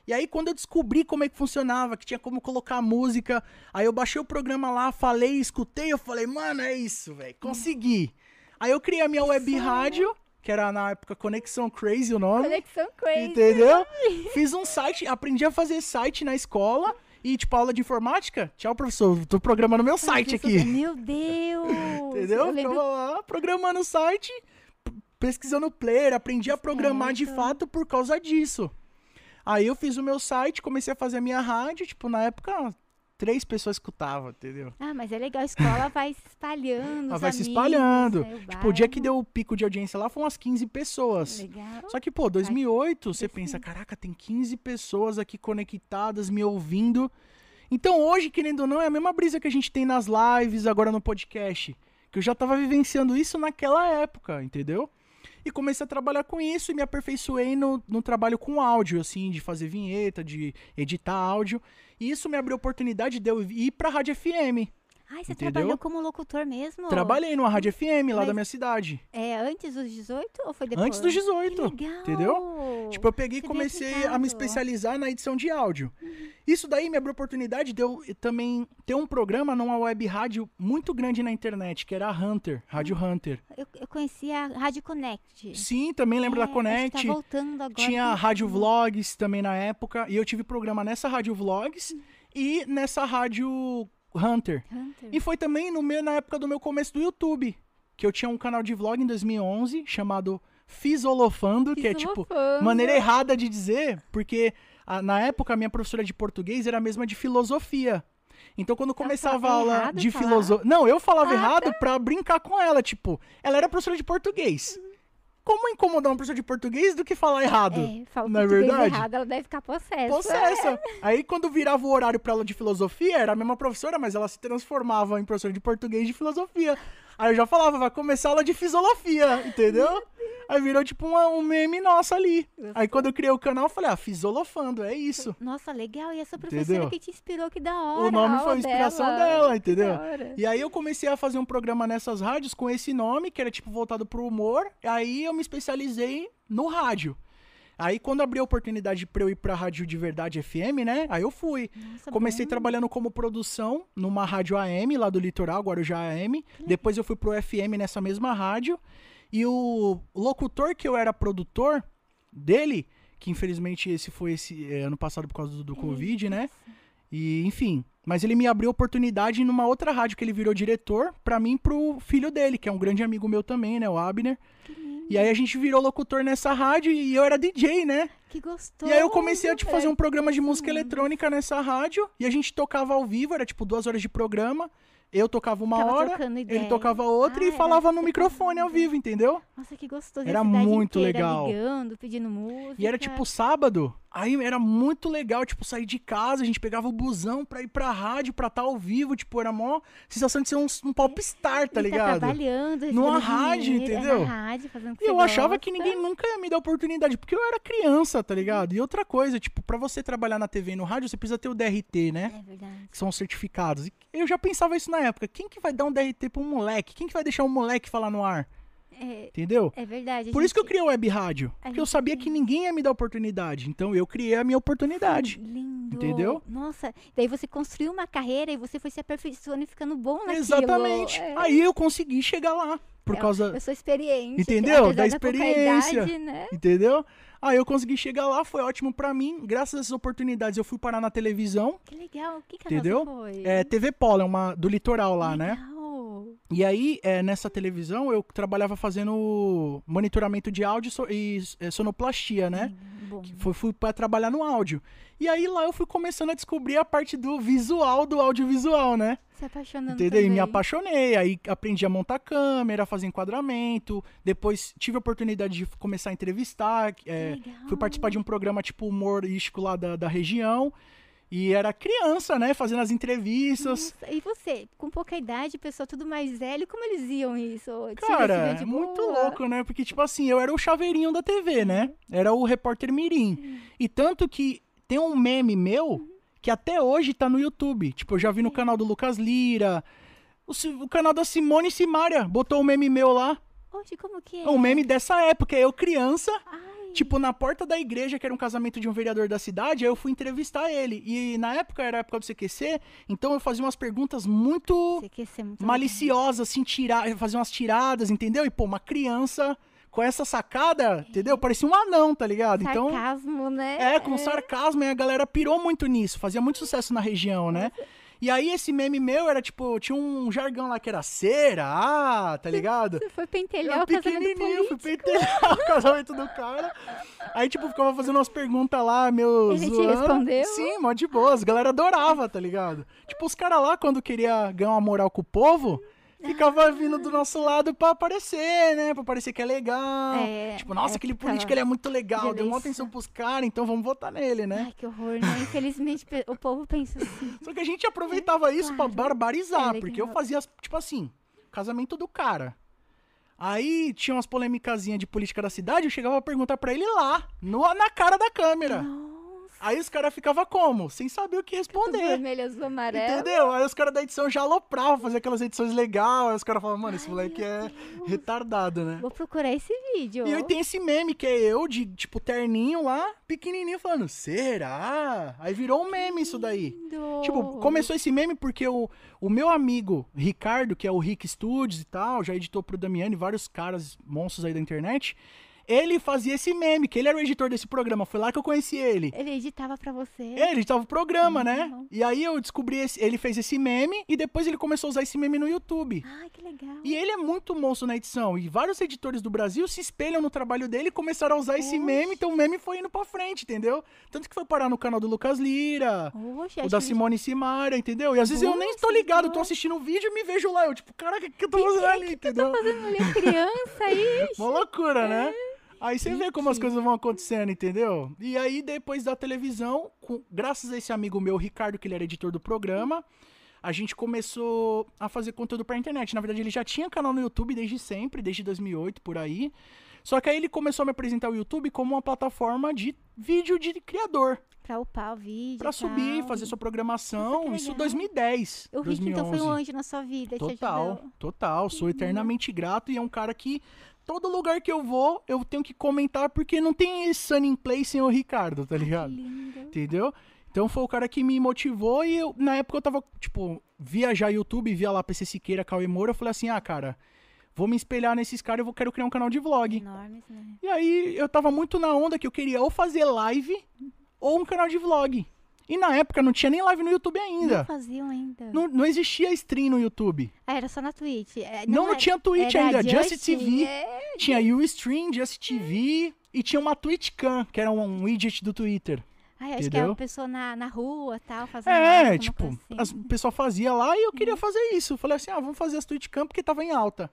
[SPEAKER 2] E aí quando eu descobri como é que funcionava, que tinha como colocar música, aí eu baixei o programa lá, falei, escutei, eu falei, mano, é isso, velho, consegui. Aí eu criei a minha web rádio, que era na época Conexão Crazy o nome.
[SPEAKER 1] é Conexão Crazy.
[SPEAKER 2] Entendeu? Fiz um site, aprendi a fazer site na escola e, tipo, aula de informática. Tchau, professor, tô programando meu site
[SPEAKER 1] Professor,
[SPEAKER 2] aqui.
[SPEAKER 1] Meu Deus!
[SPEAKER 2] Entendeu? Então,
[SPEAKER 1] Eu lembro
[SPEAKER 2] Ficava lá programando o site, p- pesquisando o player, aprendi a programar de
[SPEAKER 1] Certo.
[SPEAKER 2] fato por causa disso. Aí eu fiz o meu site, comecei a fazer a minha rádio, tipo, na época, três pessoas escutavam, entendeu?
[SPEAKER 1] Ah, mas é legal, a escola vai se espalhando.
[SPEAKER 2] Ela
[SPEAKER 1] os
[SPEAKER 2] Ah, vai se
[SPEAKER 1] amigos,
[SPEAKER 2] espalhando.
[SPEAKER 1] né,
[SPEAKER 2] Tipo, o dia que
[SPEAKER 1] bairro.
[SPEAKER 2] deu o pico de audiência lá, foram umas 15 pessoas.
[SPEAKER 1] Legal.
[SPEAKER 2] Só que, pô, 2008, você
[SPEAKER 1] crescendo.
[SPEAKER 2] pensa, caraca, tem 15 pessoas aqui conectadas, me ouvindo. Então hoje, querendo ou não, é a mesma brisa que a gente tem nas lives, agora no podcast. Que eu já tava vivenciando isso naquela época, entendeu? E comecei a trabalhar com isso e me aperfeiçoei no, no trabalho com áudio, assim, de fazer vinheta, de editar áudio. E isso me abriu a oportunidade de eu ir pra Rádio FM.
[SPEAKER 1] Ai, você
[SPEAKER 2] Entendeu?
[SPEAKER 1] trabalhou como locutor mesmo?
[SPEAKER 2] Trabalhei numa Rádio FM lá
[SPEAKER 1] Oh, Mas-
[SPEAKER 2] da minha cidade.
[SPEAKER 1] É, antes dos 18 ou foi depois?
[SPEAKER 2] Antes dos 18.
[SPEAKER 1] Que legal.
[SPEAKER 2] entendeu? Tipo, eu peguei e
[SPEAKER 1] Você é
[SPEAKER 2] comecei a
[SPEAKER 1] aplicado.
[SPEAKER 2] me especializar na edição de áudio. Isso daí me abriu a oportunidade de eu também ter um programa numa web rádio muito grande na internet, que era a Hunter, Rádio
[SPEAKER 1] Hum.
[SPEAKER 2] Hunter.
[SPEAKER 1] Eu, eu conheci a Rádio Connect.
[SPEAKER 2] Sim, também lembro
[SPEAKER 1] É,
[SPEAKER 2] da
[SPEAKER 1] acho
[SPEAKER 2] Connect.
[SPEAKER 1] que Tá voltando agora.
[SPEAKER 2] Tinha a Rádio Vlogs também na época. E eu tive programa nessa Rádio Vlogs
[SPEAKER 1] Hum.
[SPEAKER 2] e nessa Rádio Hunter.
[SPEAKER 1] Hunter.
[SPEAKER 2] E foi também no meu, na época do meu começo do YouTube, que eu tinha um canal de vlog em 2011 chamado Fisolofando, que é tipo
[SPEAKER 1] Fisolofando.
[SPEAKER 2] maneira errada de dizer, porque a- na época a minha professora de português era a mesma de filosofia. Então quando começava a
[SPEAKER 1] falava
[SPEAKER 2] aula
[SPEAKER 1] errado
[SPEAKER 2] de
[SPEAKER 1] falar?
[SPEAKER 2] filosofia, não, eu falava
[SPEAKER 1] Ah,
[SPEAKER 2] errado pra brincar com ela, tipo, ela era professora de português. Como incomodar uma professora de português do que falar errado?
[SPEAKER 1] Uhum. É, fala
[SPEAKER 2] não é
[SPEAKER 1] português
[SPEAKER 2] verdade?
[SPEAKER 1] errado, ela deve ficar
[SPEAKER 2] É
[SPEAKER 1] possessa.
[SPEAKER 2] Possessa. Aí quando virava o horário pra aula de filosofia, era a mesma professora, mas ela se transformava em professora de português e de filosofia. Aí eu já falava, vai começar a aula de fisiologia, entendeu? Aí virou tipo uma- um meme nosso ali. Aí quando eu criei o canal, eu falei, ah, fisolofando, é isso.
[SPEAKER 1] Nossa, legal. E essa professora
[SPEAKER 2] Entendeu?
[SPEAKER 1] que te inspirou, que da hora.
[SPEAKER 2] O nome
[SPEAKER 1] a
[SPEAKER 2] foi a
[SPEAKER 1] aula
[SPEAKER 2] inspiração dela, entendeu?
[SPEAKER 1] Da hora.
[SPEAKER 2] E aí eu comecei a fazer um programa nessas rádios com esse nome, que era tipo voltado pro humor. Aí eu me especializei no rádio. Aí quando abriu a oportunidade pra eu ir pra rádio de verdade FM, né? Aí eu fui.
[SPEAKER 1] Nossa,
[SPEAKER 2] Comecei
[SPEAKER 1] bom.
[SPEAKER 2] trabalhando como produção numa rádio AM lá do litoral, Guarujá AM. Depois eu fui pro FM nessa mesma rádio. E o locutor que eu era produtor dele, que infelizmente esse foi esse eh, ano passado por causa do, do Covid, né? E enfim, mas ele me abriu oportunidade numa outra rádio que ele virou diretor, pra mim e pro filho dele, que é um grande amigo meu também, né, o Abner. E aí a gente virou locutor nessa rádio e eu era DJ, né?
[SPEAKER 1] Que gostoso.
[SPEAKER 2] E aí eu comecei a tipo, fazer um
[SPEAKER 1] velho.
[SPEAKER 2] programa de música
[SPEAKER 1] Uhum.
[SPEAKER 2] eletrônica nessa rádio e a gente tocava ao vivo, era tipo duas horas de programa. Eu tocava uma
[SPEAKER 1] Ficava
[SPEAKER 2] hora,
[SPEAKER 1] trocando
[SPEAKER 2] ele
[SPEAKER 1] ideia.
[SPEAKER 2] tocava outra
[SPEAKER 1] Ah,
[SPEAKER 2] e
[SPEAKER 1] era
[SPEAKER 2] falava no
[SPEAKER 1] super
[SPEAKER 2] microfone ao
[SPEAKER 1] legal.
[SPEAKER 2] vivo, entendeu?
[SPEAKER 1] Nossa, que gostoso.
[SPEAKER 2] Era
[SPEAKER 1] a cidade
[SPEAKER 2] muito
[SPEAKER 1] inteira
[SPEAKER 2] legal.
[SPEAKER 1] ligando, pedindo música.
[SPEAKER 2] E era tipo sábado, aí era muito legal, tipo, sair de casa, a gente pegava o busão pra ir pra rádio, pra estar ao vivo, tipo, era mó sensação de ser um, um popstar, tá
[SPEAKER 1] E
[SPEAKER 2] ligado?
[SPEAKER 1] trabalhando.
[SPEAKER 2] Numa
[SPEAKER 1] recebendo
[SPEAKER 2] rádio,
[SPEAKER 1] dinheiro, é,
[SPEAKER 2] entendeu?
[SPEAKER 1] Na rádio, fazendo o que
[SPEAKER 2] E eu
[SPEAKER 1] você
[SPEAKER 2] achava que
[SPEAKER 1] gosta.
[SPEAKER 2] ninguém nunca ia me dar oportunidade, porque eu era criança, tá ligado? E outra coisa, tipo, pra você trabalhar na TV e no rádio, você precisa ter o DRT, né?
[SPEAKER 1] É verdade.
[SPEAKER 2] que são os certificados. E Eu já pensava isso na época. Quem que vai dar um DRT pra um moleque? Quem que vai deixar um moleque falar no ar?
[SPEAKER 1] É,
[SPEAKER 2] Entendeu?
[SPEAKER 1] é verdade. a
[SPEAKER 2] Por isso que eu
[SPEAKER 1] gente-
[SPEAKER 2] criei o Web Rádio. Porque eu
[SPEAKER 1] gente
[SPEAKER 2] sabia que ninguém ia me dar oportunidade. Então eu criei a minha oportunidade.
[SPEAKER 1] Lindo.
[SPEAKER 2] Entendeu?
[SPEAKER 1] Nossa, daí você construiu uma carreira e você foi se aperfeiçoando e ficando bom naquilo.
[SPEAKER 2] Exatamente.
[SPEAKER 1] É.
[SPEAKER 2] Aí eu consegui chegar lá. Por
[SPEAKER 1] É,
[SPEAKER 2] causa.
[SPEAKER 1] Eu sou experiente.
[SPEAKER 2] Entendeu?
[SPEAKER 1] apesar
[SPEAKER 2] Da
[SPEAKER 1] pouca
[SPEAKER 2] experiência.
[SPEAKER 1] idade, né?
[SPEAKER 2] Entendeu? Aí eu consegui chegar lá, foi ótimo pra mim. Graças a essas oportunidades, eu fui parar na televisão.
[SPEAKER 1] Que legal. Que canal você
[SPEAKER 2] Entendeu?
[SPEAKER 1] foi?
[SPEAKER 2] É, TV Polo, é uma do litoral
[SPEAKER 1] Uhum.
[SPEAKER 2] lá, né?
[SPEAKER 1] Legal.
[SPEAKER 2] E aí, é, nessa televisão, eu trabalhava fazendo monitoramento de áudio so- e é, sonoplastia, né?
[SPEAKER 1] Bom.
[SPEAKER 2] Que Foi, fui para trabalhar no áudio. E aí lá eu fui começando a descobrir a parte do visual, do audiovisual, né?
[SPEAKER 1] Você se apaixonando
[SPEAKER 2] Entendeu? E me
[SPEAKER 1] também.
[SPEAKER 2] apaixonei. Aí aprendi a montar câmera, a fazer enquadramento. Depois tive a oportunidade de começar a entrevistar. é,
[SPEAKER 1] Que legal.
[SPEAKER 2] fui participar de um programa tipo humorístico lá da, da região. E era criança, né? Fazendo as entrevistas.
[SPEAKER 1] Nossa, E você, com pouca idade, pessoal tudo mais velho, como eles iam isso? Tinha esse
[SPEAKER 2] Cara,
[SPEAKER 1] dia
[SPEAKER 2] é
[SPEAKER 1] de
[SPEAKER 2] muito
[SPEAKER 1] boa?
[SPEAKER 2] louco, né? Porque, tipo assim, eu era o chaveirinho da TV, né? Era o repórter Mirim. E tanto que tem um meme meu que até hoje tá no YouTube. Tipo, eu já vi no canal do Lucas Lira. O, Si- o canal da Simone Simaria botou um meme meu lá.
[SPEAKER 1] Oxe, como que é?
[SPEAKER 2] É um meme dessa época. Eu criança,
[SPEAKER 1] Ai,
[SPEAKER 2] tipo, na porta da igreja, que era um casamento de um vereador da cidade, aí eu fui entrevistar ele. E na época era a época do CQC, então eu fazia umas perguntas muito
[SPEAKER 1] você quer ser muito legal.
[SPEAKER 2] maliciosa, assim, tirar, fazer umas tiradas, entendeu? E, pô, uma criança com essa sacada, entendeu? Parecia um anão, tá ligado? Então.
[SPEAKER 1] Sarcasmo, né?
[SPEAKER 2] É, com sarcasmo, e a galera pirou muito nisso, fazia muito sucesso na região, né? E aí, esse meme meu era tipo, tinha um jargão lá que era cera, ah, tá ligado?
[SPEAKER 1] Você foi pentelhar
[SPEAKER 2] Eu
[SPEAKER 1] é o casamento
[SPEAKER 2] É pequenininho, fui
[SPEAKER 1] político.
[SPEAKER 2] pentelhar o casamento do cara. Aí, tipo, ficava fazendo umas perguntas lá, meu.
[SPEAKER 1] Ele te
[SPEAKER 2] zoando.
[SPEAKER 1] respondeu?
[SPEAKER 2] Sim, mó de boas. A galera adorava, tá ligado? Tipo, os caras lá, quando queria ganhar uma moral com o povo, ficava vindo do nosso lado pra aparecer, né? Pra parecer que é legal.
[SPEAKER 1] É,
[SPEAKER 2] tipo, nossa,
[SPEAKER 1] é,
[SPEAKER 2] aquele
[SPEAKER 1] ficava-
[SPEAKER 2] político ele é muito legal, deu uma
[SPEAKER 1] Delícia.
[SPEAKER 2] atenção pros caras, então vamos votar nele, né?
[SPEAKER 1] Ai, que horror, né? Infelizmente, pe- o povo pensa assim.
[SPEAKER 2] Só que a gente aproveitava isso pra
[SPEAKER 1] claro. É
[SPEAKER 2] barbarizar,
[SPEAKER 1] legal.
[SPEAKER 2] porque eu fazia, as- tipo assim, casamento do cara. Aí tinha umas polêmicazinhas de política da cidade, eu chegava a perguntar pra ele lá, no, na cara da câmera.
[SPEAKER 1] Nossa,
[SPEAKER 2] Aí os caras ficavam como? Sem saber o que
[SPEAKER 1] tudo
[SPEAKER 2] responder.
[SPEAKER 1] vermelho, azul, amarelo.
[SPEAKER 2] Entendeu? Aí os caras da edição já alopravam, fazer aquelas edições legais. Aí os caras falavam, mano, esse moleque é retardado, né?
[SPEAKER 1] Vou procurar esse vídeo.
[SPEAKER 2] E aí tem esse meme que é eu de, tipo, terninho lá, pequenininho, falando, será? Aí virou um meme isso daí.
[SPEAKER 1] Lindo.
[SPEAKER 2] Tipo, começou esse meme porque o, o meu amigo Ricardo, que é o Rick Studios e tal, já editou pro Damiani vários caras monstros aí da internet. Ele fazia esse meme, que ele era o editor desse programa. Foi lá que eu conheci ele. É,
[SPEAKER 1] Ele editava pra você.
[SPEAKER 2] Ele editava o programa, né?
[SPEAKER 1] Uhum.
[SPEAKER 2] E aí eu descobri, esse, ele fez esse meme e depois ele começou a usar esse meme no YouTube.
[SPEAKER 1] Ai, que legal.
[SPEAKER 2] E ele é muito monstro na edição. E vários editores do Brasil se espelham no trabalho dele e começaram a usar esse
[SPEAKER 1] Oxe.
[SPEAKER 2] meme. Então o meme foi indo pra frente, entendeu? Tanto que foi parar no canal do Lucas Lira.
[SPEAKER 1] Oxe,
[SPEAKER 2] O
[SPEAKER 1] acho
[SPEAKER 2] da
[SPEAKER 1] que-
[SPEAKER 2] Simone Simaria, entendeu? E às vezes eu nem tô
[SPEAKER 1] Nossa,
[SPEAKER 2] ligado, eu tô
[SPEAKER 1] nossa.
[SPEAKER 2] assistindo o vídeo e me vejo lá. Eu, tipo, caraca, é. o que eu tô fazendo ali, entendeu?
[SPEAKER 1] tá fazendo ali criança aí.
[SPEAKER 2] Uma loucura, né? Aí você vê como as coisas vão acontecendo, entendeu? E aí, depois da televisão, com- graças a esse amigo meu, Ricardo, que ele era editor do programa, a gente começou a fazer conteúdo pra internet. Na verdade, ele já tinha canal no YouTube desde sempre, desde 2008, por aí. Só que aí ele começou a me apresentar o YouTube como uma plataforma de vídeo de criador.
[SPEAKER 1] Pra upar o vídeo.
[SPEAKER 2] Pra
[SPEAKER 1] e
[SPEAKER 2] subir,
[SPEAKER 1] tal.
[SPEAKER 2] fazer sua
[SPEAKER 1] Nossa,
[SPEAKER 2] programação.
[SPEAKER 1] que
[SPEAKER 2] Isso
[SPEAKER 1] legal.
[SPEAKER 2] 2010.
[SPEAKER 1] O Rick, então, foi um
[SPEAKER 2] 2011.
[SPEAKER 1] anjo na sua vida. Te
[SPEAKER 2] Total,
[SPEAKER 1] ajudou.
[SPEAKER 2] total.
[SPEAKER 1] Uhum.
[SPEAKER 2] Sou eternamente grato e é um cara que todo lugar que eu vou, eu tenho que comentar porque não tem esse Sunny in Play sem o Ricardo, tá
[SPEAKER 1] Que
[SPEAKER 2] ligado?
[SPEAKER 1] lindo.
[SPEAKER 2] Entendeu? Então foi o cara que me motivou e eu, na época eu tava, tipo, viajar YouTube, via lá PC Siqueira, Cauê Moura, eu falei assim, ah, cara, vou me espelhar nesses caras, eu vou- quero criar um canal de vlog.
[SPEAKER 1] Enormes, né?
[SPEAKER 2] E aí eu tava muito na onda que eu queria ou fazer live ou um canal de vlog. E na época não tinha nem live no YouTube
[SPEAKER 1] Não
[SPEAKER 2] ainda.
[SPEAKER 1] faziam ainda.
[SPEAKER 2] Não, não existia stream no YouTube.
[SPEAKER 1] Ah, era só na Twitch. É,
[SPEAKER 2] Não, não
[SPEAKER 1] era-
[SPEAKER 2] tinha Twitch
[SPEAKER 1] era
[SPEAKER 2] ainda, Just TV.
[SPEAKER 1] é.
[SPEAKER 2] Tinha Ustream, Just TV e tinha uma TwitchCam, que era um, um widget do Twitter.
[SPEAKER 1] Ai, acho que
[SPEAKER 2] Entendeu?
[SPEAKER 1] era uma pessoa na, na rua tal, fazendo live,
[SPEAKER 2] É,
[SPEAKER 1] alguma
[SPEAKER 2] tipo,
[SPEAKER 1] coisa assim. Uhum.
[SPEAKER 2] as- o pessoal fazia lá e eu queria fazer isso. Eu Falei assim, ah, vamos fazer as TwitchCam porque tava em alta.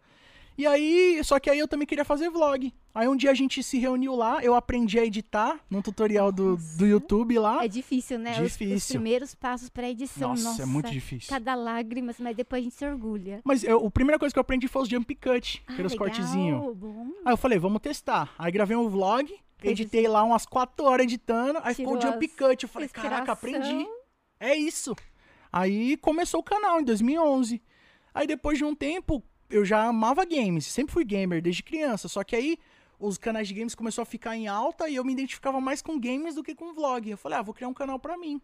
[SPEAKER 2] E aí, só que aí eu também queria fazer vlog. Aí um dia a gente se reuniu lá, eu aprendi a editar num tutorial do, do YouTube lá.
[SPEAKER 1] É difícil, né? Os- Os,
[SPEAKER 2] Difícil.
[SPEAKER 1] primeiros passos pra edição. Nossa,
[SPEAKER 2] Nossa, é muito difícil.
[SPEAKER 1] Cada lágrima, mas depois a gente se orgulha.
[SPEAKER 2] Mas eu, a primeira coisa que eu aprendi foi os jump cut, que
[SPEAKER 1] Ah,
[SPEAKER 2] era os
[SPEAKER 1] legal,
[SPEAKER 2] cortezinhos.
[SPEAKER 1] Bom.
[SPEAKER 2] Aí eu falei, vamos testar. Aí gravei um vlog,
[SPEAKER 1] Fez
[SPEAKER 2] editei lá umas 4 horas editando, aí ficou o
[SPEAKER 1] Tirou
[SPEAKER 2] jump
[SPEAKER 1] as
[SPEAKER 2] cut. Eu falei, caraca,
[SPEAKER 1] inspiração.
[SPEAKER 2] aprendi. É isso. Aí começou o canal em 2011. Aí depois de um tempo, eu já amava games, sempre fui gamer desde criança, só que aí os canais de games começou a ficar em alta e eu me identificava mais com games do que com vlog. Eu falei, ah, vou criar um canal pra mim.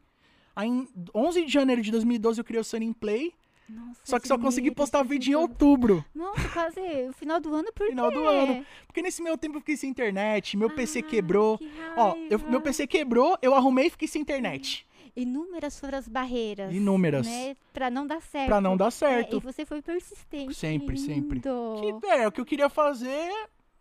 [SPEAKER 2] Aí em 11 de janeiro de 2012 eu criei o Sunny in Play,
[SPEAKER 1] Nossa,
[SPEAKER 2] só que só consegui
[SPEAKER 1] janeiro,
[SPEAKER 2] postar
[SPEAKER 1] janeiro,
[SPEAKER 2] vídeo em
[SPEAKER 1] janeiro.
[SPEAKER 2] outubro.
[SPEAKER 1] Nossa, quase o final do ano, por
[SPEAKER 2] Final do
[SPEAKER 1] quê?
[SPEAKER 2] ano. Porque nesse meu tempo eu fiquei sem internet, meu PC
[SPEAKER 1] Ai,
[SPEAKER 2] quebrou.
[SPEAKER 1] que
[SPEAKER 2] Ó, eu-
[SPEAKER 1] raiva.
[SPEAKER 2] meu PC quebrou, eu arrumei e fiquei sem internet.
[SPEAKER 1] Inúmeras foram as barreiras.
[SPEAKER 2] Inúmeras.
[SPEAKER 1] Né? Pra não dar certo.
[SPEAKER 2] Pra não dar
[SPEAKER 1] É, e
[SPEAKER 2] certo.
[SPEAKER 1] você foi persistente.
[SPEAKER 2] Sempre,
[SPEAKER 1] lindo.
[SPEAKER 2] sempre. Que, é, o que eu queria fazer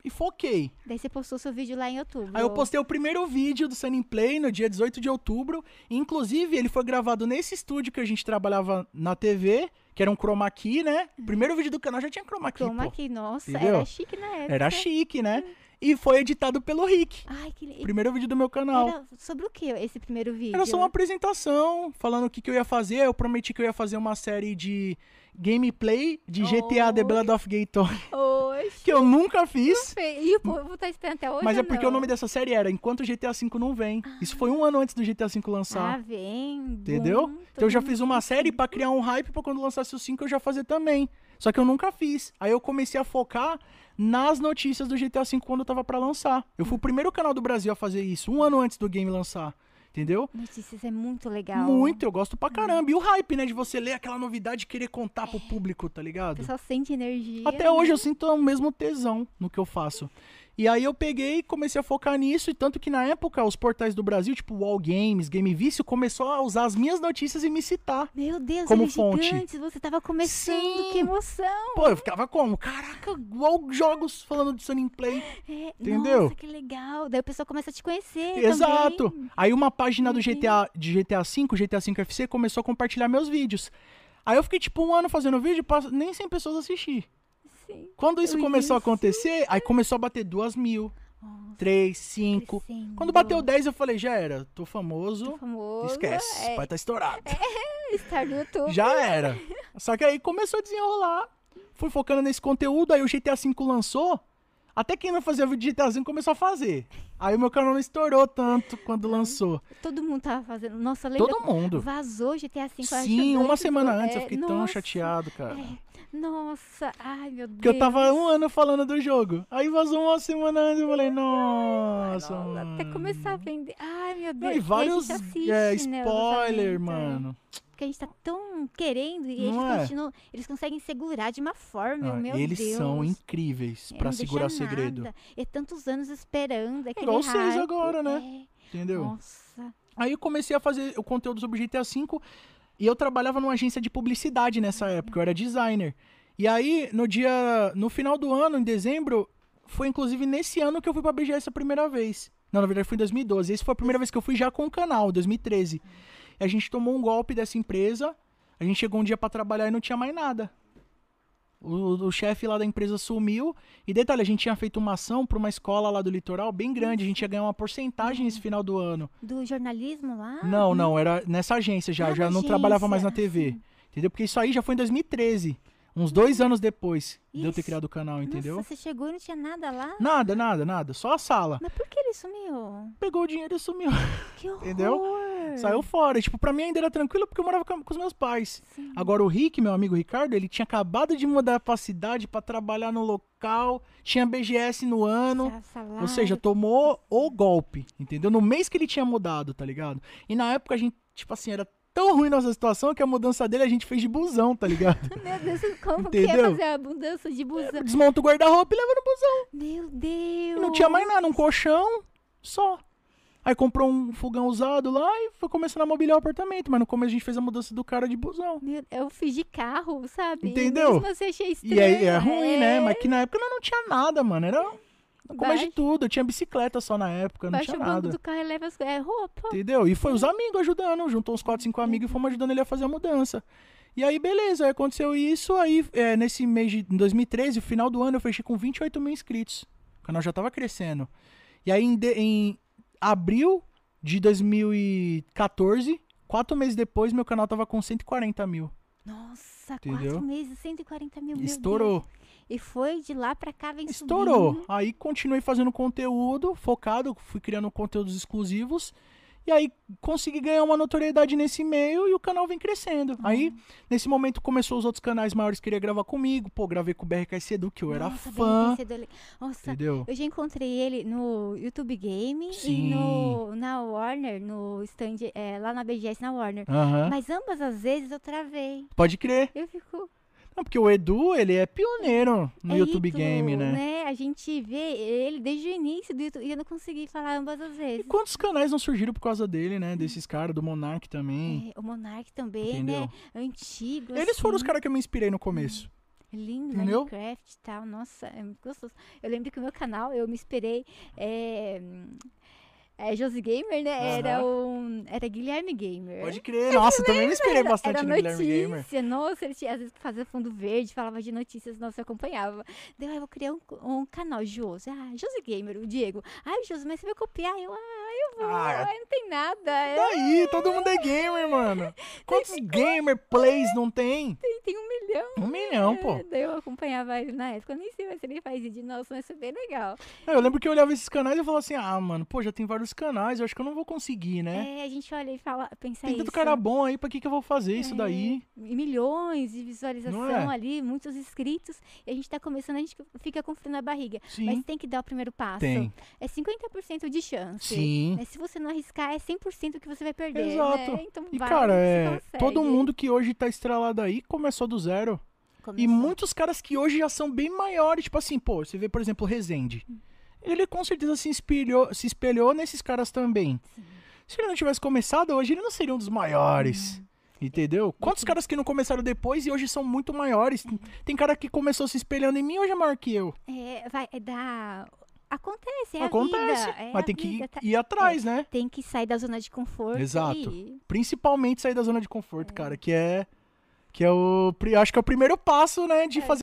[SPEAKER 2] e foquei.
[SPEAKER 1] Daí você postou seu vídeo lá em outubro.
[SPEAKER 2] Aí eu postei o primeiro vídeo do Sunny Play no dia 18 de outubro. Inclusive, ele foi gravado nesse estúdio que a gente trabalhava na TV, que era um chroma key, né? Primeiro vídeo do canal já tinha chroma key,
[SPEAKER 1] Hum. Chroma é
[SPEAKER 2] pô.
[SPEAKER 1] aqui, nossa,
[SPEAKER 2] Entendeu?
[SPEAKER 1] era chique na época.
[SPEAKER 2] Era chique, né?
[SPEAKER 1] Hum.
[SPEAKER 2] E foi editado pelo Rick.
[SPEAKER 1] Ai, que li-
[SPEAKER 2] Primeiro vídeo do meu canal.
[SPEAKER 1] Era sobre o que esse primeiro vídeo? né?
[SPEAKER 2] Era só uma apresentação, falando o que, que eu ia fazer. Eu prometi que eu ia fazer uma série de gameplay de GTA The
[SPEAKER 1] Oi.
[SPEAKER 2] Blood of Gay Tony,
[SPEAKER 1] Oxe,
[SPEAKER 2] que eu nunca fiz.
[SPEAKER 1] feio. E o povo tá esperando até hoje.
[SPEAKER 2] Mas é
[SPEAKER 1] ou
[SPEAKER 2] porque
[SPEAKER 1] não?
[SPEAKER 2] o nome dessa série era Enquanto o GTA V não vem. Isso foi um ano antes do GTA V
[SPEAKER 1] Ah,
[SPEAKER 2] lançar.
[SPEAKER 1] vem.
[SPEAKER 2] é entendeu?
[SPEAKER 1] bom,
[SPEAKER 2] então eu já
[SPEAKER 1] todo
[SPEAKER 2] fiz
[SPEAKER 1] mundo-
[SPEAKER 2] uma série pra criar um hype pra quando lançasse o 5 eu já fazer também. Só que eu nunca fiz. Aí eu comecei a focar nas notícias do GTA V quando eu tava pra lançar. Eu fui o primeiro canal do Brasil a fazer isso, um ano antes do game lançar. Entendeu?
[SPEAKER 1] Notícias é muito legal. Uhum.
[SPEAKER 2] Muito, eu gosto pra caramba. E o hype, né? De você ler aquela novidade e querer contar
[SPEAKER 1] É.
[SPEAKER 2] pro público, tá
[SPEAKER 1] O
[SPEAKER 2] ligado?
[SPEAKER 1] pessoal sente energia.
[SPEAKER 2] Até hoje eu sinto o mesmo tesão no que eu faço. E aí eu peguei e comecei a focar nisso, e tanto que na época os portais do Brasil, tipo Wall Games, Game Vício, começou a usar as minhas notícias e me citar.
[SPEAKER 1] Meu Deus,
[SPEAKER 2] como
[SPEAKER 1] eles
[SPEAKER 2] fonte.
[SPEAKER 1] gigantes, você tava começando,
[SPEAKER 2] Sim.
[SPEAKER 1] que emoção.
[SPEAKER 2] Pô, eu ficava como? Caraca, Wall Jogos falando de Sony Play.
[SPEAKER 1] É,
[SPEAKER 2] Entendeu?
[SPEAKER 1] Nossa, que legal. Daí o pessoal começa a te conhecer
[SPEAKER 2] Exato.
[SPEAKER 1] É, também. Uhum.
[SPEAKER 2] Aí uma página do GTA, de GTA V, GTA V FC, começou a compartilhar meus vídeos. Aí eu fiquei tipo um ano fazendo vídeo, passa- nem 100 pessoas assistir.
[SPEAKER 1] Sim.
[SPEAKER 2] Quando isso
[SPEAKER 1] Eu
[SPEAKER 2] começou a
[SPEAKER 1] disse.
[SPEAKER 2] acontecer, aí começou a bater duas mil,
[SPEAKER 1] Nossa,
[SPEAKER 2] três, cinco.
[SPEAKER 1] crescendo.
[SPEAKER 2] Quando bateu 10, eu falei, já era, tô famoso,
[SPEAKER 1] Tô famoso.
[SPEAKER 2] esquece,
[SPEAKER 1] É,
[SPEAKER 2] vai tá estourado.
[SPEAKER 1] estar no YouTube.
[SPEAKER 2] Já era. Só que aí começou a desenrolar, fui focando nesse conteúdo, aí o GTA V lançou, até quem não fazia vídeo de GTA V começou a fazer. Aí o meu canal não estourou tanto quando lançou.
[SPEAKER 1] Todo mundo tava fazendo. Nossa, lembra?
[SPEAKER 2] Todo mundo.
[SPEAKER 1] Vazou GTA V. eu acho,
[SPEAKER 2] Sim, uma
[SPEAKER 1] antes do-
[SPEAKER 2] semana antes, eu
[SPEAKER 1] é,
[SPEAKER 2] fiquei tão
[SPEAKER 1] nossa,
[SPEAKER 2] chateado, cara.
[SPEAKER 1] Nossa, ai meu Deus.
[SPEAKER 2] Porque eu tava um ano falando do jogo. Aí vazou uma semana antes eu falei, nossa.
[SPEAKER 1] Nossa,
[SPEAKER 2] mano.
[SPEAKER 1] até começar a vender. Ai, meu
[SPEAKER 2] hum. Não,
[SPEAKER 1] Deus.
[SPEAKER 2] e vários
[SPEAKER 1] a gente assiste,
[SPEAKER 2] é,
[SPEAKER 1] né, o lançamento,
[SPEAKER 2] spoiler, mano.
[SPEAKER 1] é. Porque a gente tá tão querendo e
[SPEAKER 2] Não
[SPEAKER 1] eles
[SPEAKER 2] é?
[SPEAKER 1] continuam. Eles conseguem segurar de uma forma,
[SPEAKER 2] Ah,
[SPEAKER 1] meu
[SPEAKER 2] eles
[SPEAKER 1] Deus.
[SPEAKER 2] são incríveis
[SPEAKER 1] É,
[SPEAKER 2] pra
[SPEAKER 1] não
[SPEAKER 2] segurar
[SPEAKER 1] deixa
[SPEAKER 2] segredo. É
[SPEAKER 1] nada. E tantos anos esperando. é aquele
[SPEAKER 2] igual vocês
[SPEAKER 1] hype,
[SPEAKER 2] agora, né?
[SPEAKER 1] é.
[SPEAKER 2] Entendeu?
[SPEAKER 1] Nossa.
[SPEAKER 2] Aí eu comecei a fazer o conteúdo sobre GTA V e eu trabalhava numa agência de publicidade nessa época, eu era designer. E aí, no dia. No final do ano, em dezembro, foi inclusive nesse ano que eu fui pra BGS a primeira vez. Não, na verdade foi em 2012. Essa foi a primeira vez que eu fui já com o canal, 2013. E a gente tomou um golpe dessa empresa. A gente chegou um dia pra trabalhar e não tinha mais nada. O, o chefe lá da empresa sumiu. E detalhe, a gente tinha feito uma ação pra uma escola lá do litoral bem grande. A gente ia ganhar uma porcentagem nesse final do ano.
[SPEAKER 1] Do jornalismo lá?
[SPEAKER 2] Não, não, era nessa agência já,
[SPEAKER 1] Ah,
[SPEAKER 2] já
[SPEAKER 1] na
[SPEAKER 2] não trabalhava mais na
[SPEAKER 1] Ah, né? agência.
[SPEAKER 2] TV. Entendeu? Porque isso aí já foi em 2013. Uns dois anos depois de eu ter
[SPEAKER 1] Isso.
[SPEAKER 2] criado o canal, entendeu?
[SPEAKER 1] Nossa, você chegou e não tinha nada lá?
[SPEAKER 2] Nada, nada, nada. Só a sala.
[SPEAKER 1] Mas por que ele sumiu?
[SPEAKER 2] Pegou o dinheiro e sumiu.
[SPEAKER 1] Que horror.
[SPEAKER 2] Entendeu?
[SPEAKER 1] É.
[SPEAKER 2] Saiu fora. E, Tipo, pra mim ainda era tranquilo porque eu morava com, com os meus pais. Agora o Rick, meu amigo Ricardo, ele tinha acabado de mudar pra cidade pra trabalhar no local. Tinha BGS no ano.
[SPEAKER 1] Sa- salário.
[SPEAKER 2] Ou seja, tomou o golpe, entendeu? No mês que ele tinha mudado, tá ligado? E na época a gente, tipo assim, era tão ruim nossa situação que a mudança dele a gente fez de busão, tá ligado?
[SPEAKER 1] Meu Deus, como que é
[SPEAKER 2] Entendeu?
[SPEAKER 1] fazer a abundância de busão?
[SPEAKER 2] Desmonta o guarda-roupa e leva no busão.
[SPEAKER 1] Meu
[SPEAKER 2] E
[SPEAKER 1] Deus.
[SPEAKER 2] não tinha mais nada, um colchão só. Aí comprou um fogão usado lá e foi começando a mobiliar o apartamento, mas no começo a gente fez a mudança do cara de busão.
[SPEAKER 1] Meu, eu fiz de carro, sabe?
[SPEAKER 2] Entendeu?
[SPEAKER 1] Mesmo assim, achei estranho.
[SPEAKER 2] E aí é ruim, né?
[SPEAKER 1] é.
[SPEAKER 2] Mas que na época nós não tinha nada, mano. Era no começo de
[SPEAKER 1] Baixa-
[SPEAKER 2] tudo. Eu tinha bicicleta só na época, não
[SPEAKER 1] Baixa
[SPEAKER 2] tinha
[SPEAKER 1] o banco
[SPEAKER 2] nada.
[SPEAKER 1] do carro e leva as coisas. É roupa.
[SPEAKER 2] Entendeu? E foi os amigos ajudando, juntou uns 4, 5 amigos e fomos ajudando ele a fazer a mudança. E aí, beleza, aí aconteceu isso. Aí, é, nesse mês de em 2013, final do ano, eu fechei com 28 mil inscritos. O canal já tava crescendo. E aí, em, de- em abril de 2014, quatro meses depois, meu canal tava com 140 mil.
[SPEAKER 1] Nossa,
[SPEAKER 2] Entendeu?
[SPEAKER 1] quatro meses, 140 mil. meu
[SPEAKER 2] Estourou.
[SPEAKER 1] Deus. E foi de lá pra cá, vem
[SPEAKER 2] Estourou.
[SPEAKER 1] subindo.
[SPEAKER 2] Aí continuei fazendo conteúdo focado, fui criando conteúdos exclusivos. E aí consegui ganhar uma notoriedade nesse meio e o canal vem crescendo.
[SPEAKER 1] Uhum.
[SPEAKER 2] Aí, nesse momento, começou os outros canais maiores que queria gravar comigo. Pô, gravei com o BRK Sedu, que eu era
[SPEAKER 1] Nossa, bem
[SPEAKER 2] fã.
[SPEAKER 1] vencedor ele- Nossa,
[SPEAKER 2] Entendeu?
[SPEAKER 1] eu já encontrei ele no YouTube Game
[SPEAKER 2] Sim.
[SPEAKER 1] e no, na Warner, no stand, é, lá na BGS, na Warner.
[SPEAKER 2] Aham.
[SPEAKER 1] Mas ambas as vezes eu travei.
[SPEAKER 2] Pode crer.
[SPEAKER 1] Eu fico.
[SPEAKER 2] Não, porque o Edu, ele é pioneiro no
[SPEAKER 1] é
[SPEAKER 2] YouTube
[SPEAKER 1] ídolo,
[SPEAKER 2] Game, né?
[SPEAKER 1] A gente vê ele desde o início do YouTube e eu não consegui falar ambas as
[SPEAKER 2] E
[SPEAKER 1] vezes.
[SPEAKER 2] quantos canais não surgiram por causa dele, né? Desses caras, do Monark também.
[SPEAKER 1] É, o Monark também, né? Antigo.
[SPEAKER 2] Eles foram os
[SPEAKER 1] assim,
[SPEAKER 2] caras que eu me inspirei no começo.
[SPEAKER 1] Lindo,
[SPEAKER 2] entendeu?
[SPEAKER 1] Minecraft e tal. Nossa, é muito gostoso. Eu lembro que o meu canal, eu me esperei. é, hum, É, Josi Gamer, né? Era um. Era Guilherme Gamer.
[SPEAKER 2] Pode crer. Nossa, também me inspirei bastante
[SPEAKER 1] É. Era
[SPEAKER 2] no é Guilherme Gamer.
[SPEAKER 1] notícia, nossa, ele tinha, às vezes fazia fundo verde, falava de notícias, nossa, eu acompanhava. Daí eu vou criar um, um canal, Josi. Ah, Josi Gamer, o Diego. Ai, Josi, mas você vai copiar? Eu, ah, eu vou,
[SPEAKER 2] Ah,
[SPEAKER 1] ai, não tem nada. é, Eu,
[SPEAKER 2] Daí, todo mundo é gamer, mano. Quantos gamer plays não tem?
[SPEAKER 1] tem, tem um milhão.
[SPEAKER 2] Um milhão, pô.
[SPEAKER 1] É, Daí eu acompanhava ele na época, eu nem sei mais se ele faz vídeo, nossa, mas foi bem legal.
[SPEAKER 2] Eu lembro que eu olhava esses canais e eu falava assim, ah, mano, pô, já tem vários canais, eu acho que eu não vou conseguir, né?
[SPEAKER 1] É, a gente olha e fala, pensa
[SPEAKER 2] tem
[SPEAKER 1] isso.
[SPEAKER 2] tanto cara bom aí, pra que, que eu vou fazer isso
[SPEAKER 1] É,
[SPEAKER 2] daí?
[SPEAKER 1] e Milhões de visualização
[SPEAKER 2] Não é?
[SPEAKER 1] ali, muitos inscritos. E a gente tá começando, a gente fica com frio na barriga.
[SPEAKER 2] Sim,
[SPEAKER 1] Mas tem que dar o primeiro passo.
[SPEAKER 2] tem.
[SPEAKER 1] É 50% de chance.
[SPEAKER 2] Sim.
[SPEAKER 1] Né? Se você não arriscar, é 100% que você vai perder.
[SPEAKER 2] Exato.
[SPEAKER 1] Né? Então,
[SPEAKER 2] E,
[SPEAKER 1] vai,
[SPEAKER 2] cara,
[SPEAKER 1] você
[SPEAKER 2] é,
[SPEAKER 1] consegue.
[SPEAKER 2] todo mundo que hoje tá estrelado aí começou do zero. E
[SPEAKER 1] Começou.
[SPEAKER 2] muitos caras que hoje já são bem maiores, tipo assim, pô, você vê, por exemplo, o Rezende.
[SPEAKER 1] Hum.
[SPEAKER 2] Ele com certeza se espelhou, se espelhou nesses caras também. Se ele não tivesse começado hoje, ele não seria um dos maiores.
[SPEAKER 1] Uhum.
[SPEAKER 2] Entendeu? Quantos caras que não começaram depois e hoje são muito maiores? Tem cara que começou se espelhando em mim e hoje é maior que eu.
[SPEAKER 1] É, vai, é dar... Acontece, é
[SPEAKER 2] Acontece.
[SPEAKER 1] a vida. é a
[SPEAKER 2] mas tem que
[SPEAKER 1] vida,
[SPEAKER 2] ir,
[SPEAKER 1] tá-
[SPEAKER 2] ir atrás, né?
[SPEAKER 1] Tem que sair da zona de conforto.
[SPEAKER 2] Exato.
[SPEAKER 1] e-
[SPEAKER 2] Principalmente sair da zona de conforto, cara, que é. Que é o. pri- Acho que é o primeiro é passo, né? De fazer